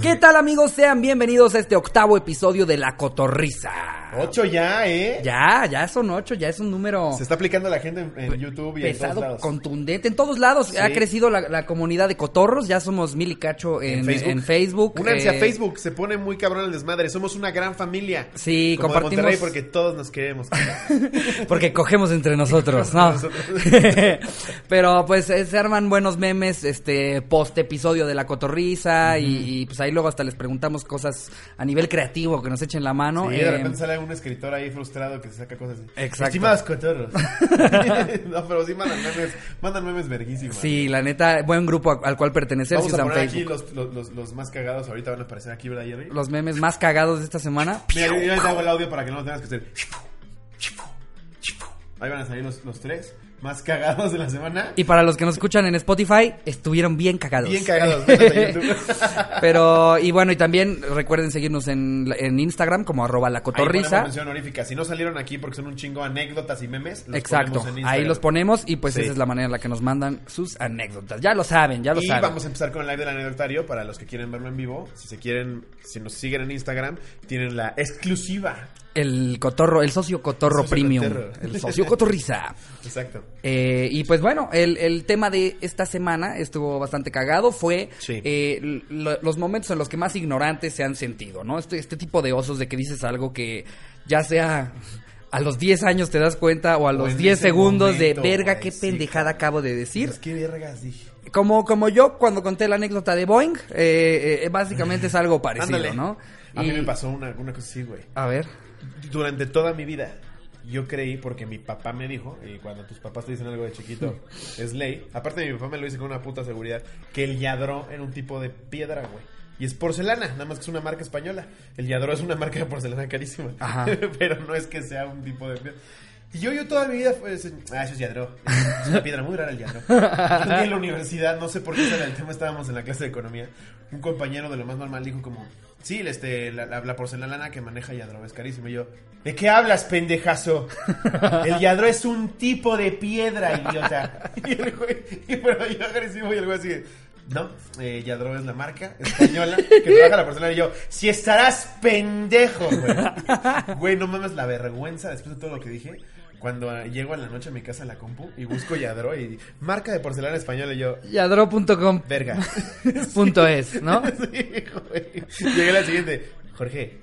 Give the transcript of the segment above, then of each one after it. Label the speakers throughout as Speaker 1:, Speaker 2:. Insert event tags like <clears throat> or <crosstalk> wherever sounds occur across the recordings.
Speaker 1: ¿Qué tal amigos? Sean bienvenidos a este octavo episodio de La Cotorriza.
Speaker 2: Ocho ya, ¿eh?
Speaker 1: Ya, ya son ocho, ya es un número
Speaker 2: Se está aplicando la gente en, en YouTube y en todos
Speaker 1: pesado,
Speaker 2: lados.
Speaker 1: contundente. En todos lados ha crecido la, la comunidad de cotorros, ya somos mil y cacho en, en Facebook.
Speaker 2: Únanse
Speaker 1: eh,
Speaker 2: a Facebook, se pone muy cabrón el desmadre. Somos una gran familia.
Speaker 1: Sí,
Speaker 2: Como de
Speaker 1: compartimos-
Speaker 2: Monterrey porque todos
Speaker 1: <laughs>
Speaker 2: nos queremos.
Speaker 1: <laughs> Porque cogemos entre nosotros, ¿no? <laughs> Pero pues eh, se arman buenos memes, este, post episodio de la cotorriza y, y, pues ahí luego hasta les preguntamos cosas a nivel creativo que nos echen la mano.
Speaker 2: Y de
Speaker 1: Eh,
Speaker 2: repente sale un escritor ahí frustrado que se saca cosas así.
Speaker 1: Exacto. <laughs>
Speaker 2: Estimados cotorros. <laughs> no, pero sí mandan memes, mandan memes verguísimas.
Speaker 1: Eh, sí, la neta, buen grupo a- al cual pertenecer si
Speaker 2: Vamos a
Speaker 1: usan
Speaker 2: poner aquí
Speaker 1: Facebook.
Speaker 2: los, los, los, los más cagados. Ahorita van a aparecer aquí, ¿verdad, Jerry?
Speaker 1: Los memes más cagados de esta semana.
Speaker 2: Mira, yo, yo les hago el audio para que no lo tengas que hacer. Ahí van a salir los, los tres más cagados de la semana.
Speaker 1: Y para los que nos escuchan en Spotify, estuvieron bien cagados.
Speaker 2: Bien cagados. <laughs> métanse a YouTube.
Speaker 1: Pero, y bueno, y también recuerden seguirnos en, en Instagram como arroba la
Speaker 2: Ahí ponemos
Speaker 1: cotorriza.
Speaker 2: mención honorífica. Si no salieron aquí porque son un chingo anécdotas y memes, los
Speaker 1: Exacto,
Speaker 2: ponemos en Instagram.
Speaker 1: ahí los ponemos y pues
Speaker 2: Sí.
Speaker 1: esa es la manera en la que nos mandan sus anécdotas. Ya lo saben, ya lo
Speaker 2: Y
Speaker 1: saben.
Speaker 2: vamos a empezar con el live del anecdotario para los que quieren verlo en vivo. Si se quieren, si nos siguen en Instagram, tienen la exclusiva.
Speaker 1: El cotorro, el socio cotorro
Speaker 2: El socio
Speaker 1: premium,
Speaker 2: cotorro.
Speaker 1: el socio cotorriza.
Speaker 2: Exacto.
Speaker 1: Eh, y pues bueno, el, el tema de esta semana estuvo bastante cagado, fue
Speaker 2: Sí.
Speaker 1: eh, lo- los momentos en los que más ignorantes se han sentido, ¿no? Este, este tipo de osos de que dices algo que ya sea a los 10 años te das cuenta o a los
Speaker 2: en
Speaker 1: 10
Speaker 2: ese
Speaker 1: segundos
Speaker 2: momento,
Speaker 1: de verga,
Speaker 2: güey,
Speaker 1: qué
Speaker 2: sí,
Speaker 1: pendejada
Speaker 2: cabrón.
Speaker 1: acabo de decir.
Speaker 2: Pues, ¿Qué vergas dije?
Speaker 1: Como, como yo cuando conté la anécdota de Boeing, eh, eh, básicamente es algo parecido,
Speaker 2: <laughs> Ándale.
Speaker 1: ¿no?
Speaker 2: A mí
Speaker 1: Y-
Speaker 2: me pasó una, una cosa así, güey.
Speaker 1: A ver.
Speaker 2: Durante toda mi vida, yo creí, porque mi papá me dijo, y cuando tus papás te dicen algo de chiquito, es ley. Aparte, mi papá me lo dice con una puta seguridad, que el yadró era un tipo de piedra, güey. Y es porcelana, nada más que es una marca española. El yadró es una marca de porcelana carísima.
Speaker 1: Ajá.
Speaker 2: <laughs> Pero no es que sea un tipo de piedra. Y yo, yo toda mi vida fue... ese- Ah, eso es yadró. Es una piedra muy rara el yadró. Un día en la universidad, no sé por qué sale el tema, estábamos en la clase de economía. Un compañero de lo más normal dijo como... Sí, el, este, la, la- la porcelana que maneja yadró es carísima. Y yo, ¿de qué hablas, pendejazo? El yadró es un tipo de piedra, idiota. <laughs> Y el güey... Y pero yo agresivo y el güey así... de, No, eh, Yadro es la marca española que trabaja la porcelana. Y yo, si estarás pendejo, güey. Güey, no mames la vergüenza después de todo lo que dije. Cuando eh, llego en la noche a mi casa a la compu y busco Yadro y marca de porcelana española y yo,
Speaker 1: Yadro.com.
Speaker 2: verga.
Speaker 1: <laughs> Punto es, ¿no?
Speaker 2: <laughs> Sí, güey. Llegué a la siguiente, Jorge,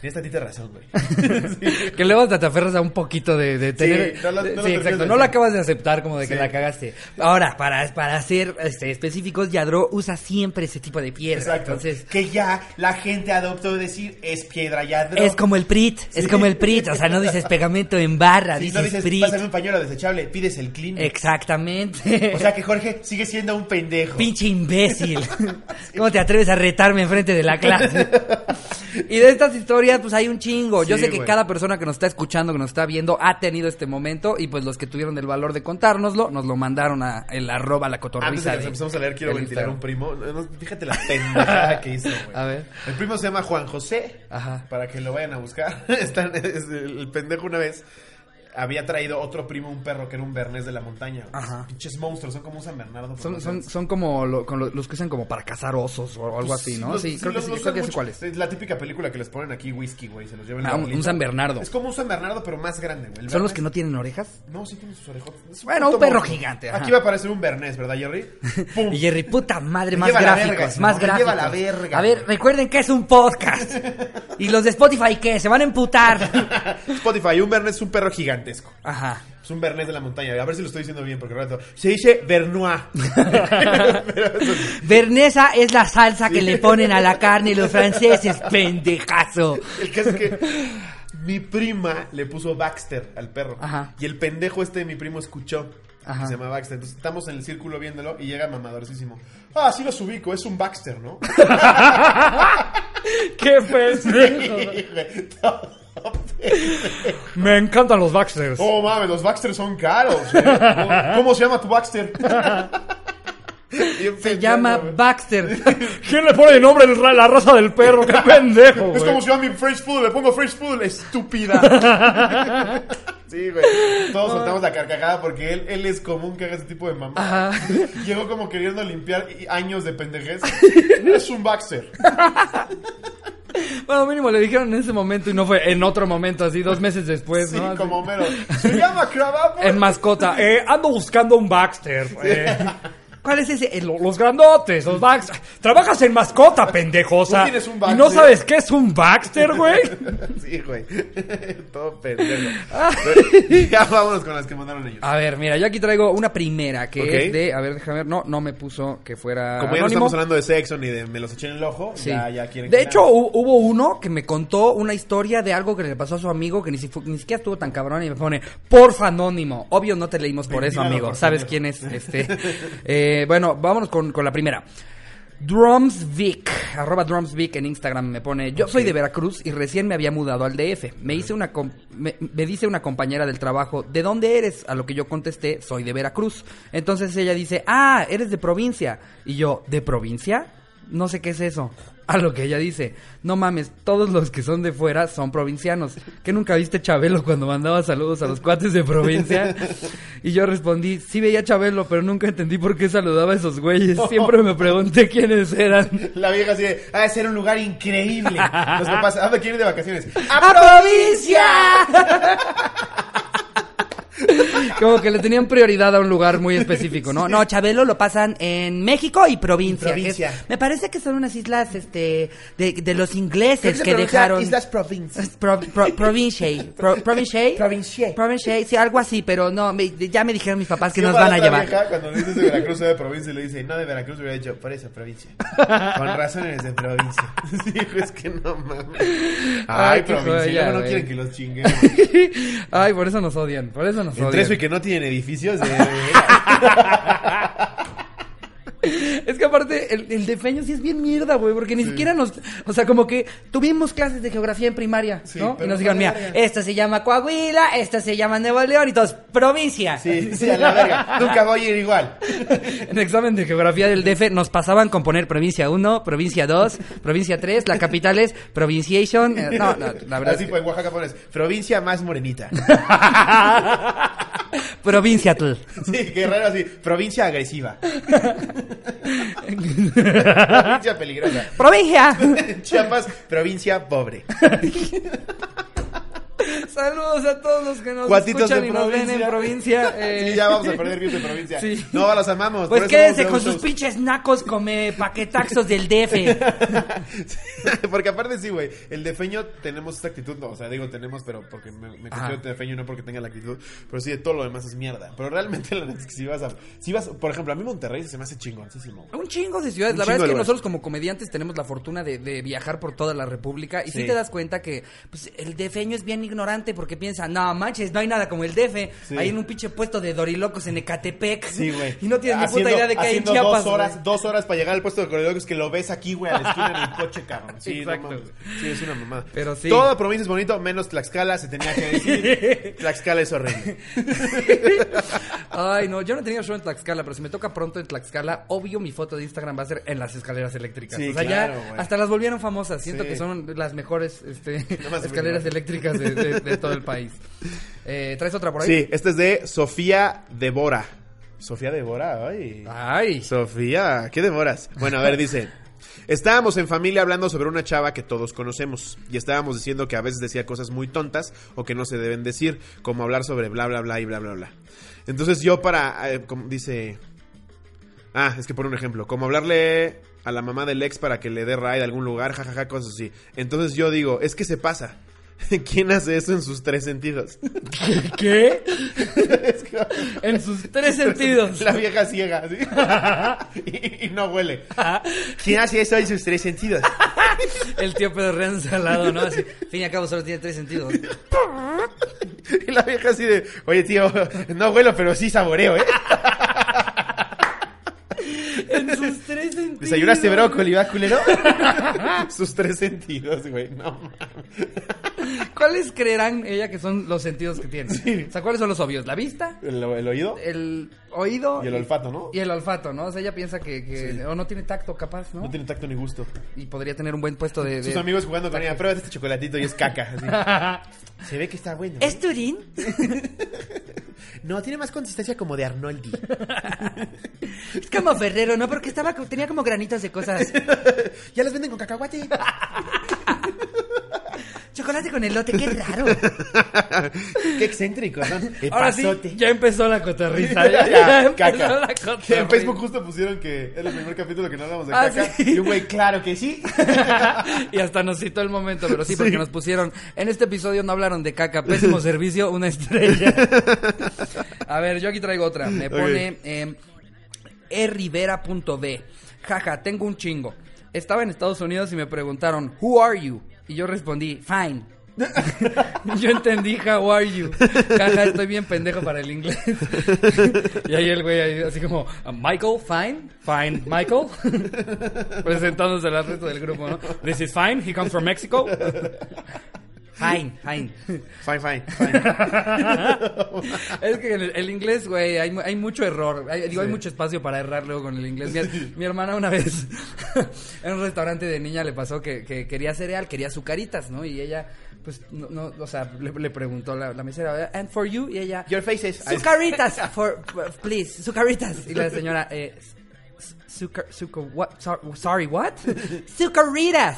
Speaker 2: tienes tantita razón, güey. <laughs> Sí.
Speaker 1: <laughs> Que luego hasta te aferras a un poquito de, de tener.
Speaker 2: no lo- no
Speaker 1: de-
Speaker 2: lo
Speaker 1: sí,
Speaker 2: terminas
Speaker 1: exacto.
Speaker 2: de
Speaker 1: No lo
Speaker 2: hacer.
Speaker 1: acabas de aceptar como de que
Speaker 2: Sí.
Speaker 1: la cagaste. Ahora, para, para ser este, específicos, Yadro usa siempre ese tipo de piedra.
Speaker 2: Exacto.
Speaker 1: Entonces,
Speaker 2: que ya la gente adoptó decir es piedra Yadro.
Speaker 1: es como el PRIT. Es
Speaker 2: Sí.
Speaker 1: como el PRIT. O sea, no dices pegamento en barra,
Speaker 2: Si
Speaker 1: dices,
Speaker 2: no dices,
Speaker 1: PRIT.
Speaker 2: pásame un pañuelo desechable, pides el clean.
Speaker 1: Exactamente.
Speaker 2: O sea que Jorge sigue siendo un pendejo.
Speaker 1: Pinche
Speaker 2: <laughs>
Speaker 1: imbécil. ¿Cómo te atreves a retarme enfrente de la clase? Y de estas historias, pues hay un chingo. Yo
Speaker 2: Sí,
Speaker 1: sé que
Speaker 2: güey.
Speaker 1: cada persona que nos está escuchando, que nos está viendo, ha tenido este momento. Y pues los que tuvieron el valor de contárnoslo, nos lo mandaron a el arroba la
Speaker 2: Antes Ah, pues de
Speaker 1: cotorriza.
Speaker 2: que nos empezamos a leer, quiero
Speaker 1: del
Speaker 2: ventilar a un
Speaker 1: Instagram.
Speaker 2: primo. No, no, fíjate la pendejada que hizo, güey.
Speaker 1: <laughs> A ver.
Speaker 2: El primo se llama Juan José.
Speaker 1: Ajá.
Speaker 2: Para que lo vayan a buscar. <laughs> Está- es el el pendejo una vez había traído otro primo, un perro que era un bernés de la montaña. güey.
Speaker 1: Ajá.
Speaker 2: Pinches monstruos, son como un San Bernardo. pero
Speaker 1: Son,
Speaker 2: no
Speaker 1: son, son como lo- con lo- los que usan como para cazar osos o algo así, ¿no?
Speaker 2: Pues los-
Speaker 1: sí, creo que
Speaker 2: los
Speaker 1: sí,
Speaker 2: usan
Speaker 1: creo que ya sé
Speaker 2: mucho.
Speaker 1: cuál es.
Speaker 2: Es la típica película que les ponen aquí whisky, güey. Se los llevan
Speaker 1: Ah,
Speaker 2: la
Speaker 1: un-
Speaker 2: bolita.
Speaker 1: un San Bernardo.
Speaker 2: Es como un San Bernardo, pero más grande, güey. El
Speaker 1: ¿Son los
Speaker 2: bernés-
Speaker 1: que no tienen orejas?
Speaker 2: No, sí tiene sus orejotas. Es
Speaker 1: Bueno,
Speaker 2: puto
Speaker 1: un perro
Speaker 2: monstruo.
Speaker 1: gigante, ajá.
Speaker 2: Aquí va a aparecer un Bernés, ¿verdad,
Speaker 1: <laughs>
Speaker 2: Jerry? ¡Pum!
Speaker 1: Y Jerry, puta madre,
Speaker 2: Me
Speaker 1: más
Speaker 2: lleva la
Speaker 1: gráficos,
Speaker 2: verga, Simón,
Speaker 1: más
Speaker 2: me
Speaker 1: gráficos.
Speaker 2: lleva la verga.
Speaker 1: A ver, recuerden que es un
Speaker 2: <laughs>
Speaker 1: podcast. Y los de Spotify, ¿qué? Se van a emputar.
Speaker 2: Spotify, un Bernés es un perro gigantesco.
Speaker 1: Ajá.
Speaker 2: Es un Bernés de la montaña. A ver si lo estoy diciendo bien, porque al rato se dice
Speaker 1: <laughs>
Speaker 2: Bernois. Pero eso sí.
Speaker 1: Bernesa es la salsa que le ponen a la carne los <laughs> franceses, pendejazo.
Speaker 2: el caso es que mi prima le puso Baxter al perro.
Speaker 1: Ajá.
Speaker 2: Y el pendejo este de mi primo escuchó.
Speaker 1: Ajá.
Speaker 2: que Se llama Baxter. Entonces estamos en el círculo viéndolo y llega mamadorcísimo. Ah, sí los ubico, es un Baxter,
Speaker 1: <laughs>
Speaker 2: ¿no? <laughs>
Speaker 1: ¡Qué <laughs> Me encantan los Baxters.
Speaker 2: Oh, mames, los Baxter son caros. ¿eh? ¿Cómo- ¿Cómo se llama tu Baxter? <laughs>
Speaker 1: Se llama Baxter. <laughs> ¿Quién le pone de nombre la raza del perro? ¡Qué pendejo!
Speaker 2: Es como si yo a mi French Poodle le pongo French Poodle, estúpida. <laughs> Sí, güey. Todos soltamos la carcajada porque él, él es común que haga ese tipo de mamá.
Speaker 1: Ajá.
Speaker 2: <laughs> Llegó como queriendo limpiar años
Speaker 1: <laughs>
Speaker 2: de pendejez. es un Baxter.
Speaker 1: Bueno, mínimo le dijeron en ese momento y no fue en otro momento, así dos meses después,
Speaker 2: Sí,
Speaker 1: ¿no? Así,
Speaker 2: como Homero. Se llama Krabappel.
Speaker 1: En mascota. <laughs> Eh, ando buscando un Baxter. eh. <laughs> ¿Cuál es ese? Eh, lo- los grandotes, los Baxter. Trabajas en mascota, pendejosa.
Speaker 2: Tú tienes un Baxter.
Speaker 1: ¿Y no sabes qué es un Baxter, güey?
Speaker 2: <laughs>
Speaker 1: <laughs>
Speaker 2: Sí, güey. <laughs> Todo pendejo. Pero ya vámonos con las que mandaron ellos.
Speaker 1: A ver, mira, yo aquí traigo una primera que
Speaker 2: Ok.
Speaker 1: es de. A ver, déjame ver. No, no me puso que fuera.
Speaker 2: Como ya no
Speaker 1: anónimo.
Speaker 2: estamos hablando de sexo ni de me los eché en el ojo,
Speaker 1: Sí.
Speaker 2: ya, ya quieren
Speaker 1: de
Speaker 2: que-
Speaker 1: hecho, hu- hubo uno que me contó una historia de algo que le pasó a su amigo que ni, si fu- ni siquiera estuvo tan cabrón y me pone, porfa anónimo. Obvio no te leímos por eso,
Speaker 2: Ventilado,
Speaker 1: amigo.
Speaker 2: por
Speaker 1: ¿Sabes
Speaker 2: favor.
Speaker 1: quién es? Este. Eh, bueno, vámonos con, con la primera. Drumsvic, arroba Drumsvic en Instagram me pone, yo soy de Veracruz y recién me había mudado al DF. Me, hice una com- me, me dice una compañera del trabajo, ¿de dónde eres? A lo que yo contesté, soy de Veracruz. Entonces ella dice, ah, eres de provincia. Y yo, ¿de provincia? No sé qué es eso. A lo que ella dice, no mames, todos los que son de fuera son provincianos. ¿Que nunca viste Chabelo cuando mandaba saludos a los cuates de provincia? Y yo respondí, sí veía Chabelo, pero nunca entendí por qué saludaba a esos güeyes. Siempre me pregunté quiénes eran.
Speaker 2: La vieja así de, ah, ese era un
Speaker 1: <laughs>
Speaker 2: lugar increíble. Los papás, ¿a dónde quieren ir de vacaciones? "Ah,
Speaker 1: ¡A provincia! <laughs> Como que le tenían prioridad a un lugar muy específico, ¿no? No, Chabelo lo pasan en México y provincia.
Speaker 2: Y provincia.
Speaker 1: Es- me parece que son unas islas este de, de los ingleses
Speaker 2: se
Speaker 1: Pues que
Speaker 2: pronuncia
Speaker 1: dejaron.
Speaker 2: Islas Province.
Speaker 1: Pro, pro- provincial, pro- provincial,
Speaker 2: Provincial.
Speaker 1: Provincial, sí, algo así, pero no, me- ya me dijeron mis papás que
Speaker 2: Yo
Speaker 1: nos
Speaker 2: para
Speaker 1: van a
Speaker 2: otra
Speaker 1: llevar.
Speaker 2: vieja, cuando dices de Veracruz soy de provincia y le dice, no, de Veracruz hubiera dicho, por eso, provincia. Con razón eres
Speaker 1: <laughs>
Speaker 2: de provincia. Sí, hijo, es que no mames. Ay,
Speaker 1: Ay, qué
Speaker 2: provincia,
Speaker 1: joya,
Speaker 2: luego no
Speaker 1: güey.
Speaker 2: quieren que los chinguemos.
Speaker 1: <laughs> Ay, por eso nos odian, por eso nos
Speaker 2: Entre eso y
Speaker 1: odian.
Speaker 2: que no tienen edificios. eh, De...
Speaker 1: Es que aparte, el, el de Feño sí es bien mierda, güey, porque ni siquiera nos... O sea, como que tuvimos clases de geografía en primaria,
Speaker 2: Sí,
Speaker 1: ¿no? Y
Speaker 2: pero
Speaker 1: nos dijeron,
Speaker 2: no
Speaker 1: mira,
Speaker 2: verga.
Speaker 1: esta se llama Coahuila, esta se llama Nuevo León, y todos, provincia.
Speaker 2: Sí, sí, a la verga. Nunca voy a ir igual.
Speaker 1: <laughs> En examen de geografía del DF nos pasaban con poner provincia 1, provincia 2, provincia 3, la capital es provinciation. eh, No, no,
Speaker 2: <laughs>
Speaker 1: la verdad.
Speaker 2: Así
Speaker 1: es
Speaker 2: pues, en Oaxaca pones, provincia más morenita. <laughs>
Speaker 1: que- provincia tl.
Speaker 2: Sí, Guerrero así,
Speaker 1: <laughs>
Speaker 2: provincia agresiva. <laughs> provincia peligrosa. <laughs>
Speaker 1: Provincia.
Speaker 2: Chiapas, provincia pobre.
Speaker 1: <laughs> Saludos a todos los que nos
Speaker 2: Cuatitos
Speaker 1: escuchan
Speaker 2: de
Speaker 1: y nos ven en provincia. eh.
Speaker 2: <laughs> Sí, ya vamos a perder views de provincia.
Speaker 1: Sí.
Speaker 2: No, los amamos.
Speaker 1: Pues
Speaker 2: por eso
Speaker 1: quédense con
Speaker 2: vamos a
Speaker 1: sus
Speaker 2: los
Speaker 1: pinches nacos come paquetaxos del
Speaker 2: <laughs>
Speaker 1: DF.
Speaker 2: shows. <laughs> Porque aparte sí, güey, el de Feño tenemos esta actitud, no, o sea, digo tenemos, pero porque me, me
Speaker 1: Ajá.
Speaker 2: considero de Feño no porque tenga la actitud, pero sí, de todo lo demás es mierda. Pero realmente la neta es que si vas a, si vas, por ejemplo, a mí Monterrey se me hace chingoncísimo. güey.
Speaker 1: Un chingo de ciudades.
Speaker 2: Un
Speaker 1: La verdad
Speaker 2: chingo
Speaker 1: es que
Speaker 2: de lugares.
Speaker 1: nosotros como comediantes tenemos la fortuna de, de viajar por toda la República y sí.
Speaker 2: Sí.
Speaker 1: te das cuenta que pues, el defeño es bien ignorante porque piensa, no manches, no hay nada como el DF.
Speaker 2: Sí.
Speaker 1: Ahí en un pinche puesto de dorilocos en Ecatepec.
Speaker 2: Sí, güey.
Speaker 1: <laughs> Y no tienes
Speaker 2: Haciendo-
Speaker 1: ni puta idea de que hay en
Speaker 2: haciendo
Speaker 1: Chiapas.
Speaker 2: Dos horas,
Speaker 1: güey.
Speaker 2: dos horas para llegar al puesto de corredor, que es que lo ves aquí, güey, a la esquina
Speaker 1: <laughs>
Speaker 2: en el coche, cabrón. Sí, no
Speaker 1: Exacto.
Speaker 2: mames. sí, es una mamada.
Speaker 1: Pero sí.
Speaker 2: Toda provincia es bonito, menos Tlaxcala, se tenía
Speaker 1: <laughs>
Speaker 2: que decir. Tlaxcala es horrible.
Speaker 1: Ay, no, yo no he tenido show en Tlaxcala, pero si me toca pronto en Tlaxcala, obvio mi foto de Instagram va a ser en las escaleras eléctricas.
Speaker 2: Sí,
Speaker 1: o sea,
Speaker 2: claro,
Speaker 1: ya
Speaker 2: güey.
Speaker 1: hasta las volvieron famosas. Siento
Speaker 2: Sí.
Speaker 1: que son las mejores
Speaker 2: <laughs>
Speaker 1: este,
Speaker 2: más
Speaker 1: escaleras
Speaker 2: subir,
Speaker 1: eléctricas de, de- de todo el país. Eh, ¿Traes otra por ahí?
Speaker 2: Sí, este es de Sofía Devora. Sofía Devora, ay.
Speaker 1: Ay. <laughs>
Speaker 2: Sofía, ¿qué demoras? Bueno, a ver, dice. Estábamos en familia hablando sobre una chava que todos conocemos y estábamos diciendo que a veces decía cosas muy tontas o que no se deben decir, como hablar sobre bla bla bla y bla bla bla. Entonces yo para eh, como dice Ah, es que por un ejemplo, como hablarle a la mamá del ex para que le dé ride a algún lugar, jajaja, cosas así. Entonces yo digo, es que se pasa. <laughs> ¿Quién hace eso en sus tres sentidos? <laughs>
Speaker 1: ¿Qué? en sus tres sentidos. <laughs>
Speaker 2: <laughs> La vieja ciega, ¿sí? y, y no huele. ¿Quién hace eso en sus tres sentidos?
Speaker 1: Ah, El tío Pedro Real salado, ¿no? Así, fin y al cabo solo tiene tres sentidos.
Speaker 2: <laughs> Y la vieja así de, oye tío, no huelo, pero sí saboreo, ¿eh?
Speaker 1: En sus tres sentidos.
Speaker 2: Desayunaste <laughs> brócoli, ¿va, culero? sus tres sentidos, güey, no mames.
Speaker 1: ¿Cuáles creerán ella que son los sentidos que tiene? O sea, ¿cuáles son los obvios? ¿La vista?
Speaker 2: ¿El, el oído?
Speaker 1: El oído.
Speaker 2: Y el olfato, ¿no?
Speaker 1: Y el olfato, ¿no? O sea, ella piensa que, que-
Speaker 2: Sí.
Speaker 1: o no tiene tacto capaz, ¿no?
Speaker 2: No tiene tacto ni gusto.
Speaker 1: Y podría tener un buen puesto de...
Speaker 2: Sus
Speaker 1: de-
Speaker 2: amigos jugando con ella, pruébate este chocolatito y es caca. <laughs> así. Se ve que está bueno. ¿eh? <laughs>
Speaker 1: Turín?
Speaker 2: No, tiene más consistencia como de Arnoldi.
Speaker 1: Es como Ferrero, ¿no? Porque estaba tenía como granitos de cosas.
Speaker 2: ya los venden con cacahuate. Ah,
Speaker 1: Chocolate con elote, qué raro.
Speaker 2: Qué
Speaker 1: <laughs>
Speaker 2: excéntrico, ¿no?
Speaker 1: Ahora sí, ya empezó la cotorriza. Ya, ya
Speaker 2: <laughs> Ya,
Speaker 1: empezó
Speaker 2: caca.
Speaker 1: la
Speaker 2: Que en Facebook
Speaker 1: cotorriza.
Speaker 2: justo pusieron que era el primer capítulo que no hablamos de
Speaker 1: Ah,
Speaker 2: caca.
Speaker 1: sí.
Speaker 2: Y un güey, claro que <laughs> sí.
Speaker 1: <laughs> y hasta nos citó el momento, pero sí,
Speaker 2: Sí.
Speaker 1: porque nos pusieron. En este episodio no hablaron de caca,
Speaker 2: <laughs>
Speaker 1: pésimo servicio, una estrella. A ver, yo aquí traigo otra. Me
Speaker 2: Ok.
Speaker 1: pone E eh, errivera.b. Jaja, tengo un chingo. Estaba en Estados Unidos y me preguntaron, ¿Who are you? Y yo respondí, Fine. <laughs> Yo entendí how are you. Jaja, estoy bien pendejo para el inglés. <laughs> Y ahí el güey ahí así como, Michael, fine, fine, Michael. Presentándose al resto del grupo, ¿no? This is fine, he comes from Mexico. Fine, fine.
Speaker 2: Fine, fine, fine.
Speaker 1: es que en el, el inglés, güey, hay, mu- hay mucho error. Hay- digo, hay
Speaker 2: Sí.
Speaker 1: mucho espacio para errar luego con el inglés. Mi, mi hermana una vez <laughs> en un restaurante de niña le pasó que, que quería cereal, quería azucaritas, ¿no? Y ella, pues, no, no, o sea, le, le preguntó la, la mesera, ¿and for you? Y ella,
Speaker 2: Your faces.
Speaker 1: Sucaritas, for, please, sucaritas. Y la señora, eh, su- suca- suca- what, sor- sorry, what? Sucaritas.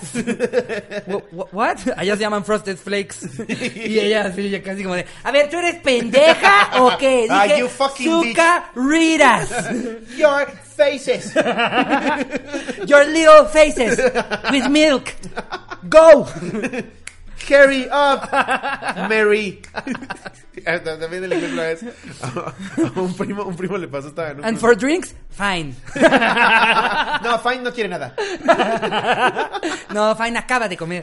Speaker 1: Wha- wha- what? Allá se llaman Frosted Flakes. Y ella así, ya casi como de, a ver, ¿tú eres pendeja o qué?
Speaker 2: Ah,
Speaker 1: Dije,
Speaker 2: you fucking bitch.
Speaker 1: sucaritas.
Speaker 2: Your
Speaker 1: <laughs>
Speaker 2: faces.
Speaker 1: Your little faces with milk. Go.
Speaker 2: Carry up, Mary. Hasta Ah, También el inglés una vez. A a un primo, un primo le pasó, estaba en un
Speaker 1: And for drinks, fine.
Speaker 2: No, Fine no quiere nada.
Speaker 1: No, fine, acaba de comer.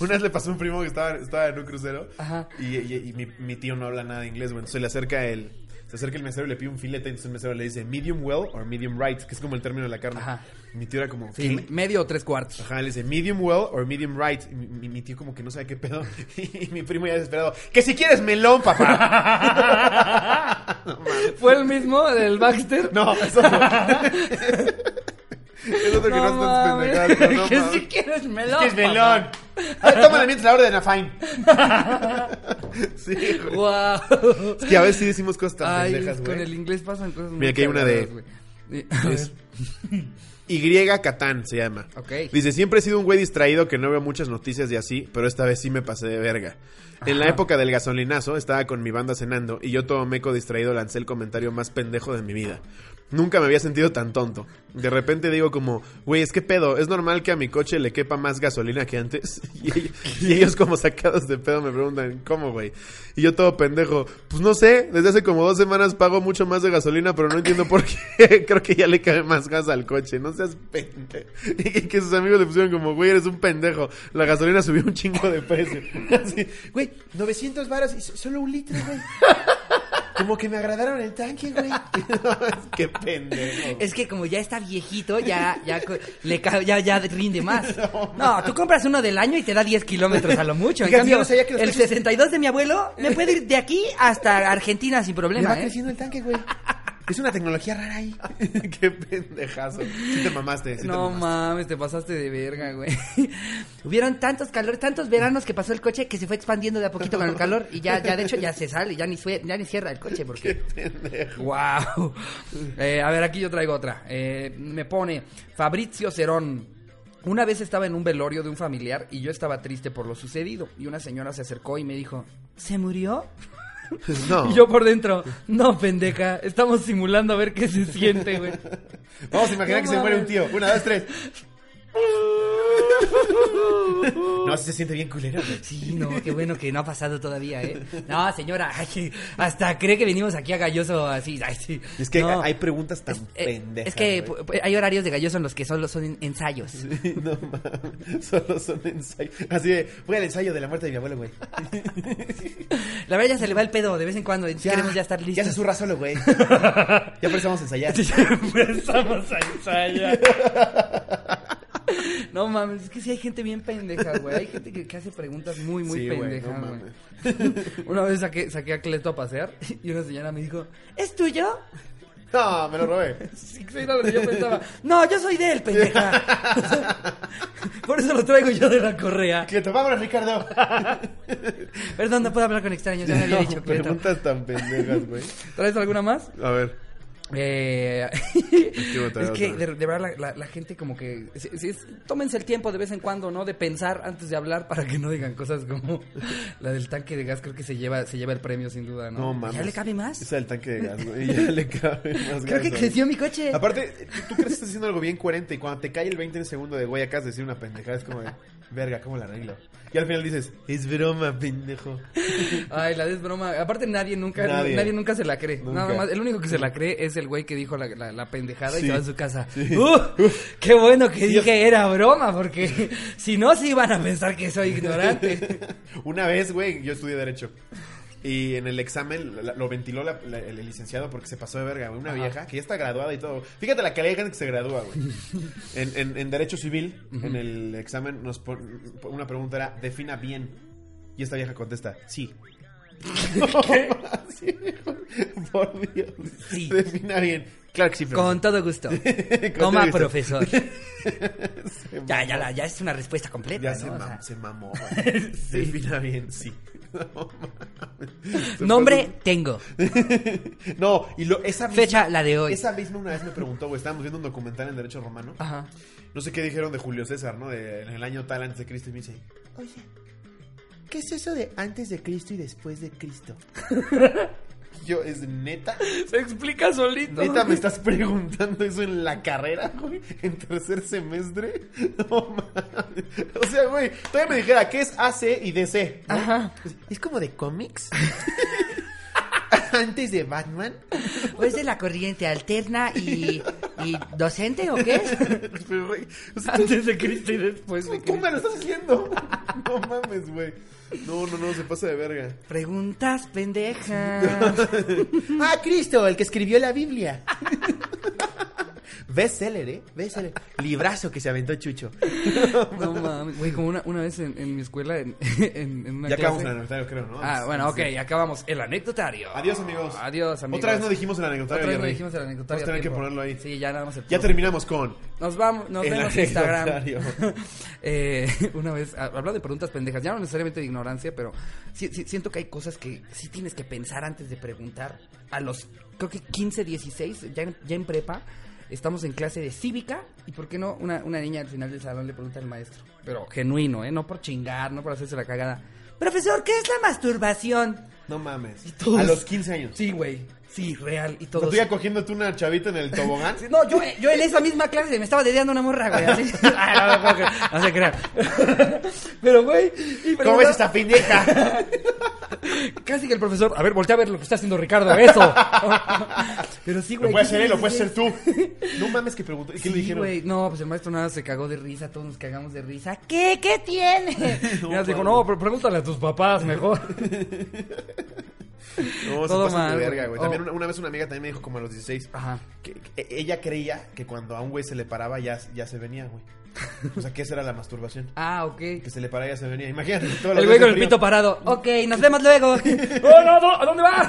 Speaker 2: Una vez le pasó a un primo que estaba, estaba en un crucero
Speaker 1: Ajá.
Speaker 2: y, y- y mi, mi tío no habla nada de inglés, bueno, entonces le acerca el, se acerca el mesero y le pide un filete, entonces el mesero le dice medium well or medium right, que es como el término de la carne.
Speaker 1: Ajá.
Speaker 2: Mi tío era como,
Speaker 1: Sí,
Speaker 2: ¿qué?
Speaker 1: medio o tres cuartos.
Speaker 2: Ajá, le dice medium well or medium right. Y mi, mi- mi tío como que no sabe qué pedo. <laughs> Y mi primo ya desesperado, que si quieres melón,
Speaker 1: <laughs>
Speaker 2: papá. No mames.
Speaker 1: ¿Fue el mismo del Baxter?
Speaker 2: no, eso
Speaker 1: <laughs>
Speaker 2: no. es otro que no, está
Speaker 1: mames. <laughs>
Speaker 2: pendejado. No,
Speaker 1: que
Speaker 2: mames.
Speaker 1: si quieres melón.
Speaker 2: Es que
Speaker 1: papá.
Speaker 2: es melón. Ah, Tómale mientras la orden a
Speaker 1: <laughs>
Speaker 2: Fine. <laughs> sí, güey.
Speaker 1: Guau.
Speaker 2: Es que a veces sí decimos cosas tan
Speaker 1: Ay,
Speaker 2: pendejas,
Speaker 1: con el
Speaker 2: güey.
Speaker 1: inglés pasan cosas muy
Speaker 2: Mira, aquí hay una de-
Speaker 1: cagadas, güey. Y- a
Speaker 2: Es-
Speaker 1: ver.
Speaker 2: Y Catán se llama.
Speaker 1: Ok.
Speaker 2: Dice, siempre he sido un güey distraído que no veo muchas noticias y así, pero esta vez sí me pasé de verga. En la época del gasolinazo estaba con mi banda cenando y yo todo meco distraído lancé el comentario más pendejo de mi vida. Nunca me había sentido tan tonto. De repente digo como, güey, es que pedo, es normal que a mi coche le quepa más gasolina que antes. <laughs> Y ellos, y ellos como sacados de pedo me preguntan, ¿cómo, güey? Y yo todo pendejo, pues no sé, desde hace como dos semanas pago mucho más de gasolina, pero no entiendo por qué. <laughs> Creo que ya le cabe más gas al coche, no seas pendejo. Y que- que sus amigos le pusieron como, güey, eres un pendejo. La gasolina subió un chingo de precio. <laughs> Así, güey, 900 varas y so- solo un litro, güey. Como que me agradaron el tanque,
Speaker 1: <laughs>
Speaker 2: güey. Qué pendejo. <laughs>
Speaker 1: Es que como ya está viejito, ya, ya, co- le ca- ya, ya rinde
Speaker 2: <laughs>
Speaker 1: más. No, tú compras uno del año y te da 10 kilómetros a lo
Speaker 2: <laughs>
Speaker 1: mucho. En
Speaker 2: Fíjate, yo
Speaker 1: cambio,
Speaker 2: no sabía que los
Speaker 1: el
Speaker 2: coches-
Speaker 1: 62 de mi abuelo me puede ir de aquí hasta Argentina sin
Speaker 2: Le
Speaker 1: problema,
Speaker 2: va
Speaker 1: ¿eh?
Speaker 2: creciendo el tanque, güey. Es una tecnología rara ahí. Qué pendejazo. Sí te mamaste, sí
Speaker 1: No
Speaker 2: te mamaste. <laughs>
Speaker 1: mames, te pasaste de verga, güey. <laughs> Hubieron tantos calores, tantos veranos que pasó el coche que se fue expandiendo de a poquito con el calor y ya, ya de hecho ya se sale, ya ni sue- ya ni cierra el coche porque. Wow. a ver, aquí yo traigo otra. Eh, me pone Fabrizio Cerón. Una vez estaba en un velorio de un familiar y yo estaba triste por lo sucedido. Y una señora se acercó y me dijo, ¿se murió?
Speaker 2: No.
Speaker 1: Y yo por dentro, no, pendeja, estamos simulando a ver qué se siente, güey.
Speaker 2: Vamos a imaginar
Speaker 1: No
Speaker 2: que se muere un
Speaker 1: mames.
Speaker 2: tío. Una, dos,
Speaker 1: <laughs>
Speaker 2: tres. No, sí se siente bien culero, güey. <laughs>
Speaker 1: Sí, no, qué bueno que no ha pasado todavía, ¿eh? No, señora, <laughs> ay, hasta cree que venimos aquí a Galloso así. ay, sí.
Speaker 2: Es que
Speaker 1: No,
Speaker 2: hay preguntas tan
Speaker 1: eh,
Speaker 2: pendejas.
Speaker 1: Es que
Speaker 2: güey.
Speaker 1: pu- pu- hay horarios de Galloso en los que solo son en- ensayos.
Speaker 2: <laughs> No mames, solo son ensayos. Así de, voy al ensayo de la muerte de mi abuelo, güey.
Speaker 1: La verdad ya se le va el pedo de vez en cuando, queremos ya estar
Speaker 2: Ya se
Speaker 1: <laughs> listos.
Speaker 2: zurra solo, güey. ya empezamos a ensayar.
Speaker 1: Empezamos a ensayar. No mames, es que sí hay gente bien pendeja, güey. Hay gente que, que hace preguntas muy, muy
Speaker 2: Sí, güey,
Speaker 1: pendeja,
Speaker 2: no
Speaker 1: güey. <laughs> una vez saqué, saqué a Cleto a pasear y una señora me dijo, ¿es tuyo?
Speaker 2: No, me lo robé.
Speaker 1: Sí, sí, era lo que yo pensaba. No, yo soy de él, pendeja. O
Speaker 2: <laughs>
Speaker 1: sea, Por eso lo traigo yo de la correa.
Speaker 2: Que vámonos, Ricardo.
Speaker 1: Perdón, no puedo hablar con extraños, <laughs> ya me había dicho, Cleto.
Speaker 2: preguntas tan pendejas, güey.
Speaker 1: ¿Traes alguna más?
Speaker 2: A ver.
Speaker 1: Eh, <laughs>
Speaker 2: voy a traer
Speaker 1: es que
Speaker 2: otra.
Speaker 1: de, de verdad la, la- la gente como que si- si es- tómense el tiempo de vez en cuando, ¿no? De pensar antes de hablar para que no digan cosas como <laughs> la del tanque de gas creo que se lleva se lleva el premio sin duda, ¿no?
Speaker 2: No mames.
Speaker 1: ¿Ya le cabe
Speaker 2: Es
Speaker 1: más?
Speaker 2: el tanque de gas, güey. Ya le cabe más
Speaker 1: Creo
Speaker 2: gas,
Speaker 1: que
Speaker 2: güey.
Speaker 1: creció mi coche.
Speaker 2: Aparte, tú- tú crees que estás haciendo algo bien coherente y cuando te cae el 20 en el segundo de güey, acabas de decir una pendejada, es como de, verga, ¿cómo la arreglo? Y al final dices, es broma, pendejo.
Speaker 1: Ay, la des broma. Aparte nadie nunca nadie,
Speaker 2: Nadie.
Speaker 1: nunca se la cree.
Speaker 2: Nunca.
Speaker 1: Nada más el único que se la cree es el güey que dijo la, la- la pendejada y
Speaker 2: Sí.
Speaker 1: se va a su casa.
Speaker 2: Sí.
Speaker 1: ¡Uh! qué bueno que
Speaker 2: Sí.
Speaker 1: dije era broma porque <laughs> si no se iban a pensar que soy
Speaker 2: <laughs>
Speaker 1: ignorante.
Speaker 2: Una vez, güey, yo estudié Derecho. Y en el examen la- la- lo ventiló la- la- el licenciado porque se pasó de verga, güey. Una
Speaker 1: Ajá.
Speaker 2: vieja que ya está graduada y todo. Fíjate la calidad de gente que se gradúa, güey. En, en- en Derecho Civil, en el examen, nos pon- una pregunta era, defina bien. Y esta vieja contesta, sí. <laughs> Sí, Por Dios.
Speaker 1: Sí.
Speaker 2: Defina bien. Claro que sí, profesor.
Speaker 1: Con todo gusto.
Speaker 2: <laughs> Con todo
Speaker 1: Coma,
Speaker 2: gusto.
Speaker 1: profesor.
Speaker 2: <laughs> Se
Speaker 1: Ya, ya, la- ya es una respuesta completa.
Speaker 2: Ya
Speaker 1: ¿no?
Speaker 2: se,
Speaker 1: O
Speaker 2: mam-
Speaker 1: sea,
Speaker 2: se mamó.
Speaker 1: <laughs>
Speaker 2: güey. Defina bien, sí. No mames. Se
Speaker 1: nombre tengo.
Speaker 2: No, y lo, esa, misma,
Speaker 1: Fecha la de hoy.
Speaker 2: esa misma una vez me preguntó, güey, estábamos viendo un documental en Derecho Romano.
Speaker 1: Ajá.
Speaker 2: No sé qué dijeron de Julio César, ¿no? De- en el año tal antes de Cristo. Y me dice, oye, ¿qué es eso de antes de Cristo y después de Cristo? Yo, es neta. <laughs>
Speaker 1: Se explica solito.
Speaker 2: Neta, me estás preguntando eso en la carrera, güey. En tercer semestre. <laughs> No mames. O sea, güey, todavía me dijera, ¿qué es AC y DC? ¿no?
Speaker 1: Ajá.
Speaker 2: Ah, Es como de cómics. <laughs> antes de Batman. <laughs>
Speaker 1: ¿O es de la corriente alterna y, y docente o qué es?
Speaker 2: Pero, güey, o sea,
Speaker 1: Pues Antes de Cristo y después
Speaker 2: tú, tú Pues, me lo estás haciendo. <laughs> No mames, güey. No, no, no, se pasa de verga.
Speaker 1: Preguntas pendejas.
Speaker 2: <laughs> Ah, Cristo, el que escribió la Biblia. <laughs> Bestseller, ¿eh? Bestseller. Librazo que se aventó Chucho.
Speaker 1: No mames. Güey, como una, una vez en, en mi escuela, en, <laughs> en, en una
Speaker 2: Ya acabamos
Speaker 1: clase.
Speaker 2: el anecdotario, creo, ¿no?
Speaker 1: Ah, bueno, ok, acabamos el anecdotario.
Speaker 2: Adiós, amigos.
Speaker 1: Adiós, amigos.
Speaker 2: Otra vez no dijimos el anecdotario.
Speaker 1: Otra vez no
Speaker 2: Jerry.
Speaker 1: dijimos el anecdotario.
Speaker 2: Vamos a
Speaker 1: a
Speaker 2: tener que
Speaker 1: tiempo.
Speaker 2: ponerlo ahí.
Speaker 1: Sí, ya nada más el
Speaker 2: Ya terminamos con.
Speaker 1: Nos vamos, nos
Speaker 2: El
Speaker 1: vemos en Instagram.
Speaker 2: anecdotario.
Speaker 1: <laughs> Eh, una vez, ha- hablando de preguntas pendejas, ya no necesariamente de ignorancia, pero sí- sí- siento que hay cosas que sí tienes que pensar antes de preguntar. A los, creo que 15, 16, ya en, ya en prepa, estamos en clase de cívica y ¿por qué no? Una, una niña al final del salón le pregunta al maestro, pero genuino, ¿eh? No por chingar, no por hacerse la cagada. Profesor, ¿qué es la masturbación?
Speaker 2: No mames.
Speaker 1: todos-
Speaker 2: A los 15 años.
Speaker 1: Sí, güey, sí, real y
Speaker 2: O sea,
Speaker 1: todo.
Speaker 2: tú ya cogiéndote una chavita en
Speaker 1: <laughs>
Speaker 2: el tobogán.
Speaker 1: Sí, No, yo, yo en esa misma clase me estaba dedeando una morra, güey. Así.
Speaker 2: <laughs>
Speaker 1: Ah, no, no, no, no, no se crean. <laughs> Pero, güey. y
Speaker 2: ¿Cómo es
Speaker 1: pregunta-
Speaker 2: esta pendeja?
Speaker 1: Casi que el profesor. A ver, voltea a ver lo que está haciendo Ricardo.
Speaker 2: <laughs>
Speaker 1: Eso. Pero sí, güey.
Speaker 2: Lo puedes
Speaker 1: ¿qué
Speaker 2: hacer él, lo
Speaker 1: dices?
Speaker 2: puedes hacer tú.
Speaker 1: <laughs>
Speaker 2: No mames que preguntó. ¿Y qué le
Speaker 1: Sí,
Speaker 2: dijeron?
Speaker 1: güey. No, pues el maestro nada se cagó de risa. Todos nos cagamos de risa. ¿Qué? ¿Qué tiene?
Speaker 2: <laughs> No,
Speaker 1: Ya dijo,
Speaker 2: padre.
Speaker 1: no, pero pregúntale a tus papás mejor.
Speaker 2: No, se
Speaker 1: Todo
Speaker 2: pasan
Speaker 1: mal,
Speaker 2: de verga,
Speaker 1: güey.
Speaker 2: güey. También
Speaker 1: Oh.
Speaker 2: una, una vez una amiga también me dijo como a los 16.
Speaker 1: Ajá.
Speaker 2: Que, que ella creía que cuando a un güey se le paraba ya, ya se venía, güey. O sea, que esa era la masturbación.
Speaker 1: Ah, ok.
Speaker 2: Que se le paraba ya se venía. Imagínate. todos los
Speaker 1: El güey
Speaker 2: días
Speaker 1: con
Speaker 2: de
Speaker 1: el
Speaker 2: frío.
Speaker 1: pito parado. Ok, nos vemos <laughs> luego. ¡Oh, no, no! ¿A dónde vas?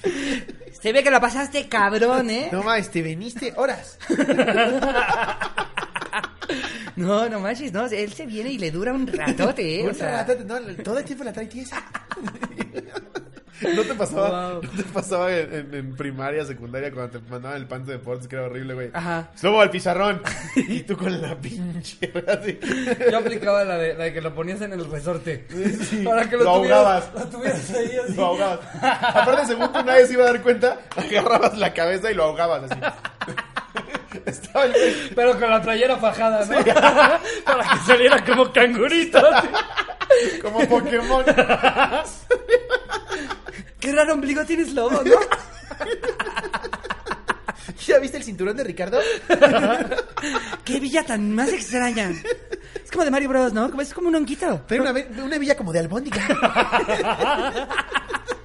Speaker 1: <laughs> Se ve que la pasaste cabrón, ¿eh?
Speaker 2: No mames, te veniste horas.
Speaker 1: No, no manches, no. Él se viene y le dura un ratote, ¿eh? O
Speaker 2: Una
Speaker 1: sea,
Speaker 2: rata, no, todo el tiempo la trae tiesa. ¿No te pasaba,
Speaker 1: Wow.
Speaker 2: ¿no te pasaba en, en- en primaria, secundaria, cuando te mandaban el pan de deportes, que era horrible, güey?
Speaker 1: Ajá.
Speaker 2: Slobo al pizarrón. <laughs> y tú con la pinche, así.
Speaker 1: Yo aplicaba la de, la de que lo ponías en el resorte.
Speaker 2: Sí,
Speaker 1: Para que lo,
Speaker 2: lo
Speaker 1: tuvieras,
Speaker 2: ahogabas.
Speaker 1: lo tuvieras ahí así.
Speaker 2: Lo ahogabas. Aparte, según tú nadie se iba a dar cuenta, agarrabas la cabeza y lo ahogabas así. <laughs> Estaba el güey.
Speaker 1: Pero con la playera fajada, ¿no? <laughs> Para que saliera como cangurito. así.
Speaker 2: Como Pokémon.
Speaker 1: <laughs>
Speaker 2: <laughs>
Speaker 1: Qué raro ombligo tienes lobo, ¿no?
Speaker 2: <laughs> ¿Ya viste el cinturón de Ricardo?
Speaker 1: Qué villa tan más extraña. Es como de Mario Bros, ¿no? Como- Es como un honguito.
Speaker 2: Pero una, una villa como de albóndiga.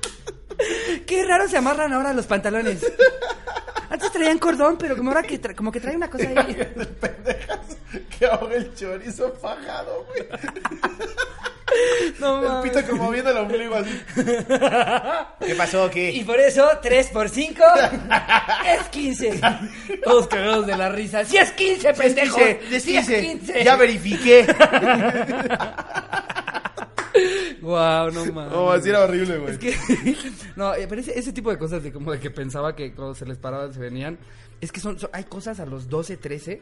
Speaker 2: <laughs>
Speaker 1: Qué raro se amarran ahora los pantalones. Antes traían cordón, pero como ahora que tra- como que trae una cosa ahí.
Speaker 2: De pendejas que ahoga el chorizo fajado, güey.
Speaker 1: No
Speaker 2: El
Speaker 1: mames.
Speaker 2: pito como viendo el ombligo así. ¿Qué pasó? ¿Qué?
Speaker 1: Y por eso, 3 por 5 es 15. Todos cagados de la risa. ¡Sí es 15, pendejo! ¡Sí es 15!
Speaker 2: Ya <laughs> verifiqué.
Speaker 1: Guau, no mames.
Speaker 2: No, así era horrible, güey.
Speaker 1: Es que, <laughs> no, eh, pero ese, ese tipo de cosas de como de que pensaba que cuando se les paraban se venían. Es que son, son- hay cosas a los 12, 13.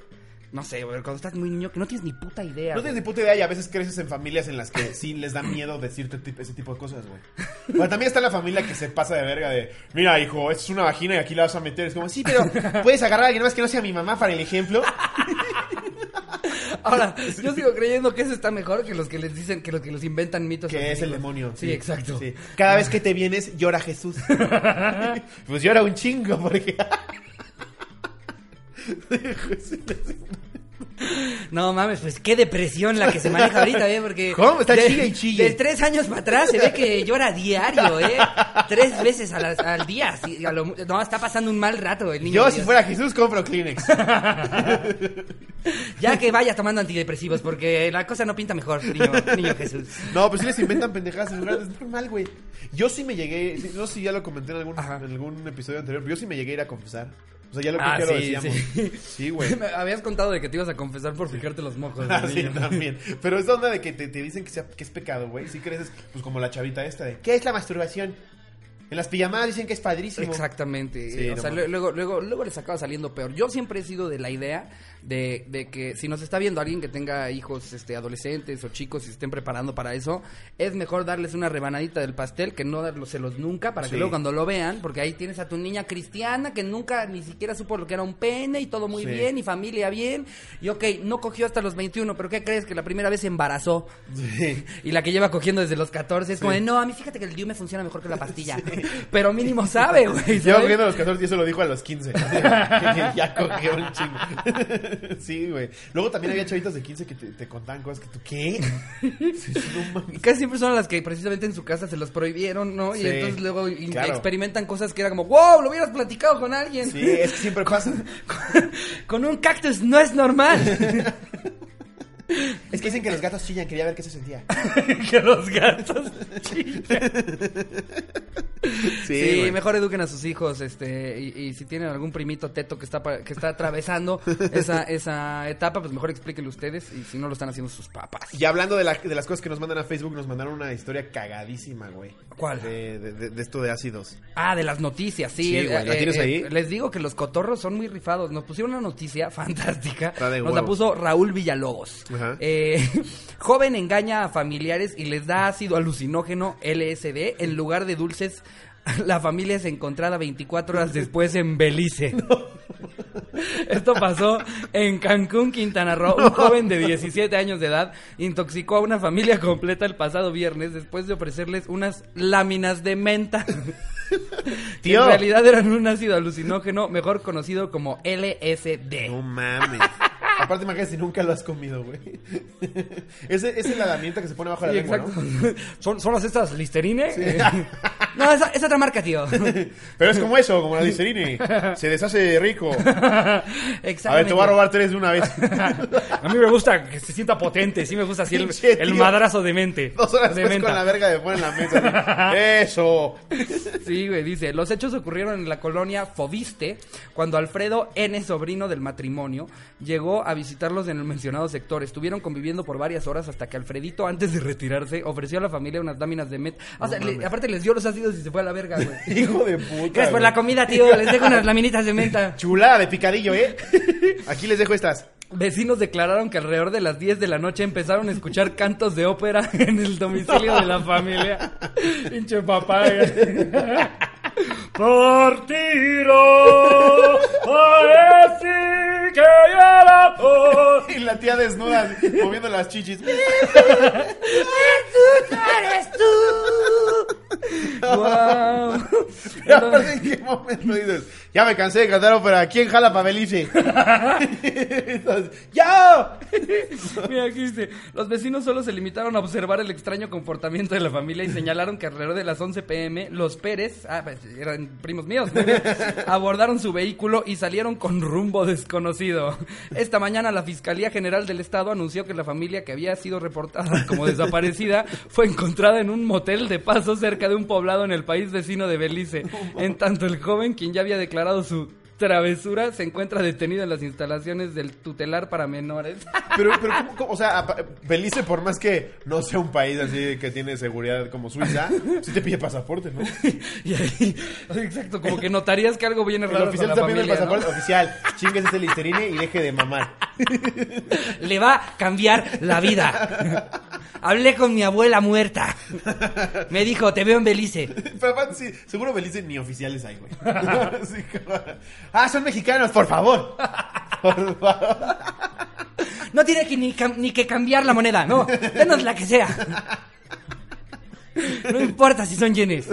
Speaker 1: No sé, güey, cuando estás muy niño que no tienes ni puta idea.
Speaker 2: No tienes ni puta idea y a veces creces en familias en las que sí les da miedo decirte tip- ese tipo de cosas, güey. Pero también está la familia que se pasa de verga de, mira, hijo, esto es una vagina y aquí la vas a meter. Es como, sí, pero puedes agarrar a alguien más que no sea mi mamá para el ejemplo.
Speaker 1: güey.
Speaker 2: <laughs>
Speaker 1: Ahora, yo sigo creyendo que eso está mejor que los que les dicen, que los que los inventan mitos. a
Speaker 2: Que
Speaker 1: sus
Speaker 2: es el
Speaker 1: hijos.
Speaker 2: demonio.
Speaker 1: Sí, exacto.
Speaker 2: sí. Cada vez que te vienes,
Speaker 1: <laughs>
Speaker 2: llora Jesús. pues llora un chingo porque...
Speaker 1: No mames, pues qué depresión la que se maneja ahorita, ¿eh? Porque.
Speaker 2: <laughs> ¿Cómo? Está
Speaker 1: de-
Speaker 2: chille y chille.
Speaker 1: De tres años para atrás se ve que llora diario, ¿eh? Tres veces a las- al día. así, a lo mu- no, está pasando un mal rato el niño.
Speaker 2: Yo,
Speaker 1: de
Speaker 2: si
Speaker 1: Dios.
Speaker 2: fuera Jesús, compro Kleenex.
Speaker 1: Ya que vaya tomando antidepresivos, porque la cosa no pinta mejor, niño, niño Jesús.
Speaker 2: No, pues sí les inventan pendejadas en lugar de... Es normal, güey. Yo sí me llegué... sí, No sé si ya lo comenté en algún,
Speaker 1: Ajá.
Speaker 2: en algún episodio anterior, pero yo sí me llegué a ir a confesar. O sea, ya lo
Speaker 1: Ah,
Speaker 2: creo que
Speaker 1: sí,
Speaker 2: ya lo decíamos. Sí,
Speaker 1: <laughs> <laughs>
Speaker 2: güey.
Speaker 1: Me habías contado de que te ibas a confesar por fijarte los mojos. de
Speaker 2: <laughs> Ah, sí,
Speaker 1: niño.
Speaker 2: también. Pero esa onda de que te, te dicen que, sea- que es pecado, güey. Si creces, pues como la chavita esta de... ¿Qué es la masturbación? En las pijamadas dicen que es padrísimo.
Speaker 1: Exactamente. Eh,
Speaker 2: Sí,
Speaker 1: o
Speaker 2: no
Speaker 1: sea,
Speaker 2: mames.
Speaker 1: lue- luego, luego, luego les acaba saliendo peor. Yo siempre he sido de la idea de, de que si nos está viendo alguien que tenga hijos este, adolescentes o chicos y se estén preparando para eso, es mejor darles una rebanadita del pastel que no dárselos nunca para
Speaker 2: Sí.
Speaker 1: que luego cuando lo vean, porque ahí tienes a tu niña cristiana que nunca ni siquiera supo lo que era un pene y todo muy
Speaker 2: Sí.
Speaker 1: bien y familia bien. Y ok, no cogió hasta los 21, pero ¿qué crees? Que la primera vez se embarazó.
Speaker 2: Sí.
Speaker 1: <laughs> Y la que lleva cogiendo desde los 14 es como de, no, a mí fíjate que el Diu me funciona mejor que
Speaker 2: <laughs>
Speaker 1: la pastilla. <laughs> Pero mínimo sabe, güey.
Speaker 2: Yo
Speaker 1: ¿sabes?
Speaker 2: viendo a los 14 y eso lo dijo a los 15. <laughs> Que ya cogió un chingo. <laughs> Sí, güey. Luego también había chavitas de 15 que te, te contaban cosas que tú, ¿qué? Sí, sí, no mames.
Speaker 1: Casi siempre son las que precisamente en su casa se los prohibieron, ¿no?
Speaker 2: Sí,
Speaker 1: y entonces luego in-
Speaker 2: claro.
Speaker 1: experimentan cosas que era como, wow, lo hubieras platicado con alguien.
Speaker 2: Sí, es que siempre pasa.
Speaker 1: <laughs> con un cactus no es
Speaker 2: <laughs>
Speaker 1: normal.
Speaker 2: Es que dicen que los gatos chillan, quería ver qué se sentía.
Speaker 1: que los gatos. <laughs> Sí,
Speaker 2: güey.
Speaker 1: mejor eduquen a sus hijos, este, y, y si tienen algún primito teto que está pa- que está atravesando
Speaker 2: <laughs>
Speaker 1: esa, esa etapa, pues mejor explíquenlo ustedes y si no lo están haciendo sus papás.
Speaker 2: Y hablando de, la- de las cosas que nos mandan a Facebook, nos mandaron una historia cagadísima, güey.
Speaker 1: ¿Cuál?
Speaker 2: De, de- de- de esto de ácidos.
Speaker 1: Ah, de las noticias, sí. eh,
Speaker 2: Sí, güey, ¿la tienes ahí?
Speaker 1: les digo que los cotorros son muy rifados. Nos pusieron una noticia <laughs> fantástica.
Speaker 2: Está de
Speaker 1: Nos
Speaker 2: huevos.
Speaker 1: la puso Raúl Villalobos.
Speaker 2: Ajá.
Speaker 1: Eh, <laughs> joven engaña a familiares y les da ácido alucinógeno LSD en lugar de dulces. <laughs> La familia es encontrada 24 horas después en Belice. Esto pasó en Cancún, Quintana Roo. Un joven de 17 años de edad intoxicó a una familia completa el pasado viernes después de ofrecerles unas láminas de
Speaker 2: <laughs>
Speaker 1: menta. Que
Speaker 2: Tío.
Speaker 1: En realidad eran un ácido alucinógeno, mejor conocido como LSD. <laughs>
Speaker 2: No mames. Aparte, imagínate si nunca lo has comido, güey. <laughs> Ese- Esa es la herramienta que se pone abajo de
Speaker 1: Sí,
Speaker 2: la lengua,
Speaker 1: exacto. <laughs>
Speaker 2: ¿no?
Speaker 1: ¿Son, son las estas Listerine? Eh, <laughs> no, es, es otra marca, tío. <laughs>
Speaker 2: Pero es como eso, como la glicerine. Se deshace rico.
Speaker 1: Exactamente.
Speaker 2: <laughs> A ver, te voy a robar tres de una
Speaker 1: <laughs>
Speaker 2: vez. <laughs>
Speaker 1: A mí me gusta que se sienta potente, sí me gusta así el,
Speaker 2: Pinche
Speaker 1: el
Speaker 2: tío.
Speaker 1: madrazo de mente.
Speaker 2: Dos horas
Speaker 1: de
Speaker 2: después
Speaker 1: menta.
Speaker 2: con la verga de fuera en la mesa.
Speaker 1: <laughs>
Speaker 2: güey. Eso.
Speaker 1: Sí, güey, dice, los hechos ocurrieron en la colonia Fobiste, cuando Alfredo N., sobrino del matrimonio, llegó a visitarlos en el mencionado sector. Estuvieron conviviendo por varias horas hasta que Alfredito, antes de retirarse, ofreció a la familia unas láminas de met. O sea, le- aparte les dio los ácidos y se fue a la verga, güey.
Speaker 2: <laughs> Hijo de puta.
Speaker 1: Gracias por
Speaker 2: güey.
Speaker 1: la comida, tío. Les dejo unas laminitas de menta.
Speaker 2: Chulada de picadillo, ¿eh? Aquí les
Speaker 1: <laughs>
Speaker 2: dejo estas.
Speaker 1: Vecinos declararon que alrededor de las 10 de la noche empezaron a <laughs> escuchar cantos de ópera en el domicilio de la <laughs> familia. Pinche papá. eh. <laughs> Por tiro, parece que ya la por-
Speaker 2: Y la tía desnuda, así, moviendo las chichis.
Speaker 1: Guau.
Speaker 2: Y aparte, ¿en qué momento dices? Ya me cansé de cantar ópera. ¿Quién jala para Belice? <laughs> Entonces, ¡Ya!
Speaker 1: <laughs> Mira, aquí dice, los vecinos solo se limitaron a observar el extraño comportamiento de la familia y señalaron que alrededor de las 11 pm los Pérez, ah, pues, eran primos míos, ¿no? abordaron su vehículo y salieron con rumbo desconocido. Esta mañana la Fiscalía General del Estado anunció que la familia que había sido reportada como desaparecida fue encontrada en un motel de paso cerca de un poblado en el país vecino de Belice. En tanto el joven, quien ya había declarado su travesura, se encuentra detenido en las instalaciones del tutelar para menores.
Speaker 2: Pero, pero ¿cómo, cómo? o sea, apa- Belice, por más que no sea un país así que tiene seguridad como Suiza, sí te pide pasaporte, ¿no?
Speaker 1: <laughs> Y ahí, exacto, como que notarías que algo viene
Speaker 2: El
Speaker 1: raro con
Speaker 2: oficial
Speaker 1: la
Speaker 2: está pidiendo
Speaker 1: familia,
Speaker 2: el
Speaker 1: ¿no?
Speaker 2: pasaporte oficial. Chingues ese listerine y deje de mamar.
Speaker 1: Le va a cambiar la
Speaker 2: <laughs>
Speaker 1: vida. Hablé con mi abuela muerta. Me dijo, te veo en Belice.
Speaker 2: Pero aparte, sí, seguro Belice ni oficiales hay, güey. <laughs> Así que- ah, son mexicanos, por
Speaker 1: <laughs>
Speaker 2: favor. Por favor.
Speaker 1: No tiene que ni, cam- ni que cambiar la moneda, no. Denos la que sea. No importa si son yenes.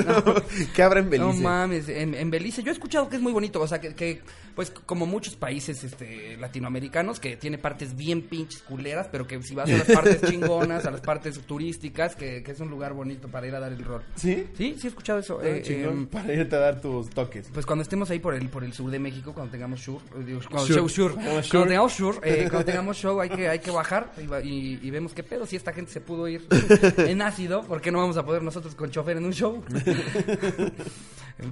Speaker 2: ¿Qué habrá en
Speaker 1: No
Speaker 2: Belice?
Speaker 1: mames, en, en Belice. Yo he escuchado que es muy bonito, o sea, que, que, pues como muchos países este, latinoamericanos, que tiene partes bien pinches culeras, pero que si vas a las
Speaker 2: <laughs>
Speaker 1: partes chingonas, a las partes turísticas, que, que es un lugar bonito para ir a dar el rol.
Speaker 2: ¿Sí?
Speaker 1: Sí, sí he escuchado eso.
Speaker 2: Ah,
Speaker 1: eh,
Speaker 2: chingón,
Speaker 1: em,
Speaker 2: para irte a dar tus toques.
Speaker 1: pues cuando estemos ahí por el por el sur de México, cuando tengamos show, eh, digo, cuando,
Speaker 2: Sure.
Speaker 1: show, sure,
Speaker 2: Cuando
Speaker 1: cuando
Speaker 2: sure.
Speaker 1: tengamos show, eh,
Speaker 2: <laughs>
Speaker 1: cuando tengamos show hay que hay que bajar y, va- y- y vemos qué pedo si esta gente se pudo
Speaker 2: <laughs>
Speaker 1: ir en ácido, ¿por qué no vamos a poder nosotros con chofer en un
Speaker 2: <laughs>
Speaker 1: show?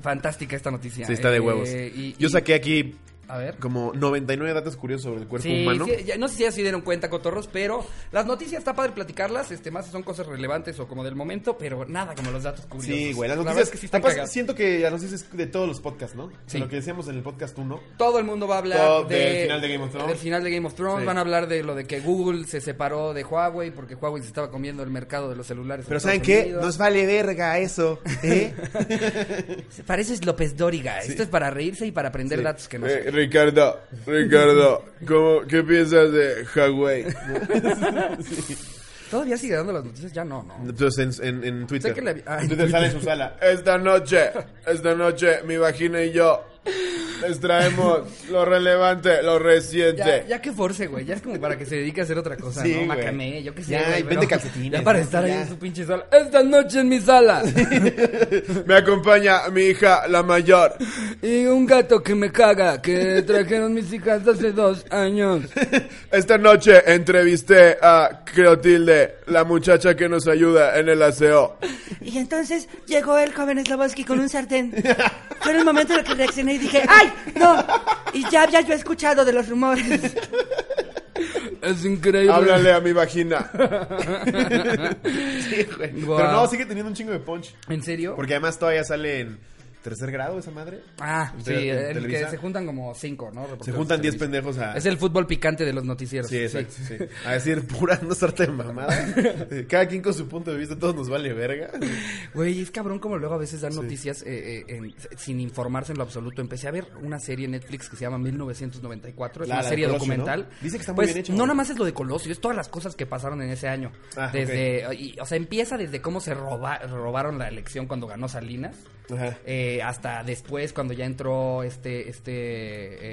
Speaker 1: Fantástica esta noticia.
Speaker 2: Sí, está de
Speaker 1: Eh,
Speaker 2: huevos.
Speaker 1: y-
Speaker 2: Yo
Speaker 1: y-
Speaker 2: saqué aquí
Speaker 1: a ver.
Speaker 2: como 99 datos curiosos sobre el cuerpo
Speaker 1: Sí,
Speaker 2: humano.
Speaker 1: sí, ya- no sé si ya se dieron cuenta, cotorros, pero las noticias está padre platicarlas, este, más si son cosas relevantes o como del momento, pero nada como los datos curiosos.
Speaker 2: Sí, güey, las
Speaker 1: La verdad
Speaker 2: noticias.
Speaker 1: es que sí están
Speaker 2: Además,
Speaker 1: cagadas.
Speaker 2: siento que las noticias es de todos los podcasts, ¿no?
Speaker 1: Sí.
Speaker 2: De lo que decíamos en el podcast 1.
Speaker 1: Todo el mundo va a hablar
Speaker 2: Todo
Speaker 1: de-
Speaker 2: del final de Game of Thrones.
Speaker 1: del final de Game of Thrones.
Speaker 2: Sí.
Speaker 1: Van a hablar de lo de que Google se separó de Huawei porque Huawei se estaba comiendo el mercado de los celulares. en
Speaker 2: Pero ¿saben
Speaker 1: Estados
Speaker 2: qué?
Speaker 1: Unidos.
Speaker 2: Nos vale verga eso. <laughs> ¿eh?
Speaker 1: Pareces López Dóriga. Esto es para reírse y para aprender datos que no sé.
Speaker 3: Eh, Ricardo,
Speaker 1: <laughs>
Speaker 3: Ricardo, ¿cómo, ¿qué piensas de Huawei?
Speaker 1: Todavía sigue dando las noticias, ya no, no.
Speaker 2: Entonces en, en, en Twitter.
Speaker 1: Sé que le- ah,
Speaker 2: En Twitter sale en su sala.
Speaker 3: Esta noche, esta noche, mi vagina y yo les traemos lo relevante, lo
Speaker 1: Ya,
Speaker 3: reciente.
Speaker 1: ya que force, güey. Ya es como para que se dedique a hacer otra cosa,
Speaker 2: Sí,
Speaker 1: ¿no?
Speaker 2: güey.
Speaker 1: Macamé, yo qué sé.
Speaker 2: Ya,
Speaker 1: güey,
Speaker 2: y
Speaker 1: pero-
Speaker 2: vende calcetines,
Speaker 1: Ya para
Speaker 2: ¿no?
Speaker 1: estar ahí
Speaker 2: Ya.
Speaker 1: en su pinche sala. Esta noche en mi sala.
Speaker 3: Me acompaña mi hija, la mayor.
Speaker 1: y un gato que me caga, que trajeron mis hijas hace dos años.
Speaker 3: Esta noche entrevisté a Cleotilde, la muchacha que nos ayuda en el aseo.
Speaker 4: Y entonces llegó el joven Sloboski con
Speaker 2: <laughs>
Speaker 4: un sartén. Fue en el momento en el que reaccioné y dije, ¡ay! ¡No! Y ya había yo escuchado de los rumores.
Speaker 1: Es increíble.
Speaker 3: Háblale a
Speaker 1: <laughs>
Speaker 3: mi vagina.
Speaker 2: Sí, güey.
Speaker 1: Guau.
Speaker 2: Pero no, sigue teniendo un chingo de punch.
Speaker 1: ¿En serio?
Speaker 2: Porque además todavía sale en tercer grado esa madre.
Speaker 1: Ah,
Speaker 2: En
Speaker 1: sí,
Speaker 2: tele- en
Speaker 1: el
Speaker 2: Televisa.
Speaker 1: que se juntan como cinco, ¿no? Reporteros
Speaker 2: Se juntan
Speaker 1: de
Speaker 2: 10
Speaker 1: Televisa.
Speaker 2: pendejos a.
Speaker 1: Es el fútbol picante de los noticieros.
Speaker 2: Sí, exacto. Sí. A decir <laughs> pura no sarta de mamadas. Cada quien con su punto de vista, todos nos vale verga.
Speaker 1: Güey, es cabrón como luego a veces dan noticias eh, eh, en- sin informarse en lo absoluto. Empecé a ver una serie en Netflix que se llama 1994. Es
Speaker 2: La-
Speaker 1: una
Speaker 2: la de
Speaker 1: serie
Speaker 2: Colosio,
Speaker 1: documental.
Speaker 2: ¿no? Dice que está muy
Speaker 1: Pues,
Speaker 2: bien hecha,
Speaker 1: No,
Speaker 2: ¿no?
Speaker 1: nada más es lo de Colosio, es todas las cosas que pasaron en ese año.
Speaker 2: Ah,
Speaker 1: desde, y- o sea, empieza desde cómo se roba- robaron la elección cuando ganó Salinas.
Speaker 2: Ajá.
Speaker 1: eh, hasta después cuando ya entró este este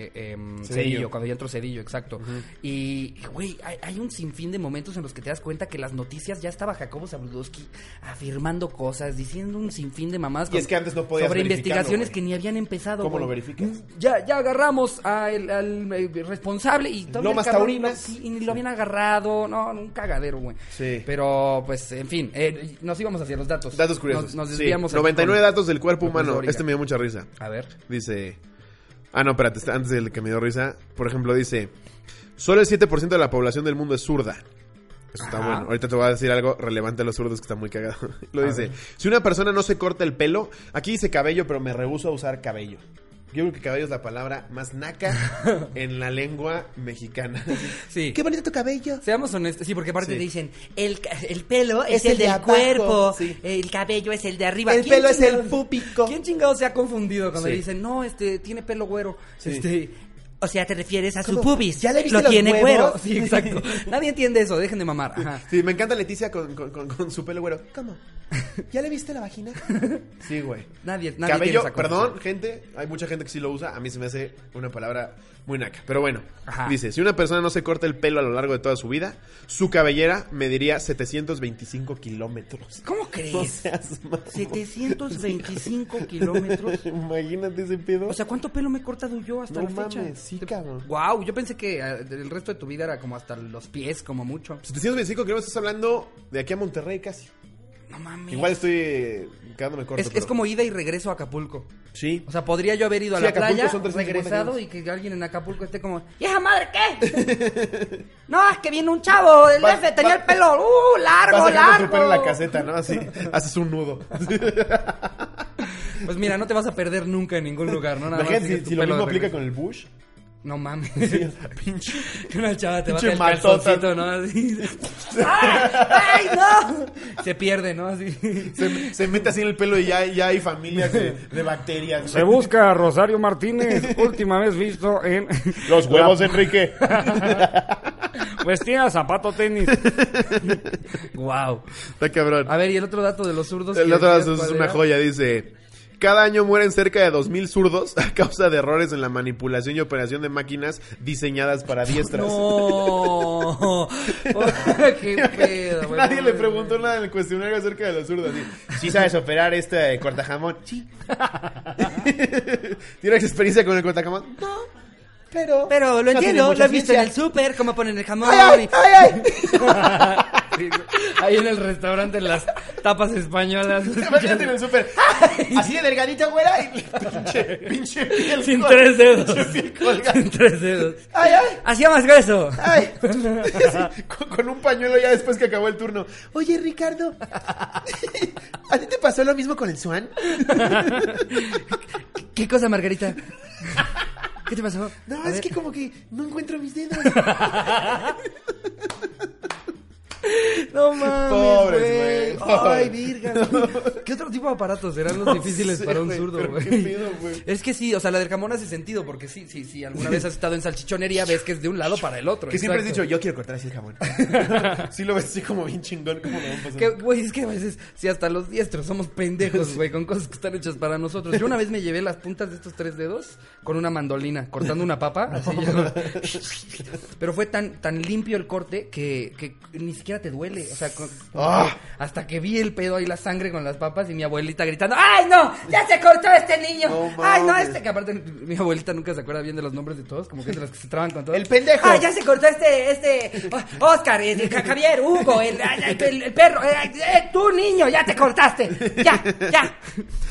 Speaker 1: eh, em,
Speaker 2: Cedillo.
Speaker 1: Cedillo, cuando ya entró Cedillo, exacto. Y, güey, hay, hay un sinfín de momentos en los que te das cuenta que las noticias ya estaba Jacobo Zabludowski afirmando cosas, diciendo un sinfín de mamadas.
Speaker 2: Y
Speaker 1: con-
Speaker 2: es que antes no podías
Speaker 1: Sobre
Speaker 2: verificarlo,
Speaker 1: investigaciones
Speaker 2: güey.
Speaker 1: que ni habían empezado.
Speaker 2: ¿Cómo
Speaker 1: güey. Mm,
Speaker 2: lo verificas?
Speaker 1: Ya, ya agarramos a el- al eh, responsable y todavía
Speaker 2: Lomas
Speaker 1: el cabrón
Speaker 2: Taurinas.
Speaker 1: ni lo- y ni lo habían agarrado. No, un cagadero, güey.
Speaker 2: Sí.
Speaker 1: Pero, pues, en fin, eh, nos íbamos hacia los datos.
Speaker 2: Datos curiosos.
Speaker 1: Nos, nos
Speaker 2: Sí,
Speaker 1: desviamos. aquí
Speaker 3: 99
Speaker 1: con-
Speaker 3: datos del cuerpo
Speaker 1: con
Speaker 3: humano.
Speaker 1: Doriga.
Speaker 3: Este me dio mucha risa.
Speaker 1: A ver.
Speaker 3: Dice. Ah, no, espérate, está- antes del que me dio risa. Por ejemplo, dice: Solo el 7% de la población del mundo es zurda. Eso está
Speaker 1: Ajá.
Speaker 3: bueno. Ahorita te voy a decir algo relevante a los zurdos que está muy cagado. <laughs> Lo
Speaker 2: A
Speaker 3: dice:
Speaker 2: ver.
Speaker 3: Si una persona no se corta el pelo, aquí dice cabello, pero me rehúso a usar cabello. Yo creo que cabello es la palabra
Speaker 2: <laughs>
Speaker 3: más naca en la lengua mexicana. <laughs>
Speaker 1: Sí.
Speaker 3: ¡Qué bonito tu cabello!
Speaker 1: Seamos honestos, sí, porque aparte
Speaker 2: Sí.
Speaker 1: te dicen,
Speaker 4: El, ca- el pelo es,
Speaker 2: Es
Speaker 4: el,
Speaker 2: el de
Speaker 4: del
Speaker 2: abajo,
Speaker 4: cuerpo.
Speaker 2: sí.
Speaker 4: El cabello es el de arriba.
Speaker 2: El
Speaker 4: ¿Quién
Speaker 2: pelo es
Speaker 4: chingados-
Speaker 2: el púpico.
Speaker 1: ¿quién chingado se ha confundido cuando
Speaker 2: Sí.
Speaker 1: le dicen, no, este, tiene pelo güero? Este,
Speaker 4: O sea, te refieres a su
Speaker 2: ¿Cómo?
Speaker 4: pubis.
Speaker 2: ¿Ya le viste
Speaker 4: Lo
Speaker 2: los
Speaker 4: tiene
Speaker 2: huevos?
Speaker 4: cuero.
Speaker 2: <laughs>
Speaker 1: sí, exacto. Nadie entiende eso, dejen de mamar. Ajá.
Speaker 2: Sí, me encanta Leticia con, con- con- con su pelo güero. ¿Cómo? ¿Ya le viste la vagina? Sí, güey.
Speaker 1: Nadie, nadie tiene
Speaker 2: cabello,
Speaker 1: esa conversación.
Speaker 2: perdón, gente, hay mucha gente que sí lo usa, a mí se me hace una palabra muy naca, pero bueno,
Speaker 1: Ajá.
Speaker 2: dice, si una persona no se corta el pelo a lo largo de toda su vida, su cabellera mediría 725 kilómetros.
Speaker 1: ¿Cómo
Speaker 2: <laughs> No <laughs>
Speaker 1: crees?
Speaker 2: seas mamón.
Speaker 4: 725 kilómetros.
Speaker 2: Imagínate ese pedo.
Speaker 4: O sea, ¿cuánto pelo me he cortado yo hasta
Speaker 2: no
Speaker 4: la fecha?
Speaker 2: mames, sí, cabrón.
Speaker 1: Wow, yo pensé que eh, el resto de tu vida era como hasta los pies, como mucho.
Speaker 2: 725 kilómetros, estás hablando de aquí a Monterrey casi.
Speaker 1: No mames.
Speaker 2: Igual estoy eh, quedándome corto.
Speaker 1: es, es
Speaker 2: pero-
Speaker 1: como ida y regreso a Acapulco.
Speaker 2: Sí.
Speaker 1: O sea, podría yo haber ido a
Speaker 2: Sí,
Speaker 1: la
Speaker 2: Acapulco
Speaker 1: playa,
Speaker 2: son 350
Speaker 1: regresado y
Speaker 2: kilómetros.
Speaker 1: que alguien en Acapulco esté como, ¿y esa madre qué?
Speaker 4: <laughs>
Speaker 1: no, es que viene un chavo, el
Speaker 2: Vas-
Speaker 1: F, tenía
Speaker 2: vas-
Speaker 1: el pelo, uh, largo,
Speaker 2: Vas sacando tu pelo en la
Speaker 1: largo.
Speaker 2: caseta, ¿no?
Speaker 1: <laughs>
Speaker 2: Así, haces un nudo.
Speaker 1: Pues mira, no te vas a perder nunca en ningún lugar, ¿no? Nada más
Speaker 2: Imagínate
Speaker 1: tienes
Speaker 2: si,
Speaker 1: tu
Speaker 2: si lo
Speaker 1: pelo
Speaker 2: mismo
Speaker 1: de
Speaker 2: aplica
Speaker 1: regreso.
Speaker 2: con el Bush.
Speaker 1: No
Speaker 2: <laughs>
Speaker 1: mames.
Speaker 2: o sea, pinche.
Speaker 1: Que <laughs> una chava te va a
Speaker 2: Pinche
Speaker 1: el
Speaker 2: matota.
Speaker 1: calzoncito, ¿no? Así. ¡Ay, ay, no! <laughs> Se pierde, ¿no? Así.
Speaker 2: Se, se mete así en el pelo y ya, ya hay
Speaker 1: <laughs>
Speaker 2: familias de, de bacterias.
Speaker 3: Se busca a Rosario
Speaker 2: <laughs>
Speaker 3: Martínez, última vez visto en
Speaker 2: Los huevos, Enrique.
Speaker 3: vestida
Speaker 1: <laughs>
Speaker 3: zapato tenis.
Speaker 1: Wow.
Speaker 2: Está cabrón.
Speaker 1: A ver, y el otro dato de los zurdos.
Speaker 2: El
Speaker 1: que
Speaker 2: otro
Speaker 1: decías,
Speaker 2: es
Speaker 1: ¿cuál
Speaker 2: una
Speaker 1: era?
Speaker 2: joya, dice. Cada año mueren cerca de 2.000 zurdos a causa de errores en la manipulación y operación de máquinas diseñadas para diestras. <laughs>
Speaker 1: No. <laughs> Qué pedo, güey.
Speaker 2: Nadie le preguntó nada en el cuestionario acerca de los zurdos. Sí, ¿Sí sabes operar este de cortajamón?
Speaker 1: <laughs>
Speaker 2: Sí. ¿Tienes experiencia con el cortajamón? <laughs> No, pero...
Speaker 4: Pero lo
Speaker 2: no tiene
Speaker 4: entiendo,
Speaker 2: mucha
Speaker 4: lo he visto en el
Speaker 2: ciencia.
Speaker 4: súper, cómo ponen el jamón. y-
Speaker 2: ay, ay!
Speaker 1: Sí, Ahí en el restaurante, en las tapas españolas.
Speaker 2: Imagínate en el súper. Ah, <laughs> Así de delgadita, güera. Y pinche, pinche piel.
Speaker 1: Sin
Speaker 2: col-
Speaker 1: tres dedos.
Speaker 2: Pinche piel colgada.
Speaker 1: Sin tres dedos.
Speaker 2: ¡Ay, ay!
Speaker 1: Hacía más grueso.
Speaker 2: ¡Ay! Sí, <laughs> con, con un pañuelo ya después que acabó el turno. <laughs> Oye, Ricardo, ¿a ti te pasó lo mismo con el Swan?
Speaker 1: ¿Qué cosa, Margarita?
Speaker 2: <laughs>
Speaker 1: ¿Qué te pasó?
Speaker 2: No,
Speaker 1: A
Speaker 2: es
Speaker 1: ver.
Speaker 2: que como que no encuentro mis dedos.
Speaker 1: No mames,
Speaker 2: Pobres,
Speaker 1: güey.
Speaker 2: güey, pobres.
Speaker 1: Ay, virga. güey. ¿Qué otro tipo de aparatos serán los difíciles
Speaker 2: sé,
Speaker 1: para un
Speaker 2: güey,
Speaker 1: zurdo,
Speaker 2: pero
Speaker 1: güey?
Speaker 2: qué pedo, güey.
Speaker 1: Es que sí, o sea, la del jamón hace sentido, porque sí, sí, sí. Alguna vez has estado en salchichonería, ves que es de un lado para el otro.
Speaker 2: Que siempre has
Speaker 1: exacto.
Speaker 2: dicho, yo quiero cortar así el jamón. sí lo ves así como bien chingón, como lo van pasando.
Speaker 1: Que, güey, es que a veces, si hasta los diestros somos
Speaker 2: <laughs>
Speaker 1: pendejos, güey, con cosas que están hechas para nosotros. Yo una vez me llevé las puntas de estos tres dedos con una mandolina, cortando una
Speaker 2: <laughs>
Speaker 1: papa. así, yo- Pero fue tan, tan limpio el corte que, que ni siquiera te duele. O sea, con-
Speaker 2: ¡Ah!
Speaker 1: hasta que vi el pedo ahí, la sangre con las papas y mi abuelita gritando, ¡ay no! ¡Ya se cortó este niño!
Speaker 2: No
Speaker 1: ¡Ay no!
Speaker 2: mames.
Speaker 1: Este que aparte mi abuelita nunca se acuerda bien de los nombres de todos, como que es de los que se traban con todos.
Speaker 2: ¡El pendejo!
Speaker 4: Ah, ya se cortó este, este, oh, Oscar, el Ja- Javier, Hugo, el, el- el- el perro, eh, eh, tú niño, ya te cortaste, ya, ya.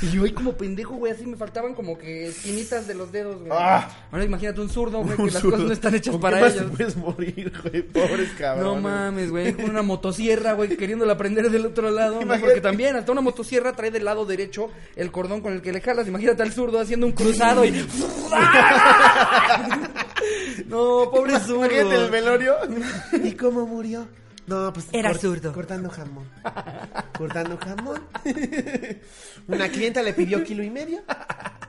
Speaker 1: Y yo ahí como pendejo, güey, así me faltaban como que esquinitas de los dedos, güey.
Speaker 2: Ah.
Speaker 1: Ahora imagínate un zurdo, güey, que
Speaker 2: Un
Speaker 1: las
Speaker 2: zurdo.
Speaker 1: cosas no están hechas
Speaker 2: ¿Con qué
Speaker 1: para
Speaker 2: más te
Speaker 1: ellos.
Speaker 2: puedes morir, güey. Pobres
Speaker 1: No
Speaker 2: cabrones.
Speaker 1: mames, güey, con una motosierra, güey, queriéndola prender del otro lado, ¿no?
Speaker 2: Imagínate.
Speaker 1: porque también hasta una motosierra trae del lado derecho el cordón con el que le jalas, imagínate al zurdo haciendo un cruzado y...
Speaker 2: <laughs>
Speaker 1: ¡Ah! <laughs> no, pobre zurdo.
Speaker 2: Imagínate
Speaker 1: <laughs>
Speaker 2: el velorio. ¿Y cómo murió? No, pues.
Speaker 4: Era zurdo.
Speaker 2: Cortando jamón. Cortando jamón. Una clienta le pidió kilo y medio.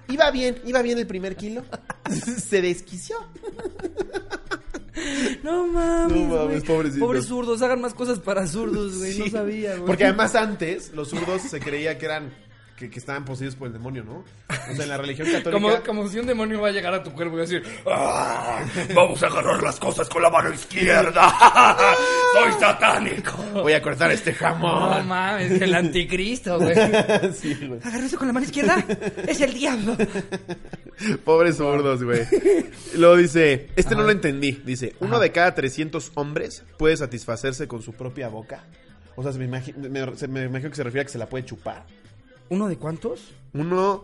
Speaker 2: Iba bien, iba bien el primer kilo. <laughs> Se desquició.
Speaker 1: No mames,
Speaker 2: No mames,
Speaker 1: güey.
Speaker 2: pobrecito.
Speaker 1: Pobres zurdos, hagan más cosas para zurdos, güey, no
Speaker 2: Sí.
Speaker 1: sabía, güey.
Speaker 2: Porque además antes los zurdos se creía que eran. Que, que estaban poseídos por el demonio, ¿no? O sea, en la religión católica.
Speaker 1: Como, como si un demonio va a llegar a tu cuerpo y va a decir,
Speaker 5: "Ah, Vamos a agarrar las cosas con la mano izquierda.
Speaker 2: <laughs>
Speaker 5: Soy satánico.
Speaker 2: Voy a cortar este jamón.
Speaker 1: No mames, el anticristo,
Speaker 2: <laughs>
Speaker 1: güey.
Speaker 2: Sí, güey.
Speaker 4: Agarró eso con la mano izquierda, es el diablo.
Speaker 2: Pobres zurdos, güey. Luego dice, este no lo entendí. Dice, uno de cada 300 hombres puede satisfacerse con su propia boca. O sea, se me, imagi- me- se me imagino que se refiere a que se la puede chupar.
Speaker 1: ¿Uno de cuántos?
Speaker 2: Uno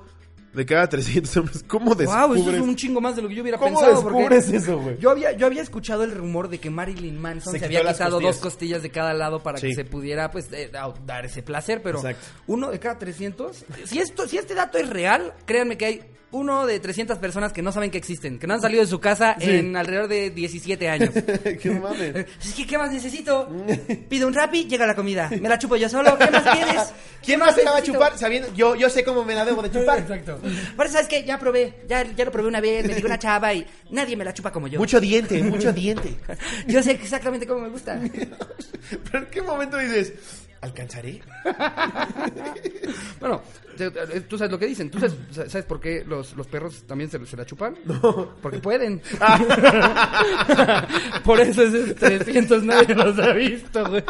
Speaker 2: de cada 300 hombres. ¿Cómo descubres?
Speaker 1: Wow, eso es un chingo más de lo que yo hubiera
Speaker 2: ¿Cómo
Speaker 1: pensado. porque
Speaker 3: <laughs>
Speaker 2: descubres eso, güey?
Speaker 1: Yo había, yo había escuchado el rumor de que Marilyn Manson
Speaker 2: Se
Speaker 1: se,
Speaker 2: quitó
Speaker 1: había
Speaker 2: las
Speaker 1: quitado
Speaker 2: costillas.
Speaker 1: dos costillas de cada lado para
Speaker 2: Sí.
Speaker 1: que se pudiera, pues, eh, da- dar ese placer, pero
Speaker 2: Exacto.
Speaker 1: uno de cada 300. Si, esto, si este dato es real, créanme que hay uno de 300 personas que no saben que existen, que no han salido de su casa en alrededor de 17
Speaker 2: <laughs>
Speaker 1: años.
Speaker 3: <laughs>
Speaker 2: ¿Qué mames?
Speaker 4: Es que, ¿qué más necesito? Pido un rapi, llega la comida, me la chupo yo solo, ¿qué más quieres?
Speaker 2: ¿Quién más se la va a chupar? Sabiendo, yo, yo sé cómo me la debo de chupar.
Speaker 1: Exacto.
Speaker 4: Por eso, ¿sabes qué? Ya probé, ya, ya lo probé una vez, me llegó una chava y nadie me la chupa como yo.
Speaker 2: Mucho diente, mucho diente.
Speaker 4: Yo sé exactamente cómo me gusta.
Speaker 2: Pero en qué momento dices, ¿Alcanzaré?
Speaker 1: Bueno, te- te- tú sabes lo que dicen. ¿Tú sabes, sabes por qué los, los perros también se, se la
Speaker 2: <laughs>
Speaker 1: chupan? Porque pueden. por eso es 300, nadie los ha visto,
Speaker 2: <laughs>
Speaker 1: güey.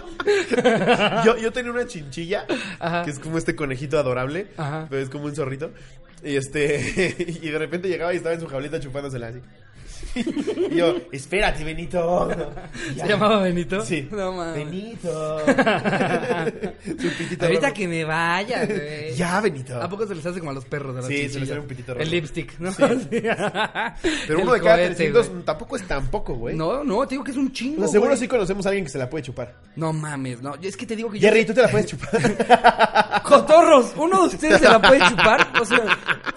Speaker 3: <laughs> Yo, yo tenía una chinchilla,
Speaker 1: Ajá.
Speaker 3: que es como este conejito adorable,
Speaker 1: Ajá.
Speaker 3: pero es como un zorrito. Y este <laughs> y de repente llegaba y estaba en su jaulita chupándosela así. <laughs>
Speaker 2: Y yo,
Speaker 1: <laughs>
Speaker 2: espérate, Benito.
Speaker 1: ¿Se llamaba Benito?
Speaker 2: Sí.
Speaker 1: No mames. <laughs>
Speaker 2: Benito. Su pitito
Speaker 1: Ahorita
Speaker 2: rojo.
Speaker 1: que me
Speaker 2: <laughs>
Speaker 1: vaya, güey.
Speaker 2: Ya, Benito.
Speaker 1: ¿A poco se les hace como a los perros? a las
Speaker 2: Sí, se les
Speaker 1: chinchillas?
Speaker 2: sale un pitito rojo.
Speaker 1: El lipstick, ¿no? <laughs>
Speaker 2: Sí.
Speaker 3: Pero
Speaker 1: El
Speaker 3: uno de cada
Speaker 1: cohete,
Speaker 3: 300
Speaker 1: güey.
Speaker 3: tampoco es tampoco,
Speaker 2: ¿eh?
Speaker 3: güey.
Speaker 1: No,
Speaker 3: No,
Speaker 1: no, te digo que es un chingo.
Speaker 3: seguro
Speaker 1: güey.
Speaker 3: sí conocemos a alguien que se la puede chupar.
Speaker 1: No mames, no. Yo- Es que te digo que yo.
Speaker 2: Jerry, ¿tú te la puedes chupar?
Speaker 1: Cotorros, uno de ustedes se la puede chupar. O sea,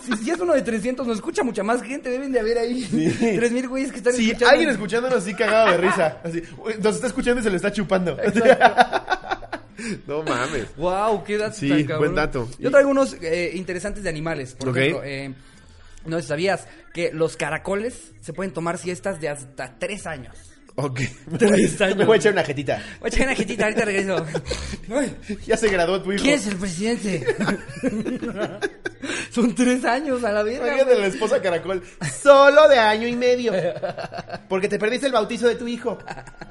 Speaker 1: si, si es uno de 300, nos escucha mucha más gente. Deben de haber ahí 3000 güeyes que están
Speaker 3: Si
Speaker 1: escuchando.
Speaker 3: alguien escuchándonos así cagado de
Speaker 2: <laughs>
Speaker 3: risa, así, "Uy, nos está escuchando y se lo está chupando. <laughs> no mames.
Speaker 1: Wow, qué dato
Speaker 3: Sí,
Speaker 1: tan cabrón.
Speaker 3: buen dato.
Speaker 1: Yo traigo unos eh, interesantes de animales. Por
Speaker 3: Ok.
Speaker 1: ejemplo, eh, no sé si sabías que los caracoles se pueden tomar siestas de hasta tres años.
Speaker 3: Ok. <laughs>
Speaker 1: Tres años.
Speaker 2: Me voy a echar una jetita.
Speaker 1: Oye, una jetita, ahorita regreso. Ay,
Speaker 3: Ya se graduó tu hijo.
Speaker 1: ¿Quién es el presidente? <laughs> Son tres años a la verga.
Speaker 3: Imagínate
Speaker 1: güey.
Speaker 3: la esposa caracol.
Speaker 2: <laughs> Solo de año y
Speaker 3: <laughs>
Speaker 2: medio. Porque te perdiste el bautizo de tu hijo.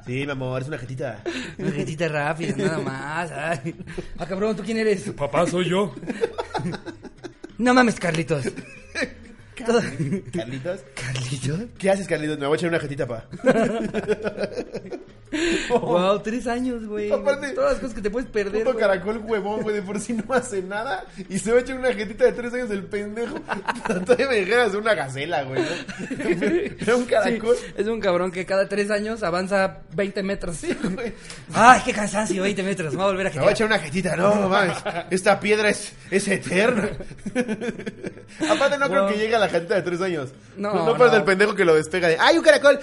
Speaker 2: Sí, mi amor, es una jetita. <laughs>
Speaker 1: Una jetita rápida, nada más. Ay. Ah, cabrón, ¿tú quién eres? Papá, soy yo. No mames, Carlitos. Todo-
Speaker 2: Carlitos.
Speaker 1: ¿Carlitos?
Speaker 2: ¿Qué haces, Carlitos? Me voy a echar una jetita, <laughs>
Speaker 3: <laughs>
Speaker 2: pa.
Speaker 1: Wow, tres años, güey.
Speaker 3: Aparte,
Speaker 1: pues, Todas las cosas que te puedes perder.
Speaker 3: Puto
Speaker 1: güey.
Speaker 3: caracol huevón, güey, de por sí no hace nada. Y se va a echar una jetita de tres años del pendejo. <laughs> Todavía me dijeras de una gacela,
Speaker 1: <laughs>
Speaker 3: güey. ¿no? Era un caracol.
Speaker 1: Sí, es un cabrón que cada tres años avanza 20 metros. Ay, qué cansancio, 20 metros. Me voy a volver a
Speaker 2: Me voy
Speaker 1: girar.
Speaker 2: a echar una jetita, no, no mames. Esta piedra es, es eterna.
Speaker 3: <laughs> Aparte, no creo
Speaker 1: Wow.
Speaker 3: que llegue a la jetita de tres años.
Speaker 1: No,
Speaker 3: No, no, pero
Speaker 1: no.
Speaker 3: del pendejo que lo despega de. ¡Ay, un caracol!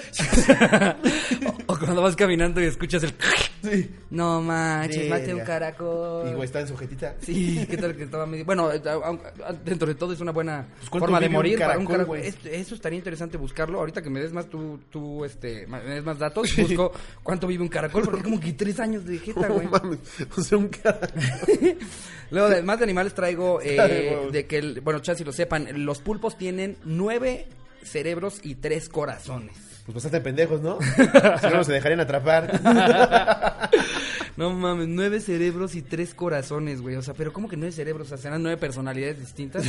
Speaker 3: <laughs>
Speaker 1: o, o cuando vas caminando y escuchas el.
Speaker 3: Sí.
Speaker 1: No manches,
Speaker 2: Verga.
Speaker 1: mate un caracol.
Speaker 2: Y güey, está en su jetita.
Speaker 1: Sí, qué tal que estaba medio... Bueno, eh, a- a- dentro de todo es una buena
Speaker 2: ¿cuánto
Speaker 1: forma de
Speaker 2: vive un
Speaker 1: morir para Pues, un
Speaker 2: caracol,
Speaker 1: caracol.
Speaker 2: güey?
Speaker 1: Es- Eso estaría interesante buscarlo. Ahorita que me des más tú, tú este, ma- me des más datos, busco cuánto vive un caracol, porque como que tres años de jeta,
Speaker 3: <laughs> No
Speaker 1: güey.
Speaker 3: mames. O sea, un caracol.
Speaker 1: <laughs> Luego, además de animales, <laughs> traigo eh,
Speaker 3: Dale, huevos.
Speaker 1: de que, el- bueno, chas si lo sepan, los pulpos tienen nueve cerebros y tres corazones.
Speaker 2: Pues bastante pendejos,
Speaker 1: <laughs>
Speaker 2: ¿no? Si no, se dejarían atrapar.
Speaker 1: No mames, nueve cerebros y tres corazones, güey. O sea, pero ¿cómo que nueve cerebros? O sea, serán nueve personalidades distintas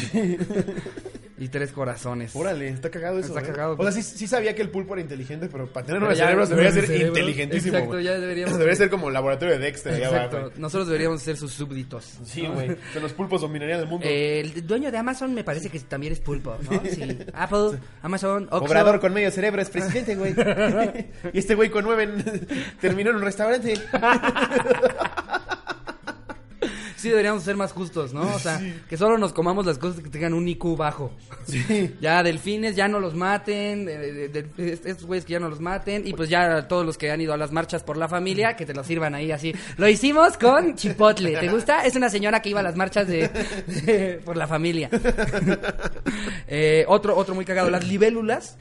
Speaker 1: <laughs> y tres corazones.
Speaker 3: Órale, está cagado eso.
Speaker 1: Está
Speaker 3: ¿eh?
Speaker 1: cagado. pues.
Speaker 3: O sea, sí, sí sabía que el pulpo era inteligente, pero para tener
Speaker 1: Pero
Speaker 3: nueve
Speaker 1: ya
Speaker 3: cerebros
Speaker 1: nueve
Speaker 3: debería ser
Speaker 1: cerebros.
Speaker 3: inteligentísimo.
Speaker 1: Exacto,
Speaker 3: güey.
Speaker 1: ya deberíamos-
Speaker 3: Debería ser como laboratorio de Dexter. allá abajo,
Speaker 1: Exacto.
Speaker 3: güey.
Speaker 1: Nosotros deberíamos ser sus súbditos.
Speaker 3: Sí, güey. O sea, los pulpos dominarían el mundo.
Speaker 1: Eh, El dueño de Amazon me parece que también es pulpo, ¿no? Sí. Apple, Amazon, Oxxo.
Speaker 2: Obrador con medio cerebro es
Speaker 1: <laughs>
Speaker 2: presidente, güey. Y este güey con nueve en- terminó en un restaurante.
Speaker 1: Sí, deberíamos ser más justos, ¿no? O sea, que solo nos comamos las cosas que tengan un IQ bajo. Sí. Ya delfines, ya no los maten, eh, de- de- de- est- estos güeyes que ya no los maten, y pues ya todos los que han ido a las marchas por la familia, que te los sirvan ahí así. Lo hicimos con Chipotle, ¿te gusta? Es una señora que iba a las marchas de, de- por la familia. <laughs> Eh, otro, otro muy cagado, las libélulas.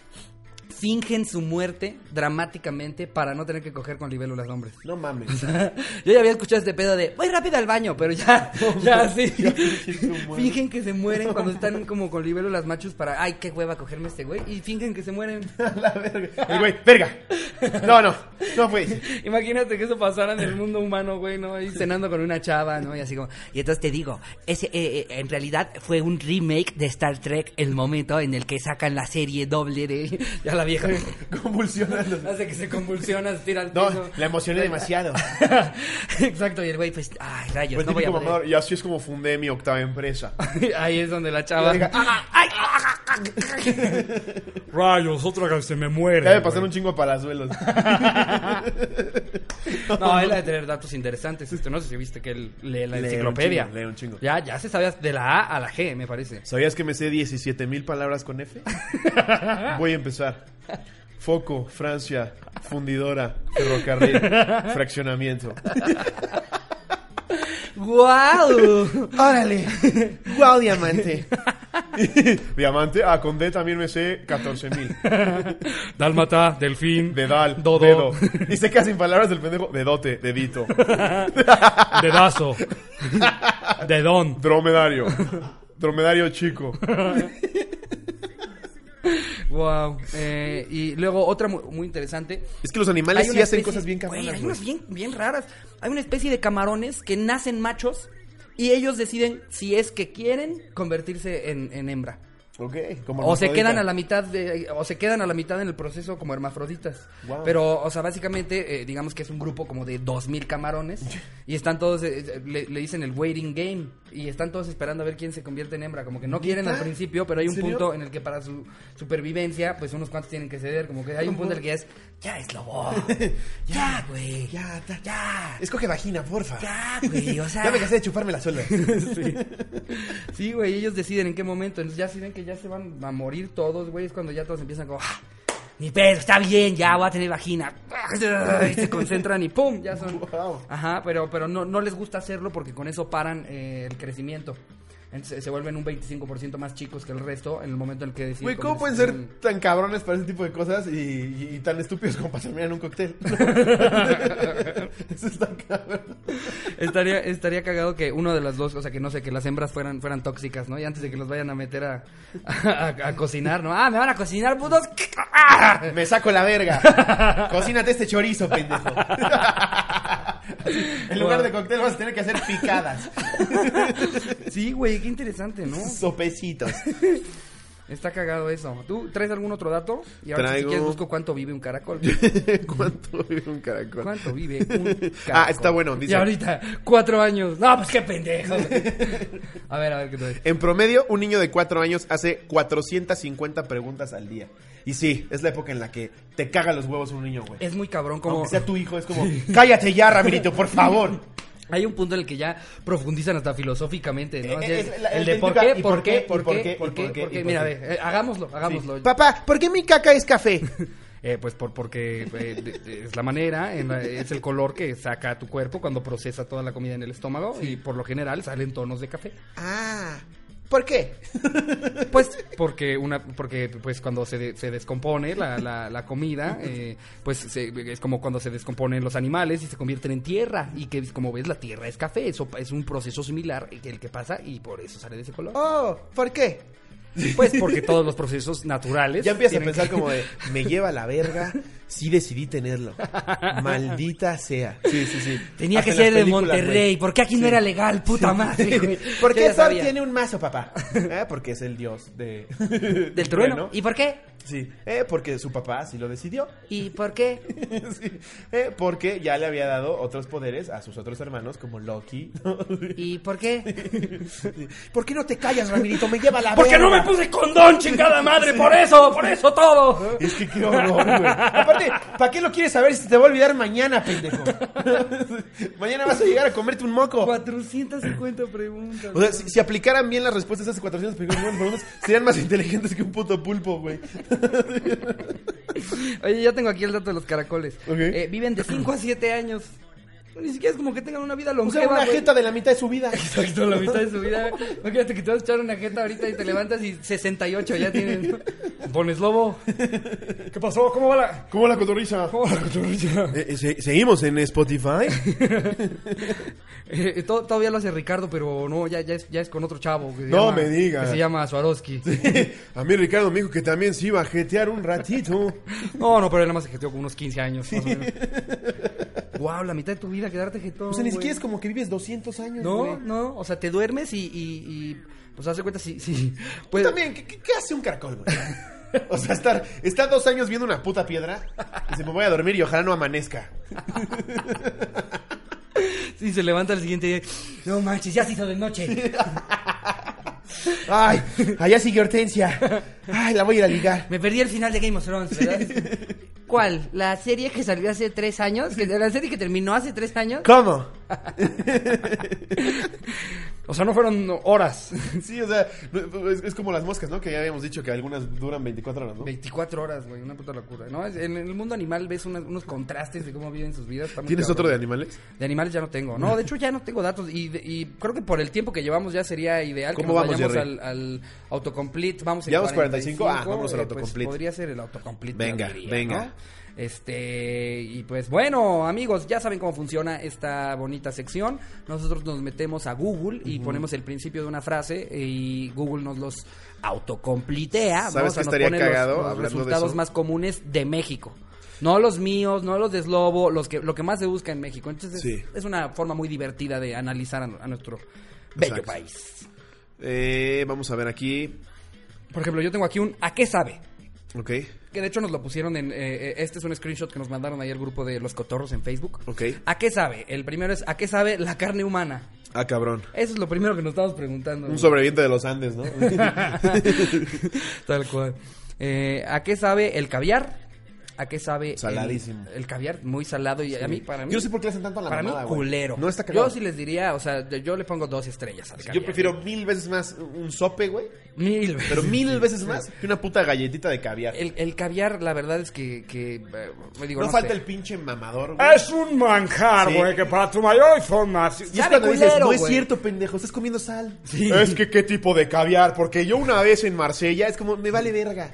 Speaker 1: Fingen su muerte dramáticamente para no tener que coger con libélulas hombres.
Speaker 2: No mames.
Speaker 1: Yo ya había escuchado este pedo de voy rápido al baño, pero ya, ya sí.
Speaker 3: fingen su muerte.
Speaker 1: Fingen que se mueren cuando están como con libélulas machos para ay qué hueva cogerme este güey. Y fingen que se mueren. <laughs>
Speaker 3: La verga. El güey, verga. No, no. No fue.
Speaker 1: Imagínate que eso pasara en el mundo humano, güey, ¿no? Ahí cenando con una chava, ¿no? Y así como. Y entonces te digo, ese eh, eh, en realidad fue un remake de Star Trek, el momento en el que sacan la serie doble de <laughs> ya la vieja.
Speaker 3: Convulsionando.
Speaker 1: Hace que se convulsiona, se tira al
Speaker 2: No,
Speaker 1: piso. <laughs>
Speaker 2: la emocioné demasiado.
Speaker 1: Exacto, y el güey, pues, ay, rayos,
Speaker 3: Pues
Speaker 1: no voy a
Speaker 3: típico
Speaker 1: poder.
Speaker 3: mamador, Y así es como fundé mi
Speaker 1: <laughs>
Speaker 3: octava empresa.
Speaker 1: Ahí es donde la chava.
Speaker 3: Oiga,
Speaker 6: <laughs> Rayos, otra vez se me muere.
Speaker 3: Ya me pasaron un chingo para
Speaker 1: <laughs>
Speaker 3: palazuelos.
Speaker 1: No, él ha de tener datos interesantes. Este, no sé si viste que él lee la
Speaker 3: Lee un
Speaker 1: enciclopedia.
Speaker 3: chingo, lee un chingo.
Speaker 1: Ya, ya se sabía de la A a la G, me parece.
Speaker 3: ¿Sabías que me sé 17 mil palabras
Speaker 1: <laughs>
Speaker 3: con F? Voy a empezar. Foco, Francia, fundidora, ferrocarril, fraccionamiento.
Speaker 1: ¡Guau!
Speaker 2: Órale. Guau, diamante. <laughs> Diamante. Ah, con D también me sé 14 mil.
Speaker 7: Dálmata, delfín,
Speaker 2: Dedal.
Speaker 7: Dodo.
Speaker 2: Dedo. Y se queda sin palabras del pendejo. Dedote. Dedito. <laughs>
Speaker 7: dedazo, dedón.
Speaker 2: Dromedario. Dromedario chico.
Speaker 1: Wow. Eh, y luego otra mu- muy, interesante.
Speaker 2: Es que los animales
Speaker 1: Hay
Speaker 2: sí
Speaker 1: una
Speaker 2: hacen
Speaker 1: especie-
Speaker 2: cosas bien
Speaker 1: güey,
Speaker 2: cabronas,
Speaker 1: Hay
Speaker 2: güey.
Speaker 1: unas bien, bien raras. Hay una especie de camarones que nacen machos y ellos deciden si es que quieren convertirse en, en hembra.
Speaker 2: Ok. Como
Speaker 1: O se
Speaker 2: hermafrodita.
Speaker 1: quedan a la mitad de, o se quedan a la mitad en el proceso como hermafroditas.
Speaker 2: Wow.
Speaker 1: Pero, o sea, básicamente, eh, digamos que es un grupo como de 2000 camarones y están todos, eh, eh, le, le dicen el waiting game y están todos esperando a ver quién se convierte en hembra. Como que no quieren al
Speaker 3: ¿Neta?
Speaker 1: principio, pero hay un
Speaker 3: ¿En serio?
Speaker 1: punto en el que para su supervivencia, pues unos cuantos tienen que ceder. Como que hay un punto en el que ya es, ya es
Speaker 3: <laughs>
Speaker 1: lobo, ya, güey,
Speaker 3: Ya, ta-
Speaker 1: ya,
Speaker 3: Escoge vagina, porfa.
Speaker 1: ya, güey, o sea.
Speaker 3: Ya me cansé de chuparme la suela.
Speaker 1: Sí. Sí, güey, ellos deciden en qué momento. Entonces ya si ven que ya se van a morir todos, güey, es cuando ya todos empiezan como, ¡Ah! mi pedo, está bien, ya voy a tener vagina. Y se concentran y ¡pum! Ya son.
Speaker 3: Wow.
Speaker 1: Ajá, pero, pero no, no les gusta hacerlo porque con eso paran eh, el crecimiento. Entonces, se vuelven un 25% más chicos que el resto en el momento en el que deciden.
Speaker 2: Güey, ¿cómo pueden
Speaker 1: convertirse
Speaker 2: ser tan cabrones para ese tipo de cosas y, y- y tan estúpidos como para terminar en
Speaker 1: <laughs>
Speaker 2: un cóctel? Eso <laughs> está cabrón.
Speaker 1: en- Estaría, estaría cagado que uno de las dos, o sea, que no sé, que las hembras fueran, fueran tóxicas, ¿no? Y antes de que los vayan a meter a, a- a cocinar, ¿no? ¡Ah, me van a cocinar, putos! ¡Ah!
Speaker 3: Me saco la
Speaker 2: <laughs>
Speaker 3: verga. Cocínate este chorizo, pendejo. en lugar de cóctel vas a tener que hacer
Speaker 2: <laughs>
Speaker 3: picadas.
Speaker 1: <laughs> Sí, güey, qué interesante, ¿no?
Speaker 2: <laughs>
Speaker 3: Sopecitos.
Speaker 1: Está cagado eso. ¿Tú traes algún otro dato? Y ahora si
Speaker 2: Traigo-
Speaker 1: quieres busco cuánto vive un caracol.
Speaker 3: <laughs>
Speaker 2: ¿Cuánto vive un caracol?
Speaker 1: ¿Cuánto vive
Speaker 2: <laughs>
Speaker 1: un caracol?
Speaker 2: Ah, está bueno, dice.
Speaker 1: Y ahorita, cuatro años. No, pues qué pendejo. a ver, a ver qué traes.
Speaker 2: En promedio, un niño de 4 años hace 450 preguntas al día. Y sí, es la época en la que te caga los huevos un niño, güey.
Speaker 1: Es muy cabrón como...
Speaker 3: Aunque sea tu hijo, es como, cállate ya, Ramirito, por favor.
Speaker 1: Hay un punto en el que ya profundizan hasta filosóficamente, ¿no?
Speaker 3: Eh,
Speaker 1: Así
Speaker 3: eh,
Speaker 1: es,
Speaker 3: es la-
Speaker 1: el
Speaker 3: el
Speaker 1: de
Speaker 3: del
Speaker 1: por
Speaker 3: Tuca,
Speaker 1: qué,
Speaker 3: ¿y
Speaker 1: por qué,
Speaker 3: y
Speaker 1: por
Speaker 3: por
Speaker 1: qué,
Speaker 3: qué,
Speaker 1: por
Speaker 3: y
Speaker 1: qué,
Speaker 3: por qué,
Speaker 1: por
Speaker 3: y
Speaker 1: qué.
Speaker 3: por
Speaker 1: Mira,
Speaker 3: qué?
Speaker 1: ve, eh, hagámoslo,
Speaker 2: Pues
Speaker 1: hagámoslo.
Speaker 3: Papá, ¿por qué mi caca es café?
Speaker 1: Eh, pues por, porque eh, de- de- es la manera, en la- es el color que saca tu cuerpo cuando procesa toda la comida en el estómago y por lo general salen tonos de café.
Speaker 3: Ah, <laughs> ¿por qué?
Speaker 1: Pues porque una porque pues cuando se, de- se descompone la, la- la comida, eh, pues se- es como cuando se descomponen los animales y se convierten en tierra y que es como ves la tierra es café, eso es un proceso similar que el que pasa y por eso sale de ese color.
Speaker 3: Oh, ¿por qué?
Speaker 1: Pues porque todos los procesos naturales <laughs>
Speaker 2: Ya empiezas a
Speaker 1: tienen
Speaker 2: pensar
Speaker 1: que-
Speaker 2: como de...
Speaker 3: Me lleva la verga. Sí
Speaker 2: <laughs>
Speaker 3: decidí tenerlo. Maldita sea.
Speaker 2: Sí, sí, sí.
Speaker 1: Tenía
Speaker 2: Hasta
Speaker 1: que
Speaker 2: en las
Speaker 1: ser de
Speaker 2: películas,
Speaker 1: Monterrey,
Speaker 2: güey.
Speaker 1: ¿por qué aquí no era legal, puta madre? güey?
Speaker 3: ¿Por
Speaker 1: Yo
Speaker 3: qué
Speaker 1: ya
Speaker 3: Thor
Speaker 1: sabía.
Speaker 3: tiene un mazo, papá? Eh,
Speaker 2: Ah, porque es el dios de...
Speaker 1: <laughs>
Speaker 3: <laughs>
Speaker 1: del trueno?
Speaker 2: Bueno.
Speaker 1: ¿Y por qué?
Speaker 2: Sí, eh, porque su papá sí lo
Speaker 3: <laughs>
Speaker 2: decidió.
Speaker 1: ¿Y por qué?
Speaker 2: Sí, eh, porque ya le había dado otros poderes a sus otros hermanos, como
Speaker 3: <laughs>
Speaker 2: Loki. ¿no?
Speaker 1: ¿Y por qué?
Speaker 3: ¿Por qué no te callas, Ramirito? Me lleva la
Speaker 1: Porque
Speaker 3: verga.
Speaker 1: no me puse condón, chingada madre, por eso, por eso todo.
Speaker 2: es que qué horror, güey.
Speaker 3: Aparte, ¿para qué lo quieres saber si se te va a olvidar mañana,
Speaker 1: <laughs>
Speaker 3: pendejo?
Speaker 2: Mañana vas a <laughs> llegar a comerte un moco.
Speaker 1: 450 preguntas.
Speaker 2: O sea, si, si aplicaran bien las respuestas a esas 400 preguntas, preguntas, serían más inteligentes que un puto pulpo, güey.
Speaker 1: Oye, ya tengo aquí el dato de los caracoles.
Speaker 2: Ok.
Speaker 1: Eh, viven de 5 a 7 años. Ni siquiera es como que tengan una vida
Speaker 3: O
Speaker 1: longeva.
Speaker 3: sea, una
Speaker 1: güey.
Speaker 3: jeta de la mitad de su vida.
Speaker 1: Exacto, la mitad de su vida. güey. Imagínate que te vas a echar una jeta ahorita y te levantas y 68 ya tienes. Pones <laughs> lobo.
Speaker 7: ¿Qué pasó? ¿Cómo va la...?
Speaker 2: ¿Cómo la cotorriza?
Speaker 7: ¿Cómo va la cotorrilla?
Speaker 2: Eh, ¿Seguimos en Spotify?
Speaker 1: Eh, to- todavía lo hace Ricardo, pero no, ya, ya, es, ya es con otro chavo. que se
Speaker 2: No
Speaker 1: llama-
Speaker 2: me digas.
Speaker 1: Que se llama Swarovski.
Speaker 2: <laughs> a mí Ricardo me dijo que también se iba a jetear un ratito.
Speaker 1: No, no, pero él nada más se jeteó con unos 15 años. Más o
Speaker 3: <laughs>
Speaker 1: menos. wow, la mitad de tu vida quedarte jetón.
Speaker 3: O sea, ni siquiera es
Speaker 1: güey.
Speaker 3: como que vives 200 años,
Speaker 1: No,
Speaker 3: güey.
Speaker 1: no, o sea, te duermes y. y, y pues hace cuenta si. <laughs> si pues,
Speaker 2: <laughs> También, ¿qué, qué- qué hace un caracol, güey? O sea, estar, estar dos años viendo una puta piedra y se me voy a dormir y ojalá no amanezca.
Speaker 1: si se levanta el siguiente día. No manches, ya se hizo de noche.
Speaker 3: Ay, allá sigue Hortensia. Ay, la voy a ir a ligar.
Speaker 1: Me perdí el final de Game of Thrones, ¿verdad? <laughs> ¿Cuál? ¿La serie que salió hace tres años? ¿Que- ¿La serie que terminó hace tres años?
Speaker 3: ¿Cómo?
Speaker 7: O sea, no fueron horas.
Speaker 2: <laughs> Sí, o sea, no- es, es como las moscas, ¿no? Que ya habíamos dicho que algunas duran 24 horas, ¿no?
Speaker 1: 24 horas, güey, una puta locura. ¿no? Es- En el mundo animal ves unas- unos contrastes de cómo viven sus vidas. está muy
Speaker 2: ¿Tienes
Speaker 1: cabrón.
Speaker 2: otro de animales?
Speaker 1: De animales ya no tengo. No, de hecho ya no tengo datos. Y, de- y creo que por el tiempo que llevamos ya sería ideal
Speaker 2: ¿Cómo
Speaker 1: que
Speaker 2: vamos,
Speaker 1: vayamos
Speaker 2: Jerry?
Speaker 1: al, al autocomplete. Vamos en
Speaker 2: ¿Llevamos 45? Ah, vámonos al
Speaker 1: pues,
Speaker 2: autocomplete.
Speaker 1: podría ser el autocomplete.
Speaker 2: Venga,
Speaker 1: yo diría,
Speaker 2: venga.
Speaker 1: ¿no? Este, y pues bueno, amigos, ya saben cómo funciona esta bonita sección. Nosotros nos metemos a Google y ponemos el principio de una frase y Google nos los autocomplitea.
Speaker 2: ¿Sabes
Speaker 1: ¿no? O sea, nos
Speaker 2: qué estaría
Speaker 1: pone los-
Speaker 2: cagado
Speaker 1: los
Speaker 2: hablando de
Speaker 1: resultados
Speaker 2: eso?
Speaker 1: más comunes de México. No los míos, no los de Slobo, los que, lo que más se busca en México. Entonces es-
Speaker 2: Sí.
Speaker 1: es, una forma muy divertida de analizar a, a nuestro bello
Speaker 2: Exacto.
Speaker 1: país.
Speaker 2: Eh, vamos a ver aquí.
Speaker 1: Por ejemplo, yo tengo aquí un ¿a qué sabe?
Speaker 2: Ok,
Speaker 1: Que de hecho nos lo pusieron en... eh, eh, este es un screenshot que nos mandaron ayer el grupo de Los Cotorros en Facebook.
Speaker 2: ok.
Speaker 1: ¿A qué sabe? El primero es ¿a qué sabe la carne humana?
Speaker 2: Ah, cabrón.
Speaker 1: Eso es lo primero que nos estamos preguntando.
Speaker 2: Un <laughs> sobreviviente de los Andes, ¿no?
Speaker 1: <laughs> Tal cual. Eh, ¿A qué sabe el caviar? ¿A qué sabe el-
Speaker 2: Saladísimo.
Speaker 1: El, caviar? Muy salado y a mí, para mí...
Speaker 2: Yo no sé por qué le hacen tanto a la
Speaker 1: Para mí,
Speaker 2: mamada, güey.
Speaker 1: culero.
Speaker 2: No está cagado.
Speaker 1: yo sí les diría, o sea, yo- yo le pongo dos estrellas al
Speaker 2: Yo
Speaker 1: caviar.
Speaker 2: prefiero mil veces más un sope, güey.
Speaker 1: Mil veces.
Speaker 2: Pero mil veces más que una puta galletita de caviar.
Speaker 1: El, el caviar, la verdad es que. que, eh, me digo,
Speaker 2: no,
Speaker 1: no
Speaker 2: falta
Speaker 1: sé.
Speaker 2: el pinche mamador, güey.
Speaker 7: Es un manjar,
Speaker 2: Sí.
Speaker 7: güey, que para tu mayor información.
Speaker 2: Y es
Speaker 1: Sabe
Speaker 2: cuando dices,
Speaker 1: culero,
Speaker 2: no es
Speaker 1: güey".
Speaker 2: cierto, pendejo, estás comiendo sal. Es que qué tipo de caviar, porque yo una vez en Marsella es como, me vale verga.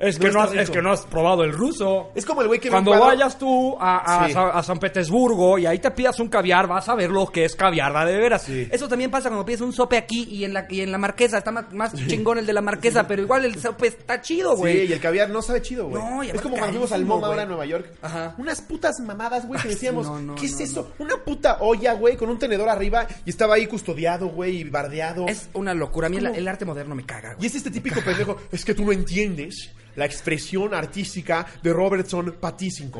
Speaker 7: Es que, no has,
Speaker 2: está
Speaker 7: es
Speaker 2: rico.
Speaker 7: que no has probado el ruso.
Speaker 2: Es como el güey que ve
Speaker 7: Cuando
Speaker 2: un cuadro-
Speaker 7: vayas tú a, a
Speaker 2: Sí.
Speaker 7: Sa- a San Petersburgo y ahí te pidas un caviar, vas a ver lo que es caviar, ¿verdad? de veras.
Speaker 2: Sí.
Speaker 1: Eso también pasa cuando pides un sope aquí y en la, y en la marquesa. Está más, más chingón el de la marquesa, pero igual el sope está chido,
Speaker 2: Sí,
Speaker 1: güey.
Speaker 2: y el caviar no sabe chido, güey.
Speaker 1: No, y
Speaker 2: es
Speaker 1: aparte
Speaker 2: como cuando fuimos al
Speaker 1: carísimo,
Speaker 2: MoMA ahora
Speaker 1: güey.
Speaker 2: en Nueva York.
Speaker 1: Ajá.
Speaker 2: Unas putas mamadas, güey, que decíamos,
Speaker 1: no, no,
Speaker 2: ¿qué es
Speaker 1: no,
Speaker 2: eso? Una puta olla, güey, con un tenedor arriba y estaba ahí custodiado, güey, y bardeado.
Speaker 1: Es una locura. A mí el, el arte moderno me caga,
Speaker 2: Y
Speaker 1: güey.
Speaker 2: es este típico pendejo, es que tú no entiendes la expresión artística de Robertson Pattinson.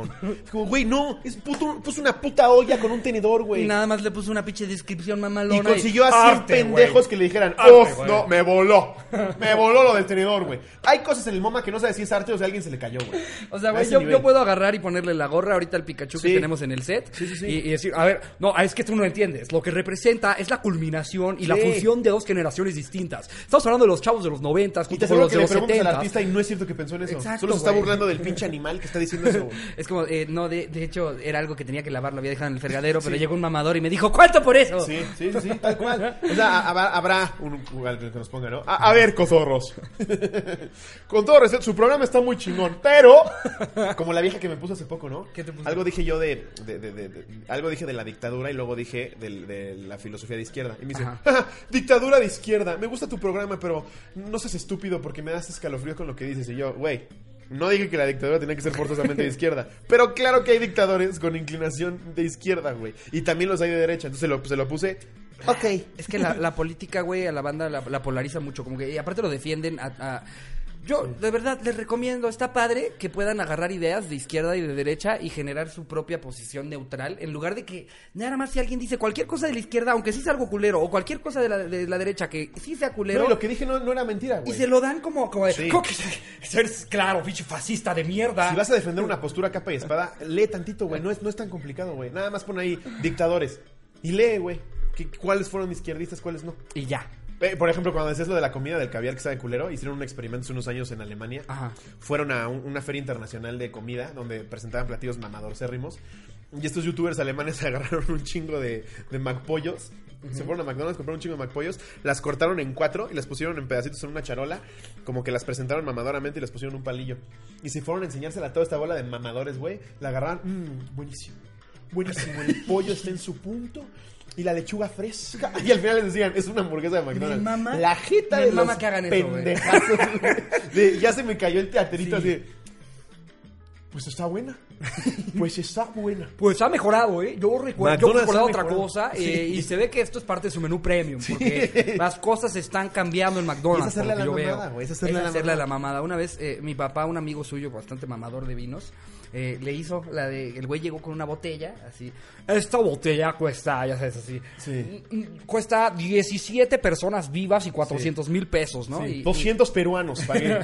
Speaker 2: Es como, güey, no, es puto, puso una puta olla con un tenedor,
Speaker 1: Y
Speaker 2: güey.
Speaker 1: nada más le puso una pinche descripción mamalona.
Speaker 2: Y consiguió a 100
Speaker 7: Arte,
Speaker 2: pendejos
Speaker 7: güey.
Speaker 2: que le dijeran,
Speaker 7: Arte,
Speaker 2: uff,
Speaker 7: güey.
Speaker 2: no, me
Speaker 7: <laughs>
Speaker 2: voló. Me voló lo del tenedor, güey. Hay cosas en el MoMA que no sabes si es arte o si a alguien se le cayó, güey.
Speaker 1: O sea,
Speaker 2: A
Speaker 1: güey,
Speaker 2: ese
Speaker 1: yo,
Speaker 2: nivel.
Speaker 1: yo puedo agarrar y ponerle la gorra ahorita al Pikachu
Speaker 2: Sí.
Speaker 1: que tenemos en el set.
Speaker 7: Y, y decir, a ver, no, es que tú no entiendes. Lo que representa es la culminación y la
Speaker 2: Sí.
Speaker 7: fusión de dos generaciones distintas. Estamos hablando de los chavos de los noventas
Speaker 2: Y te
Speaker 7: junto con
Speaker 2: aseguro
Speaker 7: los
Speaker 2: que
Speaker 7: de
Speaker 2: le
Speaker 7: los
Speaker 2: preguntas al
Speaker 7: setentas.
Speaker 2: artista y no es cierto que pensó en eso.
Speaker 1: Exacto,
Speaker 2: Solo se está
Speaker 1: güey.
Speaker 2: burlando del pinche animal que está diciendo eso,
Speaker 7: <laughs>
Speaker 2: güey.
Speaker 1: Es como, eh, no, de, de hecho, era algo que tenía que lavar, lo había dejado en el fregadero, pero llegó un mamador y me dijo, ¿cuánto por eso?
Speaker 2: Sí, sí, sí, sí, tal cual. O sea, ha- habrá, habrá un, alguien que nos ponga, ¿no? A, a ver, cotorros. Con todo respeto, su programa está muy chingón, pero como la vieja que me puso hace poco, ¿no?
Speaker 1: ¿Qué te puso?
Speaker 2: Algo dije yo de, de- de- de- de- algo dije de la dictadura y luego dije del- de, la filosofía de izquierda. Y me dice,
Speaker 1: Ajá.
Speaker 2: "Ja, dictadura de izquierda. Me gusta tu programa, pero no seas estúpido porque me das escalofríos con lo que dices. Y yo, güey. No dije que la dictadura tenía que ser forzosamente de izquierda. Pero claro que hay dictadores con inclinación de izquierda, güey. Y también los hay de derecha. Entonces lo- se lo puse. Ok.
Speaker 1: Es que la, la política, güey, a la banda la, la polariza mucho. Como que, y aparte lo defienden a, a- Yo, de verdad, les recomiendo, está padre que puedan agarrar ideas de izquierda y de derecha y generar su propia posición neutral, en lugar de que nada más si alguien dice cualquier cosa de la izquierda, aunque sí sea algo culero, o cualquier cosa de la, de la derecha que sí sea culero,
Speaker 2: No, y lo que dije no, no era mentira,
Speaker 1: y
Speaker 2: güey.
Speaker 1: se lo dan como, como de,
Speaker 2: Sí.
Speaker 1: "¿Cómo que <laughs> se-
Speaker 7: Eres, claro, pinche fascista de mierda.
Speaker 2: Si vas a defender una postura capa y espada, lee tantito, güey. No es, no es tan complicado, güey. Nada más pon ahí dictadores. Y lee, güey. que- ¿Cuáles fueron izquierdistas, cuáles no?
Speaker 1: Y ya.
Speaker 2: Eh, por ejemplo, cuando decías lo de la comida del caviar que sabe culero, hicieron un experimento hace unos años en Alemania.
Speaker 1: Ajá.
Speaker 2: Fueron a un- una feria internacional de comida donde presentaban platillos mamadorcérrimos. Y estos youtubers alemanes <laughs> agarraron un chingo de, de macpollos. Se fueron a McDonald's, compraron un chingo de macpollos, las cortaron en cuatro y las pusieron en pedacitos en una charola, como que las presentaron mamadoramente y les pusieron un palillo. Y se fueron a enseñársela a toda esta bola de mamadores, güey. La agarraron, mmm, buenísimo. <laughs> Buenísimo, el pollo está en su punto y la lechuga fresca. Y al final les decían, es una hamburguesa de McDonald's.
Speaker 1: Me mama-
Speaker 2: la jeta
Speaker 1: me
Speaker 2: de
Speaker 1: mama
Speaker 2: los
Speaker 1: que hagan eso, güey.
Speaker 2: pendejazos. güey. <laughs> De, ya se me cayó el teatrito así. de, Pues está <laughs> buena. Pues está buena.
Speaker 7: Pues ha mejorado, ¿eh? Yo recuerdo yo
Speaker 2: McDonald's
Speaker 7: recordaba
Speaker 2: ha
Speaker 7: otra
Speaker 2: mejorado.
Speaker 7: cosa eh, y se ve que esto es parte de su menú premium porque
Speaker 2: Sí.
Speaker 7: las cosas están cambiando en
Speaker 2: Y
Speaker 7: McDonald's.
Speaker 2: es hacerle
Speaker 7: por lo
Speaker 2: a la
Speaker 7: que yo
Speaker 2: mamada,
Speaker 7: veo.
Speaker 2: güey, es hacerle a la
Speaker 1: hacerle a la
Speaker 2: mamada.
Speaker 1: mamada. Una vez eh, mi papá, un amigo suyo bastante mamador de vinos, eh, le hizo la de el güey llegó con una botella así.
Speaker 7: Esta botella cuesta, ya sabes, así.
Speaker 2: Sí.
Speaker 7: mm, mm, Cuesta 17 personas vivas y 400 mil pesos, ¿no? Y-
Speaker 2: <laughs>
Speaker 7: y-
Speaker 2: 200 peruanos pagué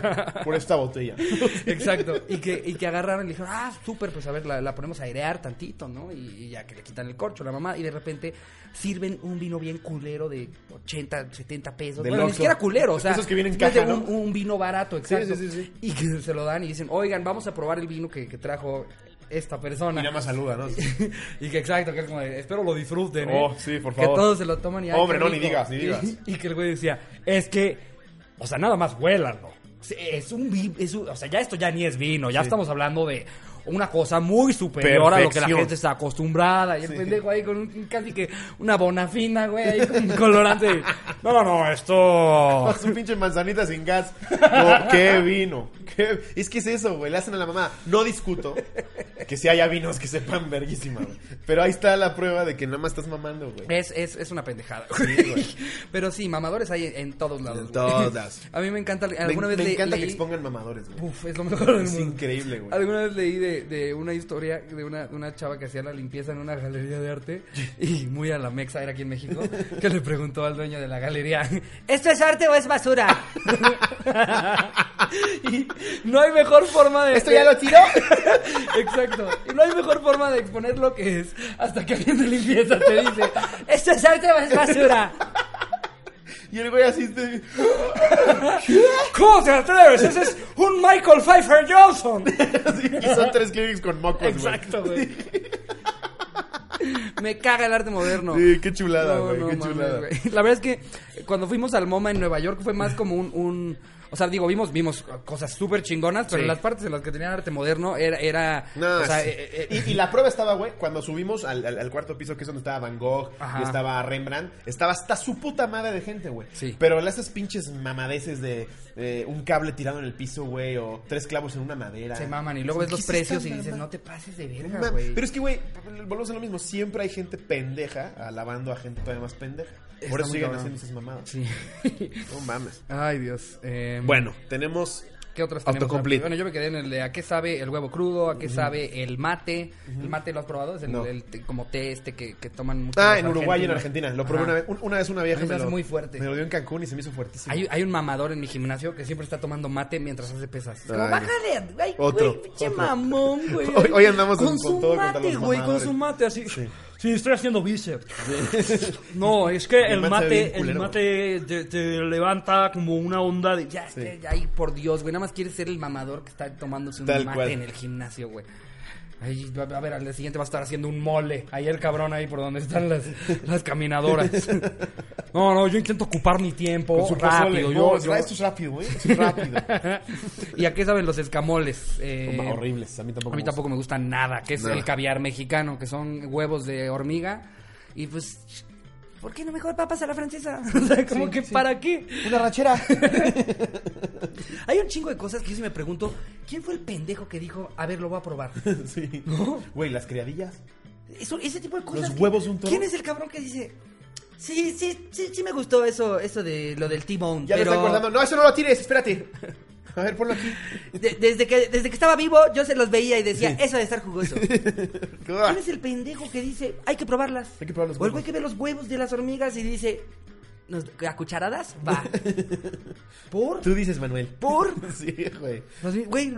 Speaker 2: por esta botella. <laughs>
Speaker 1: Exacto. Y que, y que agarraron y le dijeron, ah, súper súper, pues a ver, la, la ponemos a airear tantito, ¿no? Y, y ya que le quitan el corcho a la mamá. Y de repente sirven un vino bien culero de 80, 70 pesos.
Speaker 2: Del
Speaker 1: Bueno, ni
Speaker 2: Oxxo.
Speaker 1: siquiera culero, o sea.
Speaker 2: Esos que vienen en
Speaker 1: simplemente
Speaker 2: caja,
Speaker 1: un,
Speaker 2: ¿no?
Speaker 1: un vino barato, exacto.
Speaker 2: sí, sí.
Speaker 1: Y que se lo dan y dicen, oigan, vamos a probar el vino que, que trajo esta persona.
Speaker 8: Y nada más saluda,
Speaker 2: <laughs>
Speaker 8: ¿no?
Speaker 1: <laughs> y que exacto, que es como, de, espero lo disfruten. ¿eh?".
Speaker 2: Oh, sí, por favor.
Speaker 1: Que todos se lo toman y ay,
Speaker 2: Hombre,
Speaker 1: qué
Speaker 2: no, ni
Speaker 1: rico.
Speaker 2: digas, ni digas.
Speaker 1: <laughs> Y, que el güey decía,
Speaker 7: Es que, o sea, nada más huélalo. Sí, Es un, vi- es un- o sea, ya esto ya ni es vino, ya estamos hablando de una cosa muy superior a lo que
Speaker 2: Perfección.
Speaker 7: la gente está acostumbrada. Y el pendejo ahí con un- casi que una bonafina, güey, ahí
Speaker 1: <laughs>
Speaker 7: con un colorante. No, no, no, esto...
Speaker 2: Haz un pinche manzanita sin gas. No, qué vino. qué- Es que es eso, güey. Le hacen a la mamá. No discuto que si haya vinos que sepan verguísima, güey. Pero ahí está la prueba de que nada más estás mamando, güey.
Speaker 1: es, es, es una pendejada.
Speaker 2: güey.
Speaker 1: <laughs> Pero sí, mamadores hay en, en todos lados.
Speaker 2: En
Speaker 1: güey.
Speaker 2: todas.
Speaker 1: <laughs> A mí me encanta,
Speaker 2: Me,
Speaker 1: alguna vez
Speaker 2: me
Speaker 1: le-
Speaker 2: encanta que
Speaker 1: leí-
Speaker 2: expongan mamadores, <laughs> güey.
Speaker 1: Uf, es lo mejor del
Speaker 2: Es
Speaker 1: mundo.
Speaker 2: increíble, güey.
Speaker 1: Alguna vez leí de, de una historia de una, de una chava que hacía la limpieza en una galería de arte y muy a la mexa, era aquí en
Speaker 4: <laughs>
Speaker 1: México, que le preguntó al dueño de la galería,
Speaker 4: ¿Esto es arte o es basura?
Speaker 1: <laughs> y no hay mejor forma de...
Speaker 2: ¿Esto ya lo tiró?
Speaker 1: <laughs> Exacto. Y no hay mejor forma de exponer lo que es hasta que alguien de limpieza te dice,
Speaker 4: ¿Esto es arte o
Speaker 1: <laughs>
Speaker 4: es basura?
Speaker 2: Y el güey así. te- <laughs>
Speaker 7: ¿Cómo te atreves? Ese es un Michael Pfeiffer Johnson.
Speaker 2: así, Y son tres killings con mocos, güey.
Speaker 7: <laughs> Exacto, güey.
Speaker 1: me caga el arte moderno.
Speaker 2: Sí, qué chulada,
Speaker 1: No,
Speaker 2: güey.
Speaker 1: no
Speaker 2: qué
Speaker 1: mames,
Speaker 2: chulada.
Speaker 1: güey. La verdad es que cuando fuimos al MoMA en Nueva York fue más como un... un- o sea, digo, vimos, vimos cosas súper chingonas, pero
Speaker 7: Sí.
Speaker 1: las partes en las que tenían arte moderno era... era
Speaker 2: No,
Speaker 1: o sea,
Speaker 2: sí.
Speaker 1: eh, eh,
Speaker 2: y, y la prueba estaba, güey, cuando subimos al, al- al cuarto piso, que es donde estaba Van Gogh,
Speaker 1: Ajá.
Speaker 2: y estaba Rembrandt, estaba hasta su puta madre de gente, güey.
Speaker 1: Sí.
Speaker 2: Pero esas pinches mamadeces de eh, un cable tirado en el piso, güey, o tres clavos en una madera.
Speaker 1: se maman y luego ves
Speaker 2: ¿Qué
Speaker 1: los
Speaker 2: es esta
Speaker 1: precios y dices,
Speaker 2: mamá?
Speaker 1: no te pases de
Speaker 2: No
Speaker 1: verga,
Speaker 2: mames.
Speaker 1: güey.
Speaker 2: Pero es que, güey, volvemos a lo mismo. Siempre hay gente pendeja alabando a gente todavía más pendeja.
Speaker 1: Está
Speaker 2: Por eso
Speaker 1: muy
Speaker 2: siguen
Speaker 1: cabrón.
Speaker 2: haciendo esas mamadas.
Speaker 1: Sí.
Speaker 2: No mames.
Speaker 1: Ay, Dios. Eh,
Speaker 2: Bueno, tenemos
Speaker 1: ¿Qué otras tenemos?
Speaker 2: Autocomplete.
Speaker 1: Bueno, yo me quedé en el de a qué sabe el huevo crudo, a qué sabe el mate. ¿El mate lo has probado? Es el,
Speaker 2: No.
Speaker 1: el té- como té este que, que toman mucho.
Speaker 2: Ah, en Uruguay y en Argentina. Lo probé una vez. un- Una vez una
Speaker 1: A
Speaker 2: vieja
Speaker 1: mí se
Speaker 2: me
Speaker 1: hace
Speaker 2: lo,
Speaker 1: muy fuerte.
Speaker 2: me lo dio en Cancún y se me hizo fuertísimo.
Speaker 1: Hay, hay un mamador en mi gimnasio que siempre está tomando mate mientras hace pesas. Es como,
Speaker 2: Ay, no.
Speaker 1: bájale, güey,
Speaker 2: Otro,
Speaker 1: güey, pinche
Speaker 2: otro.
Speaker 1: mamón, <laughs> güey.
Speaker 2: <laughs> Hoy- hoy andamos
Speaker 1: con,
Speaker 2: con-
Speaker 1: su
Speaker 2: con todo contra
Speaker 1: mate,
Speaker 2: los
Speaker 1: güey, con
Speaker 2: mamadores.
Speaker 1: su mate así.
Speaker 7: Sí. estoy haciendo
Speaker 2: <laughs>
Speaker 7: bíceps. No, es que
Speaker 2: El
Speaker 7: el
Speaker 2: man se ve bien
Speaker 7: mate, el
Speaker 2: culero,
Speaker 7: mate te, te levanta como una onda de...
Speaker 1: Ya, este, ya, y por Dios, güey, nada más quiere ser el mamador que está tomándose un
Speaker 2: Tal
Speaker 1: mate
Speaker 2: cual.
Speaker 1: en el gimnasio, güey. Ay, a a ver, al día siguiente va a estar haciendo un mole. Ahí el cabrón ahí por donde están <laughs> las, las <laughs> caminadoras.
Speaker 7: No, no, yo intento ocupar mi tiempo
Speaker 2: Con
Speaker 1: Oh,
Speaker 2: su
Speaker 7: rápido.
Speaker 2: pozole.
Speaker 7: Yo,
Speaker 2: No,
Speaker 7: yo-
Speaker 2: Esto es rápido, güey. Esto es rápido.
Speaker 1: ¿Y a qué saben los escamoles? <laughs> Eh,
Speaker 2: Son horribles. A mí tampoco.
Speaker 1: A mí
Speaker 2: me
Speaker 1: tampoco me gusta nada, que es
Speaker 2: Nada.
Speaker 1: el caviar mexicano, que son huevos de hormiga. Y pues,
Speaker 4: ¿Por qué no mejor papas a la francesa?
Speaker 1: <laughs> o sea, como que ¿para qué?
Speaker 2: gusta. Una rachera.
Speaker 1: Hay un chingo de cosas que yo sí me pregunto, ¿quién fue el pendejo que dijo, a ver, lo voy a probar?
Speaker 2: sí. Güey, las criadillas.
Speaker 4: Eso- ese tipo de cosas.
Speaker 2: Los
Speaker 4: que-
Speaker 2: huevos de un toro.
Speaker 4: ¿Quién es el cabrón que dice? Sí, sí, sí, sí me gustó eso, eso de lo del T-Bone.
Speaker 2: Ya me
Speaker 4: pero
Speaker 2: estoy acordando. No, eso no lo tires, espérate. A ver, ponlo aquí.
Speaker 4: de- desde, que, desde que estaba vivo, yo se los veía y decía, eso de estar
Speaker 1: <laughs>
Speaker 4: jugoso.
Speaker 2: Ah.
Speaker 4: ¿Quién es el pendejo que dice, hay que probarlas?
Speaker 2: Hay que probar los
Speaker 4: O el güey
Speaker 2: huevos.
Speaker 4: que ve los huevos de las hormigas y dice, "Nos- ¿a cucharadas?
Speaker 1: <laughs>
Speaker 4: Va. ¿Por?
Speaker 2: Tú dices, Manuel.
Speaker 4: ¿Por?
Speaker 2: <laughs> Sí, güey. <laughs>
Speaker 1: Los vi-
Speaker 4: Güey,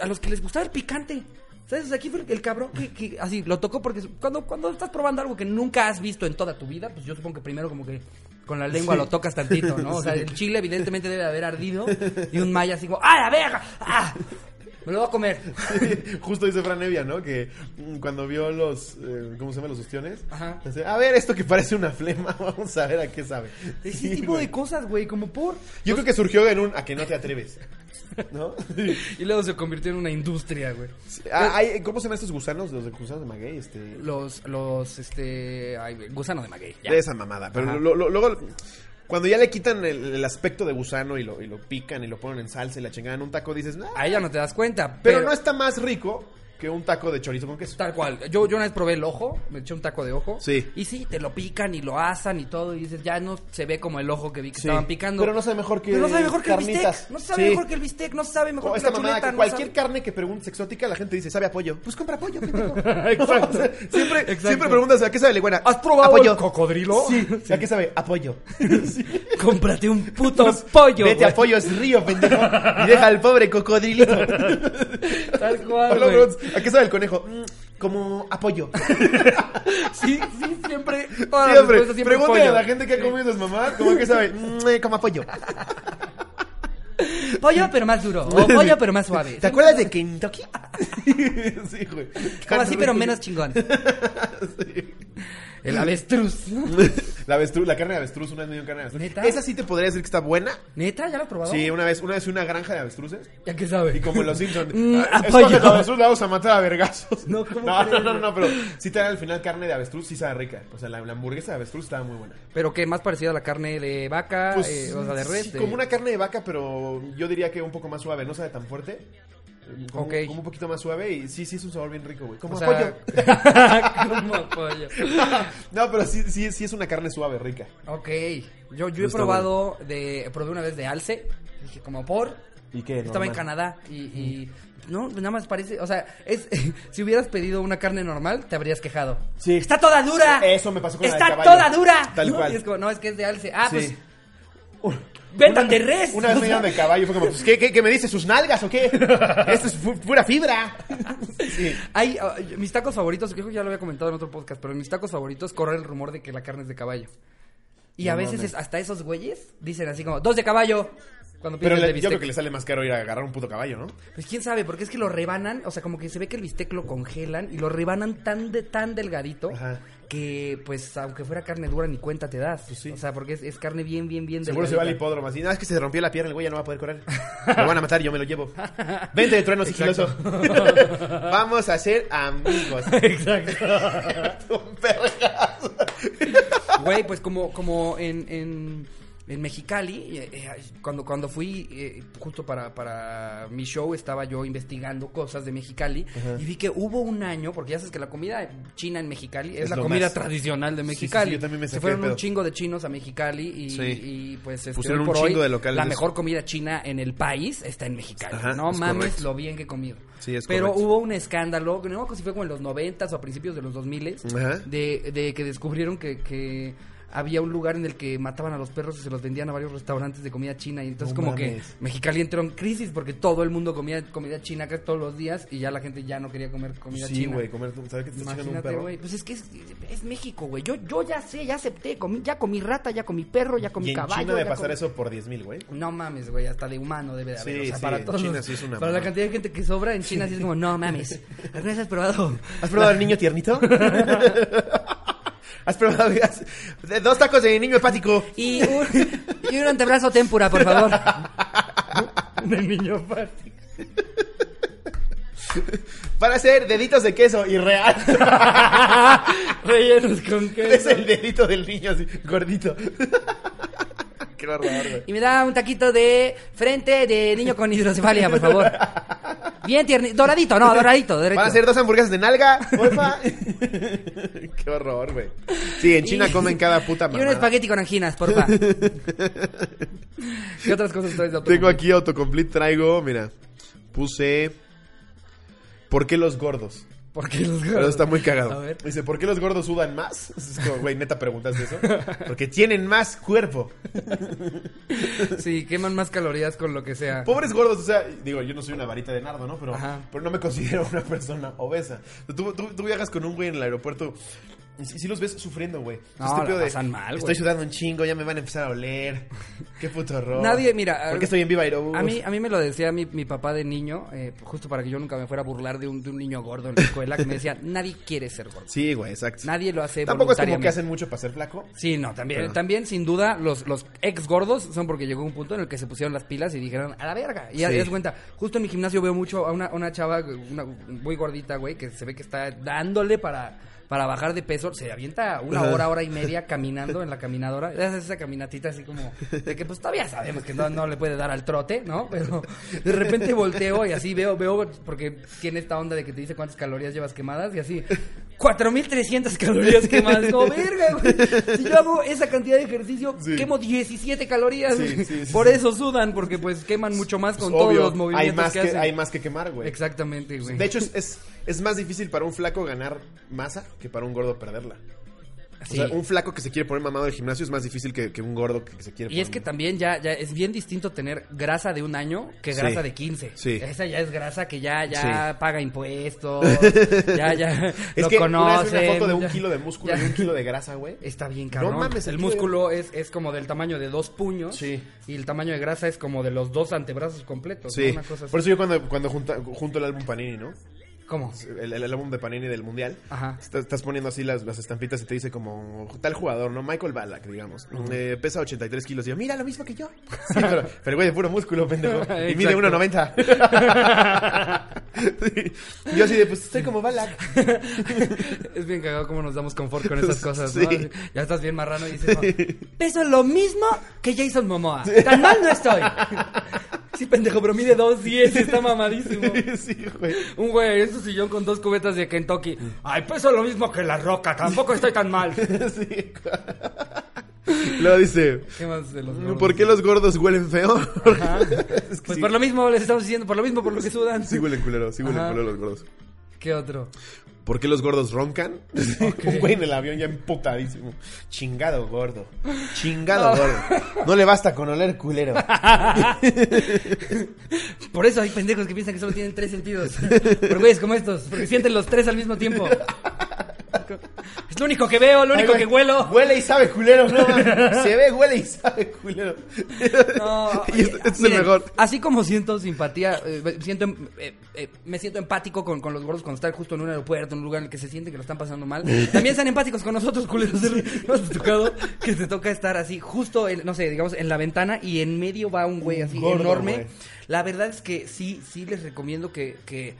Speaker 4: a los que les gustaba el picante. ¿Sabes? O sea, aquí fue el, el cabrón que, que así lo tocó porque
Speaker 1: cuando, cuando estás probando algo que nunca has visto en toda tu vida, pues yo supongo que primero como que con la lengua lo tocas tantito, ¿no? <laughs> O sea, el chile evidentemente debe de haber ardido y un maya así como, ¡ah, la verga! ¡Ah! Me lo voy a comer.
Speaker 2: Justo dice Fran Evia, ¿no? Que mm, cuando vio los. eh, ¿Cómo se llaman los ostiones?
Speaker 1: Ajá.
Speaker 2: Dice, a ver, esto que parece una flema. <laughs> Vamos a ver a qué sabe.
Speaker 1: Ese
Speaker 2: Sí,
Speaker 1: tipo
Speaker 2: güey.
Speaker 1: de cosas, güey, como por...
Speaker 2: Yo creo que surgió en un. A que no te atreves.
Speaker 1: <laughs>
Speaker 2: ¿No?
Speaker 1: Y luego se convirtió en una industria, güey.
Speaker 2: Ah, hay- ¿Cómo se llaman estos gusanos? Los de gusanos de maguey. Este...
Speaker 1: Los, los, este... ay, güey, gusano de maguey. ya.
Speaker 2: De esa mamada. Pero
Speaker 1: Ajá.
Speaker 2: lo- lo- luego, cuando ya le quitan el, el aspecto de gusano y lo, y lo pican y lo ponen en salsa y la chingan en un taco, dices, "Nah".
Speaker 1: A ella no te das cuenta,
Speaker 2: pero,
Speaker 1: pero...
Speaker 2: no está más rico que un taco de chorizo con queso.
Speaker 1: Tal cual. Yo, yo una vez probé el ojo, me eché un taco de ojo.
Speaker 2: Sí.
Speaker 1: Y sí, te lo pican y lo asan y todo. Y dices, ya no se ve como el ojo que vi que
Speaker 2: Sí.
Speaker 1: estaban picando.
Speaker 2: Pero no sabe mejor que
Speaker 4: Pero no sabe mejor que el
Speaker 2: carnitas.
Speaker 4: bistec. No sabe
Speaker 2: Sí.
Speaker 4: mejor que el bistec. No sabe mejor
Speaker 2: O
Speaker 4: que
Speaker 2: esta
Speaker 4: la
Speaker 2: mamada
Speaker 4: chuleta.
Speaker 2: que
Speaker 4: no
Speaker 2: cualquier
Speaker 4: sabe-
Speaker 2: carne que preguntes exótica, la gente dice, ¿sabe a pollo? Pues compra pollo,
Speaker 4: <laughs>
Speaker 2: pendejo.
Speaker 7: Exacto.
Speaker 2: O sea, siempre,
Speaker 1: Exacto.
Speaker 2: siempre preguntas, ¿a qué sabe la iguana?
Speaker 4: Ah,
Speaker 7: ¿Has probado
Speaker 2: ¿A pollo?
Speaker 7: el cocodrilo?
Speaker 2: <laughs>
Speaker 4: <laughs>
Speaker 2: Sí. ¿A qué sabe? A pollo.
Speaker 1: <laughs> Cómprate un puto pollo.
Speaker 2: Vete
Speaker 1: güey.
Speaker 4: <laughs>
Speaker 2: a pollos río, pendejo. Y deja al pobre cocodrilito.
Speaker 1: Tal cual,
Speaker 2: Hola,
Speaker 1: güey.
Speaker 2: bros. ¿A qué sabe el conejo? Mm, como apoyo.
Speaker 1: Sí, sí,
Speaker 2: <laughs>
Speaker 1: siempre. todas las
Speaker 2: Siempre.
Speaker 1: respuestas siempre
Speaker 2: Pregúntale
Speaker 1: pollo.
Speaker 2: a la gente que ha comido esas mamás. ¿Cómo que sabe? Mm, eh, como apoyo.
Speaker 1: Pollo, pero más duro. O pollo, pero más suave.
Speaker 2: ¿Te acuerdas de Kentucky? <laughs> sí, güey.
Speaker 1: Como así, pero menos chingón. El
Speaker 2: <laughs>
Speaker 1: avestruz.
Speaker 2: <laughs> La avestruz, la carne de avestruz, una vez me dio carne de avestruz.
Speaker 1: ¿Neta?
Speaker 2: Esa sí te podría decir que está buena.
Speaker 1: ¿Neta? ¿Ya lo has probado?
Speaker 2: Sí, una vez, una vez fui a una granja de avestruces.
Speaker 1: ¿Ya qué sabe?
Speaker 2: Y como en los Simpsons.
Speaker 1: <laughs>
Speaker 2: "Ah,
Speaker 1: Mm,
Speaker 2: Escoge
Speaker 1: apoyo.
Speaker 2: la avestruz, la vamos a matar a vergazos.
Speaker 1: No, ¿cómo
Speaker 2: no, no,
Speaker 1: crees,
Speaker 2: no, no, pero sí te dan al final carne de avestruz, sí sabe rica. O sea, la, la hamburguesa de avestruz estaba muy buena.
Speaker 1: Pero que más parecida a la carne de vaca,
Speaker 2: Pues,
Speaker 1: eh, o sea, de res.
Speaker 2: sí,
Speaker 1: de-
Speaker 2: como una carne de vaca, pero yo diría que un poco más suave, no sabe tan fuerte. Como,
Speaker 1: Ok.
Speaker 2: como un poquito más suave y sí, sí es un sabor bien rico, güey.
Speaker 1: o
Speaker 2: Como apoyo. <laughs>
Speaker 1: sea, <laughs> como pollo.
Speaker 2: no, pero sí, sí, sí es una carne suave, rica.
Speaker 1: Ok. Yo, yo he
Speaker 3: Está
Speaker 1: probado de. Probé una vez de alce. Dije, como por.
Speaker 2: ¿Y qué?
Speaker 1: Estaba
Speaker 7: <laughs>
Speaker 1: en Canadá y, y- no, nada más parece, o sea, es <laughs> si hubieras pedido una carne normal, te habrías quejado.
Speaker 2: Sí.
Speaker 1: Está toda dura.
Speaker 2: Eso me pasó con la de
Speaker 1: Está
Speaker 2: caballo.
Speaker 1: toda dura.
Speaker 2: Tal
Speaker 1: ¿No?
Speaker 2: cual.
Speaker 1: Y es como, no, es que es de alce. Ah,
Speaker 2: Sí.
Speaker 1: pues vendan de res.
Speaker 2: Una vez
Speaker 1: O
Speaker 2: me
Speaker 1: sea,
Speaker 2: dieron de caballo y fue como, pues, ¿qué, qué, qué me dices? ¿Sus nalgas o qué? Esto es fu- pura fibra. Sí.
Speaker 1: hay ah, mis tacos favoritos, creo que ya lo había comentado en otro podcast, pero en mis tacos favoritos corre el rumor de que la carne es de caballo. Y a veces es- hasta esos güeyes dicen así como, "Dos de caballo." Cuando
Speaker 2: Pero
Speaker 1: piden el
Speaker 2: le-
Speaker 1: de
Speaker 2: yo
Speaker 1: bistec.
Speaker 2: creo que le sale más caro ir a agarrar un puto caballo, ¿no?
Speaker 1: Pues quién sabe, porque es que lo rebanan, o sea, como que se ve que el bistec lo congelan y lo rebanan tan de tan delgadito
Speaker 2: Ajá. Pues
Speaker 1: que pues aunque fuera carne dura ni cuenta te das. O sea, porque es, es carne bien, bien, bien
Speaker 2: Seguro se va al
Speaker 1: delgadita.
Speaker 2: hipódromo así. Nada, es que se rompió la pierna, el güey ya no va a poder correr. Lo van a matar, yo me lo llevo. Vente de trueno sigiloso. Vamos a ser amigos. Exacto. Un vergazo.
Speaker 1: Güey, pues como, como en, en, en Mexicali, eh, eh, cuando, cuando fui eh, justo para, para mi show, estaba yo investigando cosas de Mexicali y vi que hubo un año, porque ya sabes que la comida china en Mexicali es,
Speaker 2: Es
Speaker 1: la
Speaker 2: lo
Speaker 1: comida
Speaker 2: más.
Speaker 1: tradicional de Mexicali.
Speaker 2: sí, yo también me
Speaker 1: Se
Speaker 2: saqué
Speaker 1: fueron
Speaker 2: de pedo.
Speaker 1: un chingo de chinos a Mexicali y,
Speaker 3: Sí.
Speaker 1: y, pues este,
Speaker 3: Pusieron
Speaker 1: hoy
Speaker 3: un
Speaker 1: por
Speaker 3: chingo
Speaker 1: hoy,
Speaker 3: de locales
Speaker 1: la
Speaker 3: de
Speaker 1: mejor comida china en el país está en Mexicali.
Speaker 3: Ajá,
Speaker 1: no
Speaker 3: es
Speaker 1: mames
Speaker 3: correcto.
Speaker 1: lo bien que he comido.
Speaker 3: Sí, es
Speaker 1: Pero
Speaker 3: correcto.
Speaker 1: hubo un escándalo, no me acuerdo si fue como en los 90 o a principios de los 2000
Speaker 3: Ajá.
Speaker 1: de, de que descubrieron que, que había un lugar en el que mataban a los perros y se los vendían a varios restaurantes de comida china. Y entonces,
Speaker 2: No
Speaker 1: como
Speaker 2: mames.
Speaker 1: que Mexicali entró en crisis porque todo el mundo comía comida china casi todos los días y ya la gente ya no quería comer comida
Speaker 2: Sí,
Speaker 1: china.
Speaker 2: güey, comer, tú- ¿sabes que te estás chingando un
Speaker 1: Imagínate,
Speaker 2: perro?
Speaker 1: güey. Pues es que es, es México, güey. Yo, yo ya sé, ya acepté. Comí, ya comí rata, ya comí perro, ya comí
Speaker 2: Y en
Speaker 1: caballo.
Speaker 2: China de
Speaker 1: ya
Speaker 2: pasar
Speaker 1: comí-
Speaker 2: eso por 10 mil, güey.
Speaker 1: No mames, güey. Hasta de humano debe de haber.
Speaker 2: Sí,
Speaker 1: o sea,
Speaker 2: sí,
Speaker 1: para
Speaker 2: en
Speaker 1: todos.
Speaker 2: China
Speaker 1: los-
Speaker 3: sí es una
Speaker 1: para la
Speaker 3: mamada.
Speaker 1: cantidad de gente que sobra en China, sí es como, no mames. ¿Alguna vez has probado?
Speaker 2: ¿Has probado el
Speaker 1: <laughs>
Speaker 2: niño tiernito? ¿Has probado has- de- dos tacos de niño hepático?
Speaker 1: Y un, y un antebrazo tempura, por favor.
Speaker 2: Para hacer deditos de queso y real.
Speaker 1: <laughs> <laughs> Rellenos con
Speaker 2: es
Speaker 1: queso.
Speaker 2: el dedito del niño así, gordito. Qué bárbaro, güey.
Speaker 1: Y me da un taquito de frente de Eh, niño con hidrocefalia, por favor. Bien tiernito. Doradito, no, doradito. derecho.
Speaker 2: Van a ser dos hamburguesas de nalga, porfa.
Speaker 3: <laughs>
Speaker 2: Qué horror, güey.
Speaker 3: Sí, en China
Speaker 1: Y-
Speaker 3: comen cada puta
Speaker 1: Y un
Speaker 3: mamada.
Speaker 1: espagueti con anginas, porfa. ¿Qué otras cosas traes de automóvil?
Speaker 3: Tengo aquí autocomplete, traigo, mira, puse... ¿Por qué los gordos?
Speaker 1: ¿Por qué los
Speaker 3: Pero está muy
Speaker 1: A
Speaker 3: cagado.
Speaker 1: ver.
Speaker 2: Dice, ¿por qué los gordos sudan más? Es como, güey, neta preguntas eso. Porque tienen más cuerpo.
Speaker 1: Sí, queman más calorías con lo que sea.
Speaker 2: Pobres gordos, o sea, digo, yo no soy una varita de nardo, ¿no? Pero,
Speaker 1: Ajá.
Speaker 2: pero no me considero una persona obesa. Tú, tú, tú viajas con un güey en el aeropuerto. y Si, si los ves sufriendo, güey.
Speaker 1: No,
Speaker 2: Este
Speaker 1: la
Speaker 2: pedo de,
Speaker 1: pasan mal, güey.
Speaker 2: Estoy sudando un chingo, ya me van a empezar a oler. Qué puto horror.
Speaker 1: Nadie, mira, a-
Speaker 2: Porque estoy en Viva Aerobús.
Speaker 1: A mí, a mí me lo decía mi, mi papá de niño, eh, justo para que yo nunca me fuera a burlar de un, de un niño gordo en la escuela, que me decía, nadie quiere ser gordo.
Speaker 3: Sí, güey, exacto.
Speaker 1: Nadie lo hace
Speaker 2: Tampoco es como
Speaker 1: voluntariamente.
Speaker 2: que hacen mucho para ser flaco.
Speaker 1: Sí, no, también,
Speaker 3: Pero-
Speaker 1: también sin duda los, los ex gordos son porque llegó un punto en el que se pusieron las pilas y dijeron a la verga. Y ya te das cuenta, justo en mi gimnasio veo mucho a una, una chava una, muy gordita, güey, que se ve que está dándole para, para bajar de peso. Se avienta una hora, hora y media caminando en la caminadora. Esa, esa caminatita así como de que pues todavía sabemos que no, no le puede dar al trote, ¿no? Pero de repente volteo y así veo, veo, porque tiene esta onda de que te dice cuántas calorías llevas quemadas y así. 4.300 calorías quemadas. No, verga, güey. Si yo hago esa cantidad de ejercicio, quemo 17 calorías.
Speaker 2: Sí,
Speaker 1: güey.
Speaker 2: sí, sí,
Speaker 1: Por
Speaker 2: sí.
Speaker 1: eso sudan, porque pues queman mucho más con
Speaker 2: Pues,
Speaker 1: todos
Speaker 2: obvio,
Speaker 1: los movimientos
Speaker 2: hay más
Speaker 1: que,
Speaker 2: que,
Speaker 1: hacen.
Speaker 2: hay más que quemar, güey.
Speaker 1: Exactamente, güey.
Speaker 3: De hecho, es, es, es más difícil para un flaco ganar masa que para un gordo perderla.
Speaker 2: O sea, un flaco que se quiere poner mamado del gimnasio es más difícil que, que un gordo que se quiere
Speaker 1: Y es que también ya, ya es bien distinto tener grasa de un año que grasa
Speaker 2: Sí.
Speaker 1: de 15.
Speaker 2: Sí.
Speaker 1: Esa ya es grasa que ya, ya paga
Speaker 2: <laughs>
Speaker 1: impuestos, ya, ya
Speaker 2: Es
Speaker 1: lo
Speaker 2: que una vez vi
Speaker 1: conocen.
Speaker 2: una foto de un
Speaker 1: ya-
Speaker 2: kilo de músculo
Speaker 1: ya.
Speaker 2: y un kilo de grasa,
Speaker 1: <laughs>
Speaker 2: güey.
Speaker 1: Está bien, cabrón.
Speaker 2: No mames,
Speaker 1: el
Speaker 2: el tío-
Speaker 1: músculo es, es como del tamaño de dos puños.
Speaker 2: Sí.
Speaker 1: Y el tamaño de grasa es como de los dos antebrazos completos. ¿no?
Speaker 2: Sí.
Speaker 1: Una cosa así.
Speaker 2: Por eso yo cuando, cuando junta- junto el álbum Panini, ¿no?
Speaker 1: ¿Cómo?
Speaker 2: El, el- el álbum de Panini del Mundial.
Speaker 1: Ajá.
Speaker 2: está- estás poniendo así las, las estampitas y te dice como tal jugador, ¿no? Michael Ballack, digamos. Eh, pesa 83 kilos. Y yo, mira, lo mismo que yo. <laughs> Sí, pero, pero, güey, de puro
Speaker 1: <laughs>
Speaker 2: músculo, pendejo. Y mide
Speaker 1: Exacto. <laughs>
Speaker 2: 1,90. Sí. Yo así de, pues estoy como <laughs> Ballack.
Speaker 1: es bien cagado cómo nos damos confort con esas cosas, ¿no?
Speaker 2: <laughs> Sí.
Speaker 1: Ya estás bien marrano y dices, no,
Speaker 2: <laughs>
Speaker 4: Peso lo mismo
Speaker 1: que Jason Momoa.
Speaker 4: Tan mal
Speaker 2: <laughs>
Speaker 4: no estoy.
Speaker 1: Sí, pendejo, pero mide 2.10 está mamadísimo.
Speaker 2: sí, güey.
Speaker 1: Un güey en su sillón con dos cubetas de Kentucky. Ay, peso lo mismo que la roca, tampoco estoy tan mal.
Speaker 2: Sí. Luego dice,
Speaker 1: ¿Qué más de los gordos?
Speaker 2: ¿por qué los gordos huelen feo?
Speaker 1: Ajá.
Speaker 2: <laughs> Es que
Speaker 1: Pues
Speaker 2: sí.
Speaker 1: por lo mismo les estamos diciendo, por lo mismo por lo que sudan.
Speaker 2: Sí huelen culero, sí huelen
Speaker 1: Ajá.
Speaker 2: culero los gordos.
Speaker 1: ¿Qué otro?
Speaker 2: ¿Por qué los
Speaker 1: <laughs>
Speaker 2: gordos roncan? Un güey en el avión ya emputadísimo. Chingado gordo. Chingado gordo. No le basta con oler culero.
Speaker 1: Por eso hay pendejos que piensan que solo tienen tres sentidos. Por güeyes como estos, porque sienten los tres al mismo tiempo. Es lo único que veo, lo
Speaker 2: Ay,
Speaker 1: único
Speaker 2: güey,
Speaker 1: que huelo.
Speaker 2: Huele y sabe culero, no mames. Se ve, huele y sabe culero.
Speaker 1: No,
Speaker 2: <laughs> y este, este es el
Speaker 1: miren,
Speaker 2: mejor.
Speaker 1: Así como siento simpatía, eh, me siento, em- eh, eh, me siento empático con, con los gordos cuando están justo en un aeropuerto, en un lugar en el que se siente que lo están pasando
Speaker 2: <laughs>
Speaker 1: mal. También sean empáticos con nosotros, culeros. ¿No has tocado que te toca estar así, justo, en, no sé, digamos, en la ventana y en medio va un güey así
Speaker 2: gordo,
Speaker 1: enorme?
Speaker 2: güey.
Speaker 1: La verdad es que sí, sí les recomiendo que... que,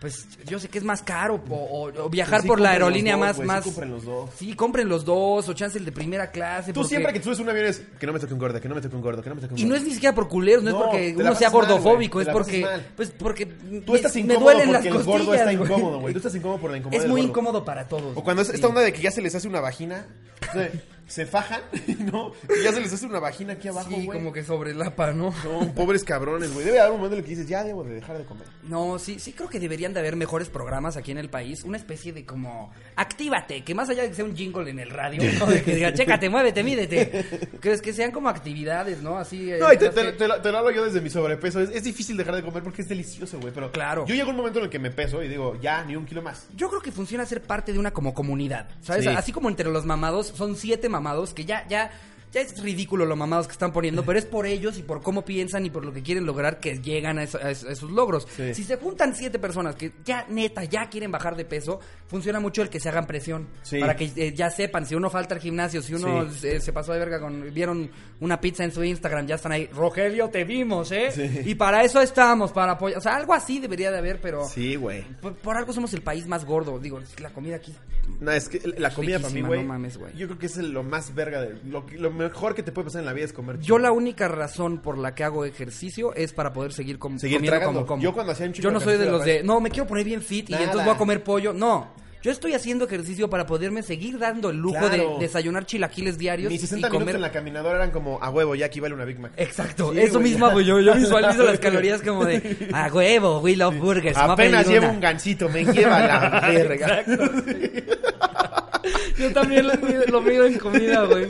Speaker 1: pues yo sé que es más caro o, o- o viajar
Speaker 2: Sí,
Speaker 1: por la
Speaker 2: compren los
Speaker 1: aerolínea
Speaker 2: dos,
Speaker 1: más, más.
Speaker 2: güey, Pues sí, compren los dos.
Speaker 1: Sí, compren los dos o chance el de primera clase.
Speaker 2: Tú
Speaker 1: porque-
Speaker 2: siempre que te subes a un avión es que no me toque un gordo, que no me toque un gordo, que no me toque un
Speaker 1: y
Speaker 2: gordo.
Speaker 1: no es ni siquiera por culeros, no,
Speaker 2: No,
Speaker 1: es porque
Speaker 2: te la
Speaker 1: uno sea
Speaker 2: pasas mal,
Speaker 1: gordofóbico,
Speaker 2: güey, te
Speaker 1: es
Speaker 2: la pasas
Speaker 1: porque
Speaker 2: mal.
Speaker 1: pues porque
Speaker 2: Tú
Speaker 1: me-
Speaker 2: estás
Speaker 1: me,
Speaker 2: incómodo
Speaker 1: duelen las
Speaker 2: porque el
Speaker 1: costillas.
Speaker 2: gordo está
Speaker 1: güey.
Speaker 2: incómodo, güey. Tú estás incómodo por la incomodidad
Speaker 1: es
Speaker 2: del
Speaker 1: muy
Speaker 2: gordo.
Speaker 1: incómodo para todos.
Speaker 2: O cuando es esta
Speaker 1: Sí.
Speaker 2: onda de que ya se les hace una vagina, <laughs> o sea, se fajan, <laughs> ¿no? Y ya se les hace una vagina aquí abajo,
Speaker 1: Sí,
Speaker 2: güey.
Speaker 1: como que sobrelapa, ¿no?
Speaker 2: No, pobres cabrones, güey. Debe haber un momento en el que dices, ya debo de dejar de comer.
Speaker 1: No, sí, sí creo que deberían de haber mejores programas aquí en el país, una especie de como actívate, que más allá de que sea un jingle en el radio, ¿no? de que diga, chécate, muévete, mídete.
Speaker 2: <laughs>
Speaker 1: Crees que sean como actividades, ¿no? Así eh,
Speaker 2: No, y te,
Speaker 1: cosas
Speaker 2: te-
Speaker 1: que-
Speaker 2: te lo, te lo hablo yo desde mi sobrepeso. Es, es difícil dejar de comer porque es delicioso, güey. Pero
Speaker 1: Claro.
Speaker 2: Yo llego a un momento en el que me peso y digo, ya, ni un kilo más.
Speaker 1: Yo creo que funciona ser parte de una como comunidad, ¿sabes?
Speaker 2: Sí.
Speaker 1: Así como entre los mamados, son siete mamados que ya, ya, ya es ridículo los mamados que están poniendo,
Speaker 2: <laughs>
Speaker 1: pero es por ellos y por cómo piensan y por lo que quieren lograr que llegan a, eso- a eso- a esos logros.
Speaker 2: Sí.
Speaker 1: Si se juntan siete personas que ya, neta, ya quieren bajar de peso, funciona mucho el que se hagan presión.
Speaker 2: Sí.
Speaker 1: Para que eh, ya sepan, si uno falta al gimnasio, si uno eh, se pasó de verga con, vieron una pizza en su Instagram, ya están ahí, Rogelio, te vimos, ¿eh? Y para eso estamos, para apoyar, o sea, algo así debería de haber, pero...
Speaker 2: güey.
Speaker 1: Por, por algo somos el país más gordo. Digo, es que la comida aquí.
Speaker 2: No, es que la comida para mí,
Speaker 1: Riquísima,
Speaker 2: güey.
Speaker 1: no mames, güey.
Speaker 2: Yo creo que es lo más verga. De, lo, que- lo mejor que te puede pasar en la vida es comer.
Speaker 1: Yo la única razón por la que hago ejercicio es para poder seguir, com-
Speaker 2: Seguir
Speaker 1: comiendo
Speaker 2: tragando.
Speaker 1: como como.
Speaker 2: Yo cuando hacía un chico
Speaker 1: Yo no soy de
Speaker 2: ejercicio,
Speaker 1: los
Speaker 2: la
Speaker 1: de, Eh, no, me quiero poner bien fit
Speaker 2: Nada.
Speaker 1: y entonces voy a comer pollo. No. Yo estoy haciendo ejercicio para poderme seguir dando el lujo
Speaker 2: Claro.
Speaker 1: de desayunar chilaquiles diarios
Speaker 2: Mis 60
Speaker 1: y
Speaker 2: minutos
Speaker 1: comer
Speaker 2: en la caminadora eran como, a huevo, ya aquí vale una Big Mac.
Speaker 1: Exacto,
Speaker 2: Sí,
Speaker 1: eso
Speaker 2: güey,
Speaker 1: mismo
Speaker 2: ya.
Speaker 1: hago yo.
Speaker 2: <laughs>
Speaker 1: Yo visualizo las calorías como de, a huevo, we love burgers. me voy a
Speaker 2: Apenas
Speaker 1: pedir
Speaker 2: llevo
Speaker 1: una".
Speaker 2: un gancito, me lleva la <laughs> verga.
Speaker 1: Yo también lo mido, lo mido en comida, güey.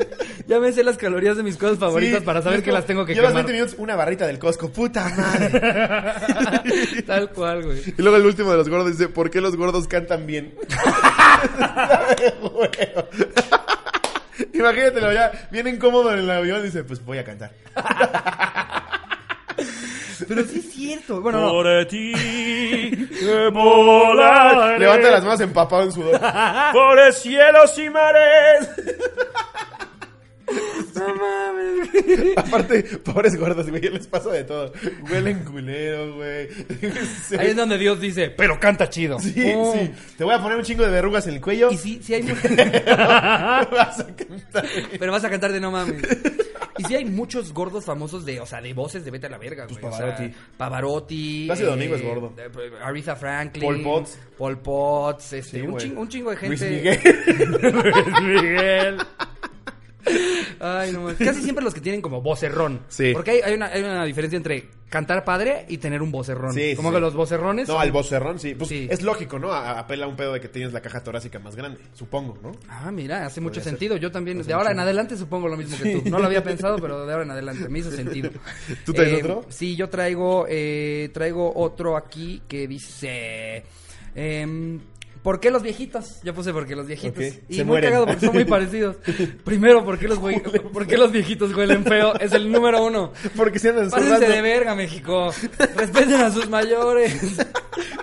Speaker 1: Ya me sé las calorías de mis cosas favoritas
Speaker 2: Sí,
Speaker 1: para saber
Speaker 2: yo
Speaker 1: que
Speaker 2: como,
Speaker 1: las tengo que
Speaker 2: Llevas
Speaker 1: quemar.
Speaker 2: 20 minutos, una barrita del Costco, puta madre. <laughs>
Speaker 1: Tal cual, güey.
Speaker 2: y luego el último de los gordos dice, ¿por qué los gordos cantan bien? <laughs> Imagínatelo ya, bien incómodo en el avión, dice, pues voy a cantar.
Speaker 1: Pero sí es cierto. Bueno, no.
Speaker 7: Por <laughs> ti que volaré
Speaker 2: Levanta las manos empapado en sudor.
Speaker 7: por cielos y mares.
Speaker 2: Aparte, pobres gordos, güey, les pasa de todo. Huelen culero, güey. Se-
Speaker 1: ahí es donde Dios dice, pero canta chido.
Speaker 2: Sí,
Speaker 1: Oh.
Speaker 2: sí. Te voy a poner un chingo de verrugas en el cuello.
Speaker 1: Y sí, sí hay mu-
Speaker 2: <laughs> Vas a cantar.
Speaker 1: Pero vas a cantar de no mames. Y sí hay muchos gordos famosos de, o sea, de voces de vete a la verga, güey. O sea,
Speaker 2: Pavarotti.
Speaker 1: Pavarotti.
Speaker 2: Plácido Domingo es gordo.
Speaker 1: eh, eh, Aretha Franklin.
Speaker 2: Pol Potts.
Speaker 1: Pol Potts, este,
Speaker 2: Sí,
Speaker 1: un,
Speaker 2: güey.
Speaker 1: chingo, un chingo de gente.
Speaker 2: Luis Miguel.
Speaker 9: Luis Miguel.
Speaker 1: Ay, no mames. Casi siempre los que tienen como vocerrón.
Speaker 2: Sí.
Speaker 1: Porque hay, hay una, hay una diferencia entre cantar padre y tener un vocerrón.
Speaker 2: Sí,
Speaker 1: como
Speaker 2: sí.
Speaker 1: que los vocerrones.
Speaker 2: No,
Speaker 1: son-
Speaker 2: al vocerrón, sí. Pues
Speaker 1: Sí.
Speaker 2: es lógico, ¿no? A- apela a un pedo de que tienes la caja torácica más grande, supongo, ¿no?
Speaker 1: Ah, mira, hace mucho sentido. Yo también, de ahora en adelante supongo lo mismo que tú. No lo había pensado, pero de ahora en adelante me hizo sentido.
Speaker 2: <laughs> ¿Tú traes
Speaker 1: Eh,
Speaker 2: otro?
Speaker 1: Sí, yo traigo, eh, traigo otro aquí que dice... em, ¿Por qué los viejitos? Yo puse porque los viejitos.
Speaker 2: Ok,
Speaker 1: Y
Speaker 2: se
Speaker 1: muy
Speaker 2: mueren.
Speaker 1: cagado porque son muy
Speaker 2: <laughs>
Speaker 1: parecidos. Primero, ¿por qué los, güey- por qué los viejitos huelen feo? Es el número uno.
Speaker 2: Porque se andan
Speaker 1: Pásense de
Speaker 2: zurrando.
Speaker 1: verga, México. Respeten a sus
Speaker 2: <laughs>
Speaker 1: mayores.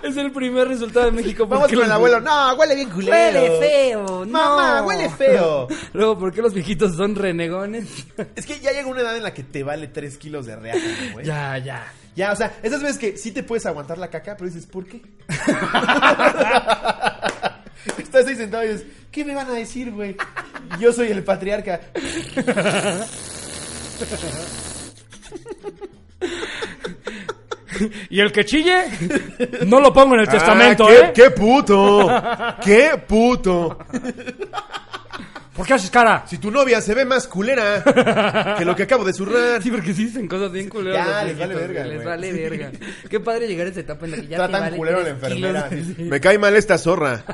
Speaker 1: Es el primer resultado de México. ¿Por
Speaker 2: Vamos
Speaker 1: qué
Speaker 2: con el
Speaker 1: los-
Speaker 2: abuelo. No, huele bien culero.
Speaker 4: Huele feo, no.
Speaker 2: Mamá, huele feo.
Speaker 1: Luego, ¿por qué los viejitos son renegones?
Speaker 2: Es que ya llega una edad en la que te vale 3 kilos de reaca, ¿no, güey. <laughs> Ya.
Speaker 1: ya, ya.
Speaker 2: o sea, esas veces que sí te puedes aguantar la caca, pero dices, ¿por <laughs> qué? Estás ahí sentado y dices, ¿qué me van a decir, güey? Yo soy el patriarca.
Speaker 7: Y el que chille, no lo pongo en el testamento,
Speaker 2: Ah,
Speaker 7: ¿eh?
Speaker 2: qué, ¡Qué puto! ¡Qué puto!
Speaker 7: ¿Por qué haces cara?
Speaker 2: Si tu novia se ve más culera que lo que acabo de zurrar.
Speaker 1: Sí, porque sí dicen cosas bien culeras.
Speaker 2: Ya,
Speaker 1: los
Speaker 2: les vale
Speaker 1: viejitos,
Speaker 2: verga,
Speaker 1: Les
Speaker 2: güey.
Speaker 1: vale verga. Qué padre llegar a esa etapa en la que ya te
Speaker 2: Tratan
Speaker 1: vale
Speaker 2: culero a la
Speaker 1: tres
Speaker 2: enfermera.
Speaker 1: kilos.
Speaker 2: Me cae mal
Speaker 1: <laughs>
Speaker 2: esta zorra.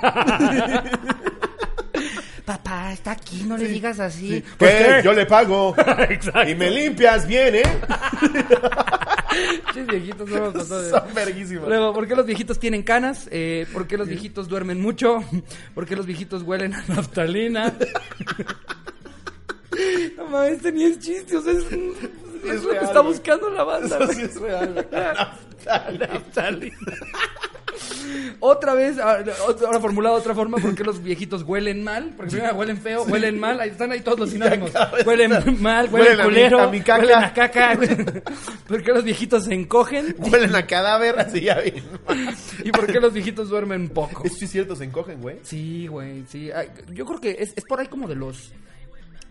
Speaker 4: Papá, está aquí, no le digas así.
Speaker 7: Pues,
Speaker 2: ¿Qué?
Speaker 7: ¿qué?
Speaker 2: Yo le pago.
Speaker 7: <laughs> Exacto.
Speaker 2: Y me limpias bien, ¿eh?
Speaker 1: Pinches viejitos no me pasó de-
Speaker 2: <laughs> Son verguísimas.
Speaker 1: Luego, ¿por qué los viejitos tienen canas? Eh, ¿Por qué los viejitos duermen mucho? ¿Por qué los viejitos huelen a naftalina? No mames, este ni es chiste, o sea, es, es lo
Speaker 2: real,
Speaker 1: que está
Speaker 2: güey.
Speaker 1: buscando la banda.
Speaker 2: Eso
Speaker 1: güey.
Speaker 2: sí es real. güey.
Speaker 1: Otra vez, ahora ahora formulado de otra forma, ¿por qué los viejitos huelen mal? Porque primero huelen feo, huelen mal, ahí están ahí todos los sinónimos.
Speaker 7: <laughs>
Speaker 1: Huelen mal, huelen,
Speaker 2: Huelen a mi-
Speaker 1: culero,
Speaker 2: a mi caca.
Speaker 1: huelen a caca. güey. <laughs> ¿Por qué los viejitos se encogen?
Speaker 2: Huelen a cadáver, así
Speaker 1: <laughs>
Speaker 2: ya vi.
Speaker 1: ¿Y por qué los viejitos duermen poco?
Speaker 2: Eso sí es cierto, se encogen, güey.
Speaker 1: Sí, güey, sí. Ay, Yo creo que es, es por ahí como de los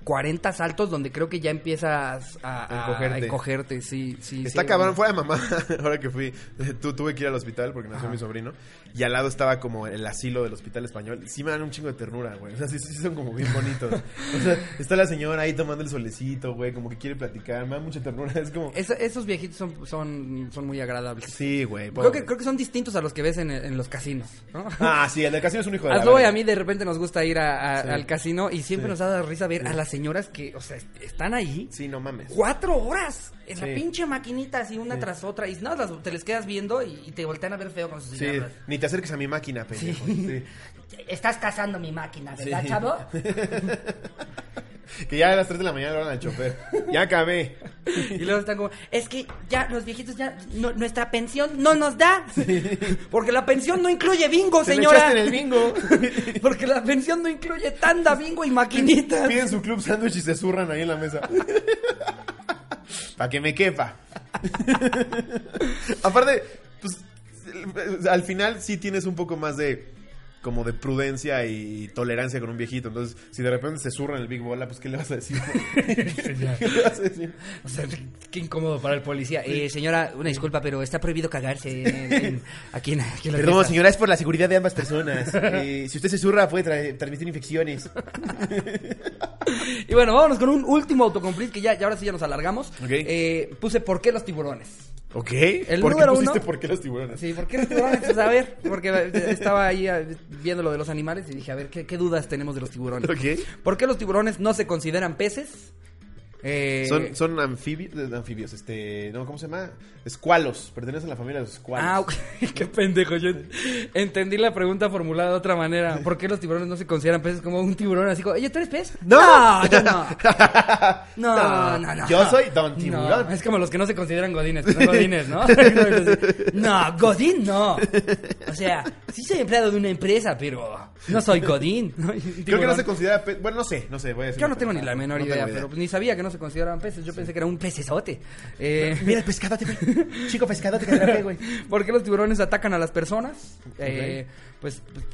Speaker 1: 40 saltos donde creo que ya empiezas a, a- a
Speaker 2: Encogerte.
Speaker 1: encogerte. sí, sí.
Speaker 2: Está
Speaker 1: sí,
Speaker 2: cabrón, fuera de mamá. <laughs> Ahora que fui, tu- tuve que ir al hospital porque nació mi sobrino. Y al lado estaba como el asilo del hospital español. Sí me dan un chingo de ternura, güey. O sea, sí, sí son como bien bonitos. O sea, está la señora ahí tomando el solecito, güey. Como que quiere platicar. Me da mucha ternura. Es como.
Speaker 1: Es- esos viejitos son, son, son muy agradables.
Speaker 2: Sí, güey.
Speaker 1: Creo
Speaker 2: pobre.
Speaker 1: que, creo que son distintos a los que ves en, en los casinos,
Speaker 2: <laughs>
Speaker 1: ¿no?
Speaker 2: Ah, sí, el del casino es un hijo
Speaker 1: <laughs>
Speaker 2: de
Speaker 1: A
Speaker 2: la
Speaker 1: Zoe y
Speaker 2: verga.
Speaker 1: a mí de repente nos gusta ir a- a- al casino y siempre nos da risa ver a las señoras que, o sea, est- están ahí
Speaker 2: Sí, no mames.
Speaker 1: cuatro horas en la
Speaker 2: Sí.
Speaker 1: pinche maquinita así una tras otra y nada, las- te les quedas viendo y, y te voltean a ver feo con sus
Speaker 2: Sí,
Speaker 1: cigarras.
Speaker 2: ni te acerques a mi máquina, pendejo. Sí.
Speaker 4: Estás cazando mi máquina, ¿verdad, chavo?
Speaker 2: Que ya a las 3 de la mañana la hora del chofer. Ya acabé.
Speaker 1: Y luego están como,
Speaker 4: Es que ya los viejitos ya no- nuestra pensión no nos da.
Speaker 1: <laughs> porque la pensión no incluye bingo,
Speaker 2: Se le
Speaker 1: señora.
Speaker 2: echaste en el bingo.
Speaker 1: <laughs> Porque la pensión no incluye tanda, bingo y maquinitas.
Speaker 2: Piden su club sándwich y se zurran ahí en la mesa. <laughs> Para que me quepa. <laughs> Aparte, pues, al final sí tienes un poco más de como de prudencia y tolerancia con un viejito. Entonces, si de repente se zurra en el Big Bola, pues ¿qué le vas a decir? <laughs> ¿Qué le vas a decir?
Speaker 1: O sea, qué incómodo para el policía.
Speaker 4: Eh, señora, una disculpa, pero está prohibido cagarse en-
Speaker 2: <laughs>
Speaker 4: en- aquí en, aquí en la
Speaker 2: Perdón,
Speaker 4: fiesta.
Speaker 2: señora, es por la seguridad de ambas personas. Eh, si usted se zurra, puede tra- transmitir infecciones.
Speaker 1: Y bueno, vámonos con un último autocomplete que ya, ya ahora sí ya nos alargamos.
Speaker 2: Ok.
Speaker 1: Eh, puse ¿por qué los tiburones?
Speaker 2: ¿Ok?
Speaker 1: El
Speaker 2: ¿Por qué
Speaker 1: número
Speaker 2: pusiste
Speaker 1: uno-
Speaker 2: por qué los tiburones?
Speaker 1: Sí, ¿por qué los tiburones? Pues, a ver, porque estaba ahí eh, viendo lo de los animales y dije, a ver, ¿qué, qué dudas tenemos de los tiburones?
Speaker 2: Ok.
Speaker 1: ¿Por qué los tiburones no se consideran peces? Eh,
Speaker 2: Son, son anfibios, anfibios, este, no, ¿cómo se llama? Escualos, pertenecen a la familia de los escualos.
Speaker 1: Ah, ok, <laughs> qué pendejo. Yo entendí la pregunta formulada de otra manera. ¿Por qué los tiburones no se consideran peces como un tiburón así como, oye, ¿tú eres pez?
Speaker 2: <laughs> ¡No!
Speaker 1: yo no.
Speaker 2: <laughs>
Speaker 1: No, no, no.
Speaker 2: Yo soy Don
Speaker 1: No,
Speaker 2: Tiburón.
Speaker 1: es como los que no se consideran godines, que son godines, ¿no? <laughs> no, godín no. O sea, sí soy empleado de una empresa, pero no soy godín. ¿no? Y un
Speaker 2: Creo que no
Speaker 1: tiburón.
Speaker 2: se considera, pe- bueno, no sé, no sé, voy a decir.
Speaker 1: Yo
Speaker 2: una
Speaker 1: no tengo ni la
Speaker 2: pendejada,
Speaker 1: menor
Speaker 2: no tengo
Speaker 1: idea, pero pues, ni sabía que no se consideraban peces. Yo pensé que era un
Speaker 2: <laughs>
Speaker 1: pecesote. Eh,
Speaker 2: Mira el pescadote, güey. Chico pescadote que atrapé, güey.
Speaker 1: <laughs> ¿Por qué los tiburones atacan a las personas? Eh, pues, pues,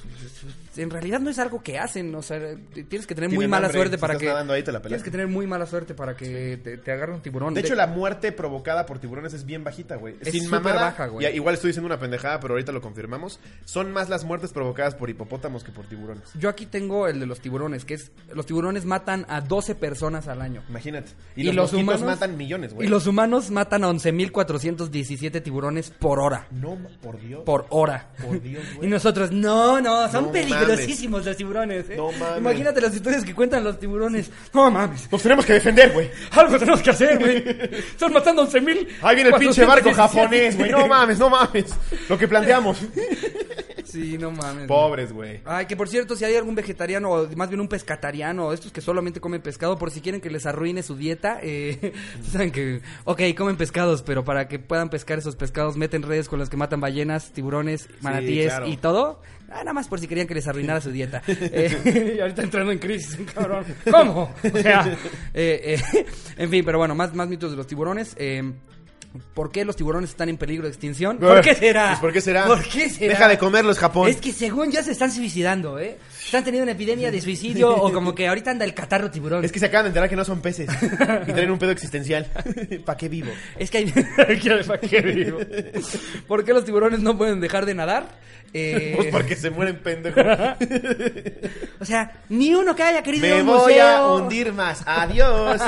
Speaker 1: pues, en realidad no es algo que hacen, o sea, t- tienes que tener muy
Speaker 2: Tienen
Speaker 1: mala
Speaker 2: hambre,
Speaker 1: suerte
Speaker 2: si
Speaker 1: para
Speaker 2: estás
Speaker 1: que
Speaker 2: nadando ahí, te la
Speaker 1: tienes
Speaker 2: pelaste.
Speaker 1: que tener muy mala suerte para que te, te agarre un tiburón.
Speaker 2: De hecho, la muerte provocada por tiburones es bien bajita, güey.
Speaker 1: Es
Speaker 2: Sin
Speaker 1: súper
Speaker 2: mamada.
Speaker 1: baja, güey.
Speaker 2: ya, igual estoy diciendo una pendejada, pero ahorita lo confirmamos. Son más las muertes provocadas por hipopótamos que por tiburones.
Speaker 1: Yo aquí tengo el de los tiburones, que es los tiburones matan a 12 personas al año.
Speaker 2: Imagínate. Y, los, mosquitos matan millones, güey.
Speaker 1: Y los humanos matan a 11.417 tiburones por hora.
Speaker 2: No, por Dios.
Speaker 1: Por hora.
Speaker 2: Por Dios, güey.
Speaker 1: y nosotros, no, no, son
Speaker 2: No
Speaker 1: peligrosísimos los tiburones. ¿eh?
Speaker 2: No mames.
Speaker 1: Imagínate las historias que cuentan los tiburones. No mames.
Speaker 2: Nos tenemos que defender, güey.
Speaker 7: Algo tenemos que hacer, güey. Están matando 11 mil.
Speaker 2: Ahí viene el pinche barco japonés, güey. No mames, no mames. Lo
Speaker 1: <laughs>
Speaker 2: que planteamos.
Speaker 1: Sí, no mames.
Speaker 2: Pobres, güey.
Speaker 1: Ay, que por cierto, si hay algún vegetariano, o más bien un pescatariano, o estos que solamente comen pescado, por si quieren que les arruine su dieta, eh, <laughs> saben que, ok, comen pescados, pero para que puedan pescar esos pescados, meten redes con las que matan ballenas, tiburones, manatíes
Speaker 2: claro.
Speaker 1: y todo. Ah, nada más por si querían que les arruinara su
Speaker 3: <laughs>
Speaker 1: dieta. Eh, <laughs>
Speaker 7: Y ahorita entrando en crisis, cabrón.
Speaker 1: ¿Cómo? O sea, eh, eh, <laughs> en fin, pero bueno, más, más mitos de los tiburones. eh, ¿Por qué los tiburones están en peligro de extinción? ¿Por qué será?
Speaker 3: Pues, ¿Por qué será?
Speaker 1: ¿Por qué será?
Speaker 3: Deja de comerlos, Japón.
Speaker 1: Es que según ya se están suicidando, ¿eh? Están teniendo una epidemia de suicidio o como que ahorita anda el catarro tiburón.
Speaker 2: Es que se acaban de enterar que no son peces. Y traen un pedo existencial. <laughs> ¿Para qué vivo?
Speaker 1: Es que hay... <laughs>
Speaker 7: ¿Qué- pa' qué digo?
Speaker 1: ¿Por qué los tiburones no pueden dejar de nadar? Eh,
Speaker 2: Pues porque se mueren
Speaker 1: <laughs>
Speaker 2: pendejos.
Speaker 1: o sea, ni uno que haya querido ir a
Speaker 2: Me
Speaker 1: un
Speaker 2: voy a
Speaker 1: museo.
Speaker 2: hundir más. Adiós.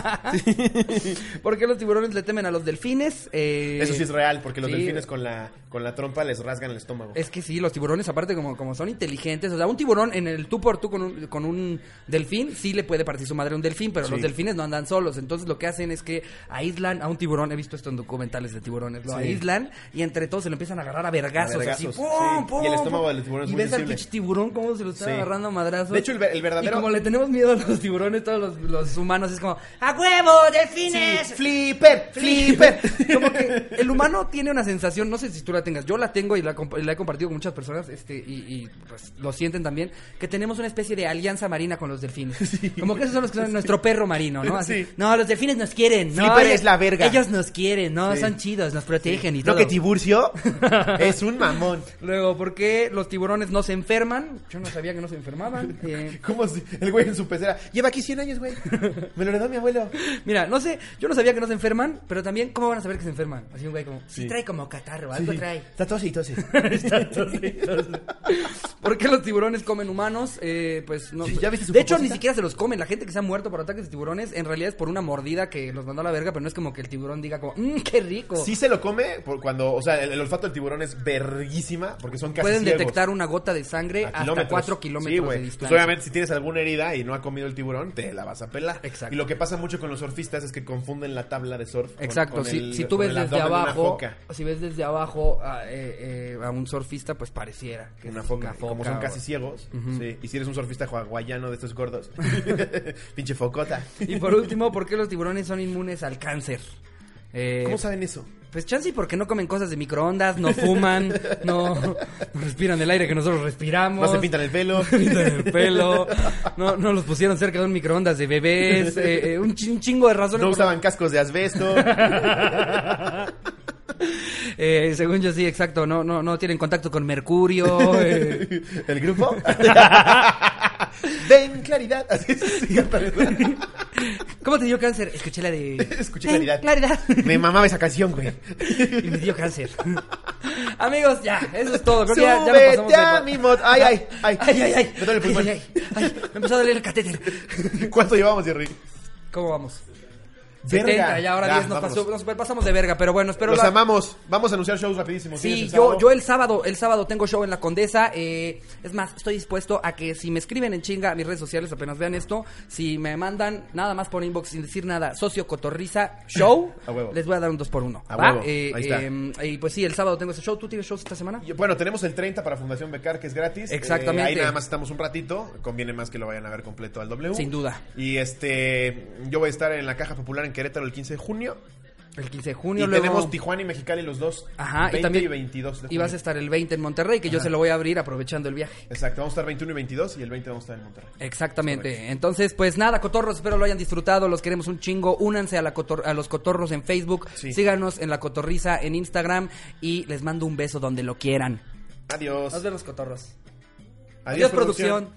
Speaker 1: ¿Por qué los tiburones le temen a los delfines? Eh,
Speaker 2: Eso sí es real, porque los
Speaker 1: sí.
Speaker 2: delfines con la, con la trompa les rasgan el estómago.
Speaker 1: Es que sí, los tiburones aparte como, como son inteligentes, o sea, un tiburón en el tú por tú con un, con un delfín, sí le puede partir su madre a un delfín, pero los delfines no andan solos, entonces lo que hacen es que aíslan a un tiburón, he visto esto en documentales de tiburones, lo aíslan y entre todos se lo empiezan a agarrar a vergazos,
Speaker 2: A vergazos,
Speaker 1: así,
Speaker 2: sí.
Speaker 1: ¡pum, pum,
Speaker 2: Y el
Speaker 1: pum!
Speaker 2: estómago del tiburón es
Speaker 1: Y
Speaker 2: muy
Speaker 1: ves al
Speaker 2: sensible.
Speaker 1: pinche tiburón cómo se lo está
Speaker 2: Sí.
Speaker 1: agarrando a madrazos.
Speaker 2: De hecho, el ver- el verdadero-
Speaker 1: Y como le tenemos miedo a los tiburones, todos los, los humanos, es como, ¡a huevo, delfines!
Speaker 2: Flipper, flipper.
Speaker 1: Como que el humano tiene una sensación, no sé si tú la tengas, yo la tengo y la, comp- la he compartido con muchas personas, este, y, y, pues lo sienten también, que tenemos una especie de alianza marina con los
Speaker 3: <laughs>
Speaker 1: delfines. Como que esos son los que son nuestro perro marino, ¿no? Así,
Speaker 2: Sí.
Speaker 1: No, los delfines nos quieren, no.
Speaker 3: Flipper
Speaker 1: ellos-
Speaker 3: es la verga.
Speaker 1: Ellos nos quieren, no, son chidos, nos protegen y
Speaker 3: No
Speaker 1: todo.
Speaker 2: <laughs>
Speaker 3: que Tiburcio es un mamón.
Speaker 1: Luego, ¿por qué los tiburones no se enferman? Yo no sabía que no se enfermaban.
Speaker 3: <laughs>
Speaker 1: Eh,
Speaker 2: ¿Cómo así? El güey en su pecera. Lleva aquí 100 años, güey. Me lo heredó mi abuelo.
Speaker 1: Mira, no sé, yo no sabía que no se enferman, pero también, ¿cómo van a saber que se enferman? Así un güey como, sí, trae como catarro, algo trae.
Speaker 2: Está tose y tose.
Speaker 1: ¿Por qué los tiburones comen humanos? Eh, pues no.
Speaker 2: Sí, ¿ya viste su
Speaker 1: de hecho, ni
Speaker 2: propósito?
Speaker 1: siquiera se los comen. La gente que se ha muerto por ataques de tiburones, en realidad es por una mordida que los mandó a la verga, pero no es como que el tiburón diga como, mmm, qué rico.
Speaker 2: Sí se lo come por cuando, o sea, el, el olfato del tiburón es verguísima porque son casi
Speaker 1: Pueden
Speaker 2: ciegos.
Speaker 1: detectar una gota de sangre
Speaker 2: A
Speaker 1: hasta
Speaker 2: kilómetros.
Speaker 1: 4
Speaker 2: Sí,
Speaker 1: kilómetros
Speaker 2: güey.
Speaker 1: de
Speaker 2: Pues
Speaker 1: distancia.
Speaker 2: obviamente si tienes alguna herida y no ha comido el tiburón, te la vas a pelar.
Speaker 1: Exacto.
Speaker 2: Y lo que pasa mucho con los surfistas es que confunden la tabla de surf. con-
Speaker 1: Exacto,
Speaker 2: con
Speaker 1: si,
Speaker 2: el-
Speaker 1: si tú
Speaker 2: con
Speaker 1: ves
Speaker 2: el
Speaker 1: desde
Speaker 2: abdomen de una
Speaker 1: abajo,
Speaker 2: foca.
Speaker 1: si ves desde abajo a, eh, eh, a un surfista, pues pareciera que
Speaker 2: Una
Speaker 1: es
Speaker 2: foca. Y Como son
Speaker 1: o-
Speaker 2: casi ciegos. sí. Y si eres un surfista hawaiano de
Speaker 1: <laughs>
Speaker 2: estos gordos. <laughs> Pinche focota.
Speaker 1: Y por último, ¿por qué los tiburones son inmunes al cáncer? Eh,
Speaker 2: ¿Cómo saben eso?
Speaker 1: Pues chance y porque no comen cosas de microondas, no fuman, no, no respiran el aire que nosotros respiramos.
Speaker 2: No se pintan el pelo.
Speaker 1: se <laughs> pintan el
Speaker 2: <laughs>
Speaker 1: pelo. No, no los pusieron cerca de un microondas de bebés. eh, eh, un, chi- un chingo de razones.
Speaker 2: No
Speaker 1: por-
Speaker 2: usaban cascos
Speaker 1: <laughs>
Speaker 2: de asbesto.
Speaker 1: eh, según yo, sí, exacto. No, no, no tienen contacto con mercurio. eh.
Speaker 2: ¿El
Speaker 1: <laughs>
Speaker 2: grupo? Ven claridad. <laughs> Así es, sí, perdón.
Speaker 1: ¿Cómo te dio cáncer? Escuché la de. ¿Eh?
Speaker 2: Escuché claridad.
Speaker 1: Claridad.
Speaker 2: Me mamaba esa canción, güey.
Speaker 1: Y me dio cáncer. Amigos, ya, eso es todo. Creo que ya, ya nos pasamos
Speaker 2: Súbete
Speaker 1: de-
Speaker 2: a mi mod. Ay, ay, ay.
Speaker 1: Ay, ay, ay.
Speaker 2: Me duele el pulmón.
Speaker 1: Ay, ay, ay. Ay, me empezó a doler el catéter.
Speaker 2: <laughs> ¿Cuánto llevamos, Jerry?
Speaker 1: ¿Cómo vamos?
Speaker 2: Verga.
Speaker 1: 70, ya ahora
Speaker 2: Ya,
Speaker 1: 10 nos,
Speaker 2: vámonos.
Speaker 1: pasó- nos pasamos de verga, pero bueno, espero
Speaker 2: Los
Speaker 1: la-
Speaker 2: amamos. Vamos a anunciar shows rapidísimo.
Speaker 1: Sí,
Speaker 2: ¿Tienes el
Speaker 1: yo,
Speaker 2: sábado?
Speaker 1: yo el sábado, el sábado tengo show en la Condesa. eh, es más, estoy dispuesto a que si me escriben en chinga a mis redes sociales, apenas vean esto, si me mandan nada más por inbox sin decir nada, socio cotorriza show,
Speaker 2: <clears throat> A huevo.
Speaker 1: les voy a dar un 2 por 1
Speaker 2: A huevo, ahí está.
Speaker 1: Y pues sí, el sábado tengo ese show. ¿Tú tienes shows esta semana?
Speaker 2: Yo- Bueno, tenemos el 30 para Fundación Becar, que es gratis.
Speaker 1: Exactamente.
Speaker 2: Eh, ahí nada más estamos un ratito. Conviene más que lo vayan a ver completo al W.
Speaker 1: Sin duda.
Speaker 2: Y este, yo voy a estar en la Caja Popular en Querétaro el 15 de junio.
Speaker 1: El 15 de junio.
Speaker 2: y
Speaker 1: luego-
Speaker 2: tenemos Tijuana y Mexicali los dos.
Speaker 1: Ajá,
Speaker 2: 20
Speaker 1: y también.
Speaker 2: y 22
Speaker 1: y
Speaker 2: de junio.
Speaker 1: vas a estar el 20 en Monterrey, que yo se lo voy a abrir aprovechando el viaje.
Speaker 2: Exacto, vamos a estar 21 y 22 y el 20 vamos a estar en Monterrey.
Speaker 1: Exactamente. Entonces, pues nada, cotorros, espero lo hayan disfrutado, los queremos un chingo. Únanse a, la cotor- a los cotorros en Facebook,
Speaker 2: Sí.
Speaker 1: síganos en la cotorriza en Instagram y les mando un beso donde lo quieran.
Speaker 2: Adiós.
Speaker 1: Nos vemos, cotorros.
Speaker 2: Adiós,
Speaker 1: Adiós producción.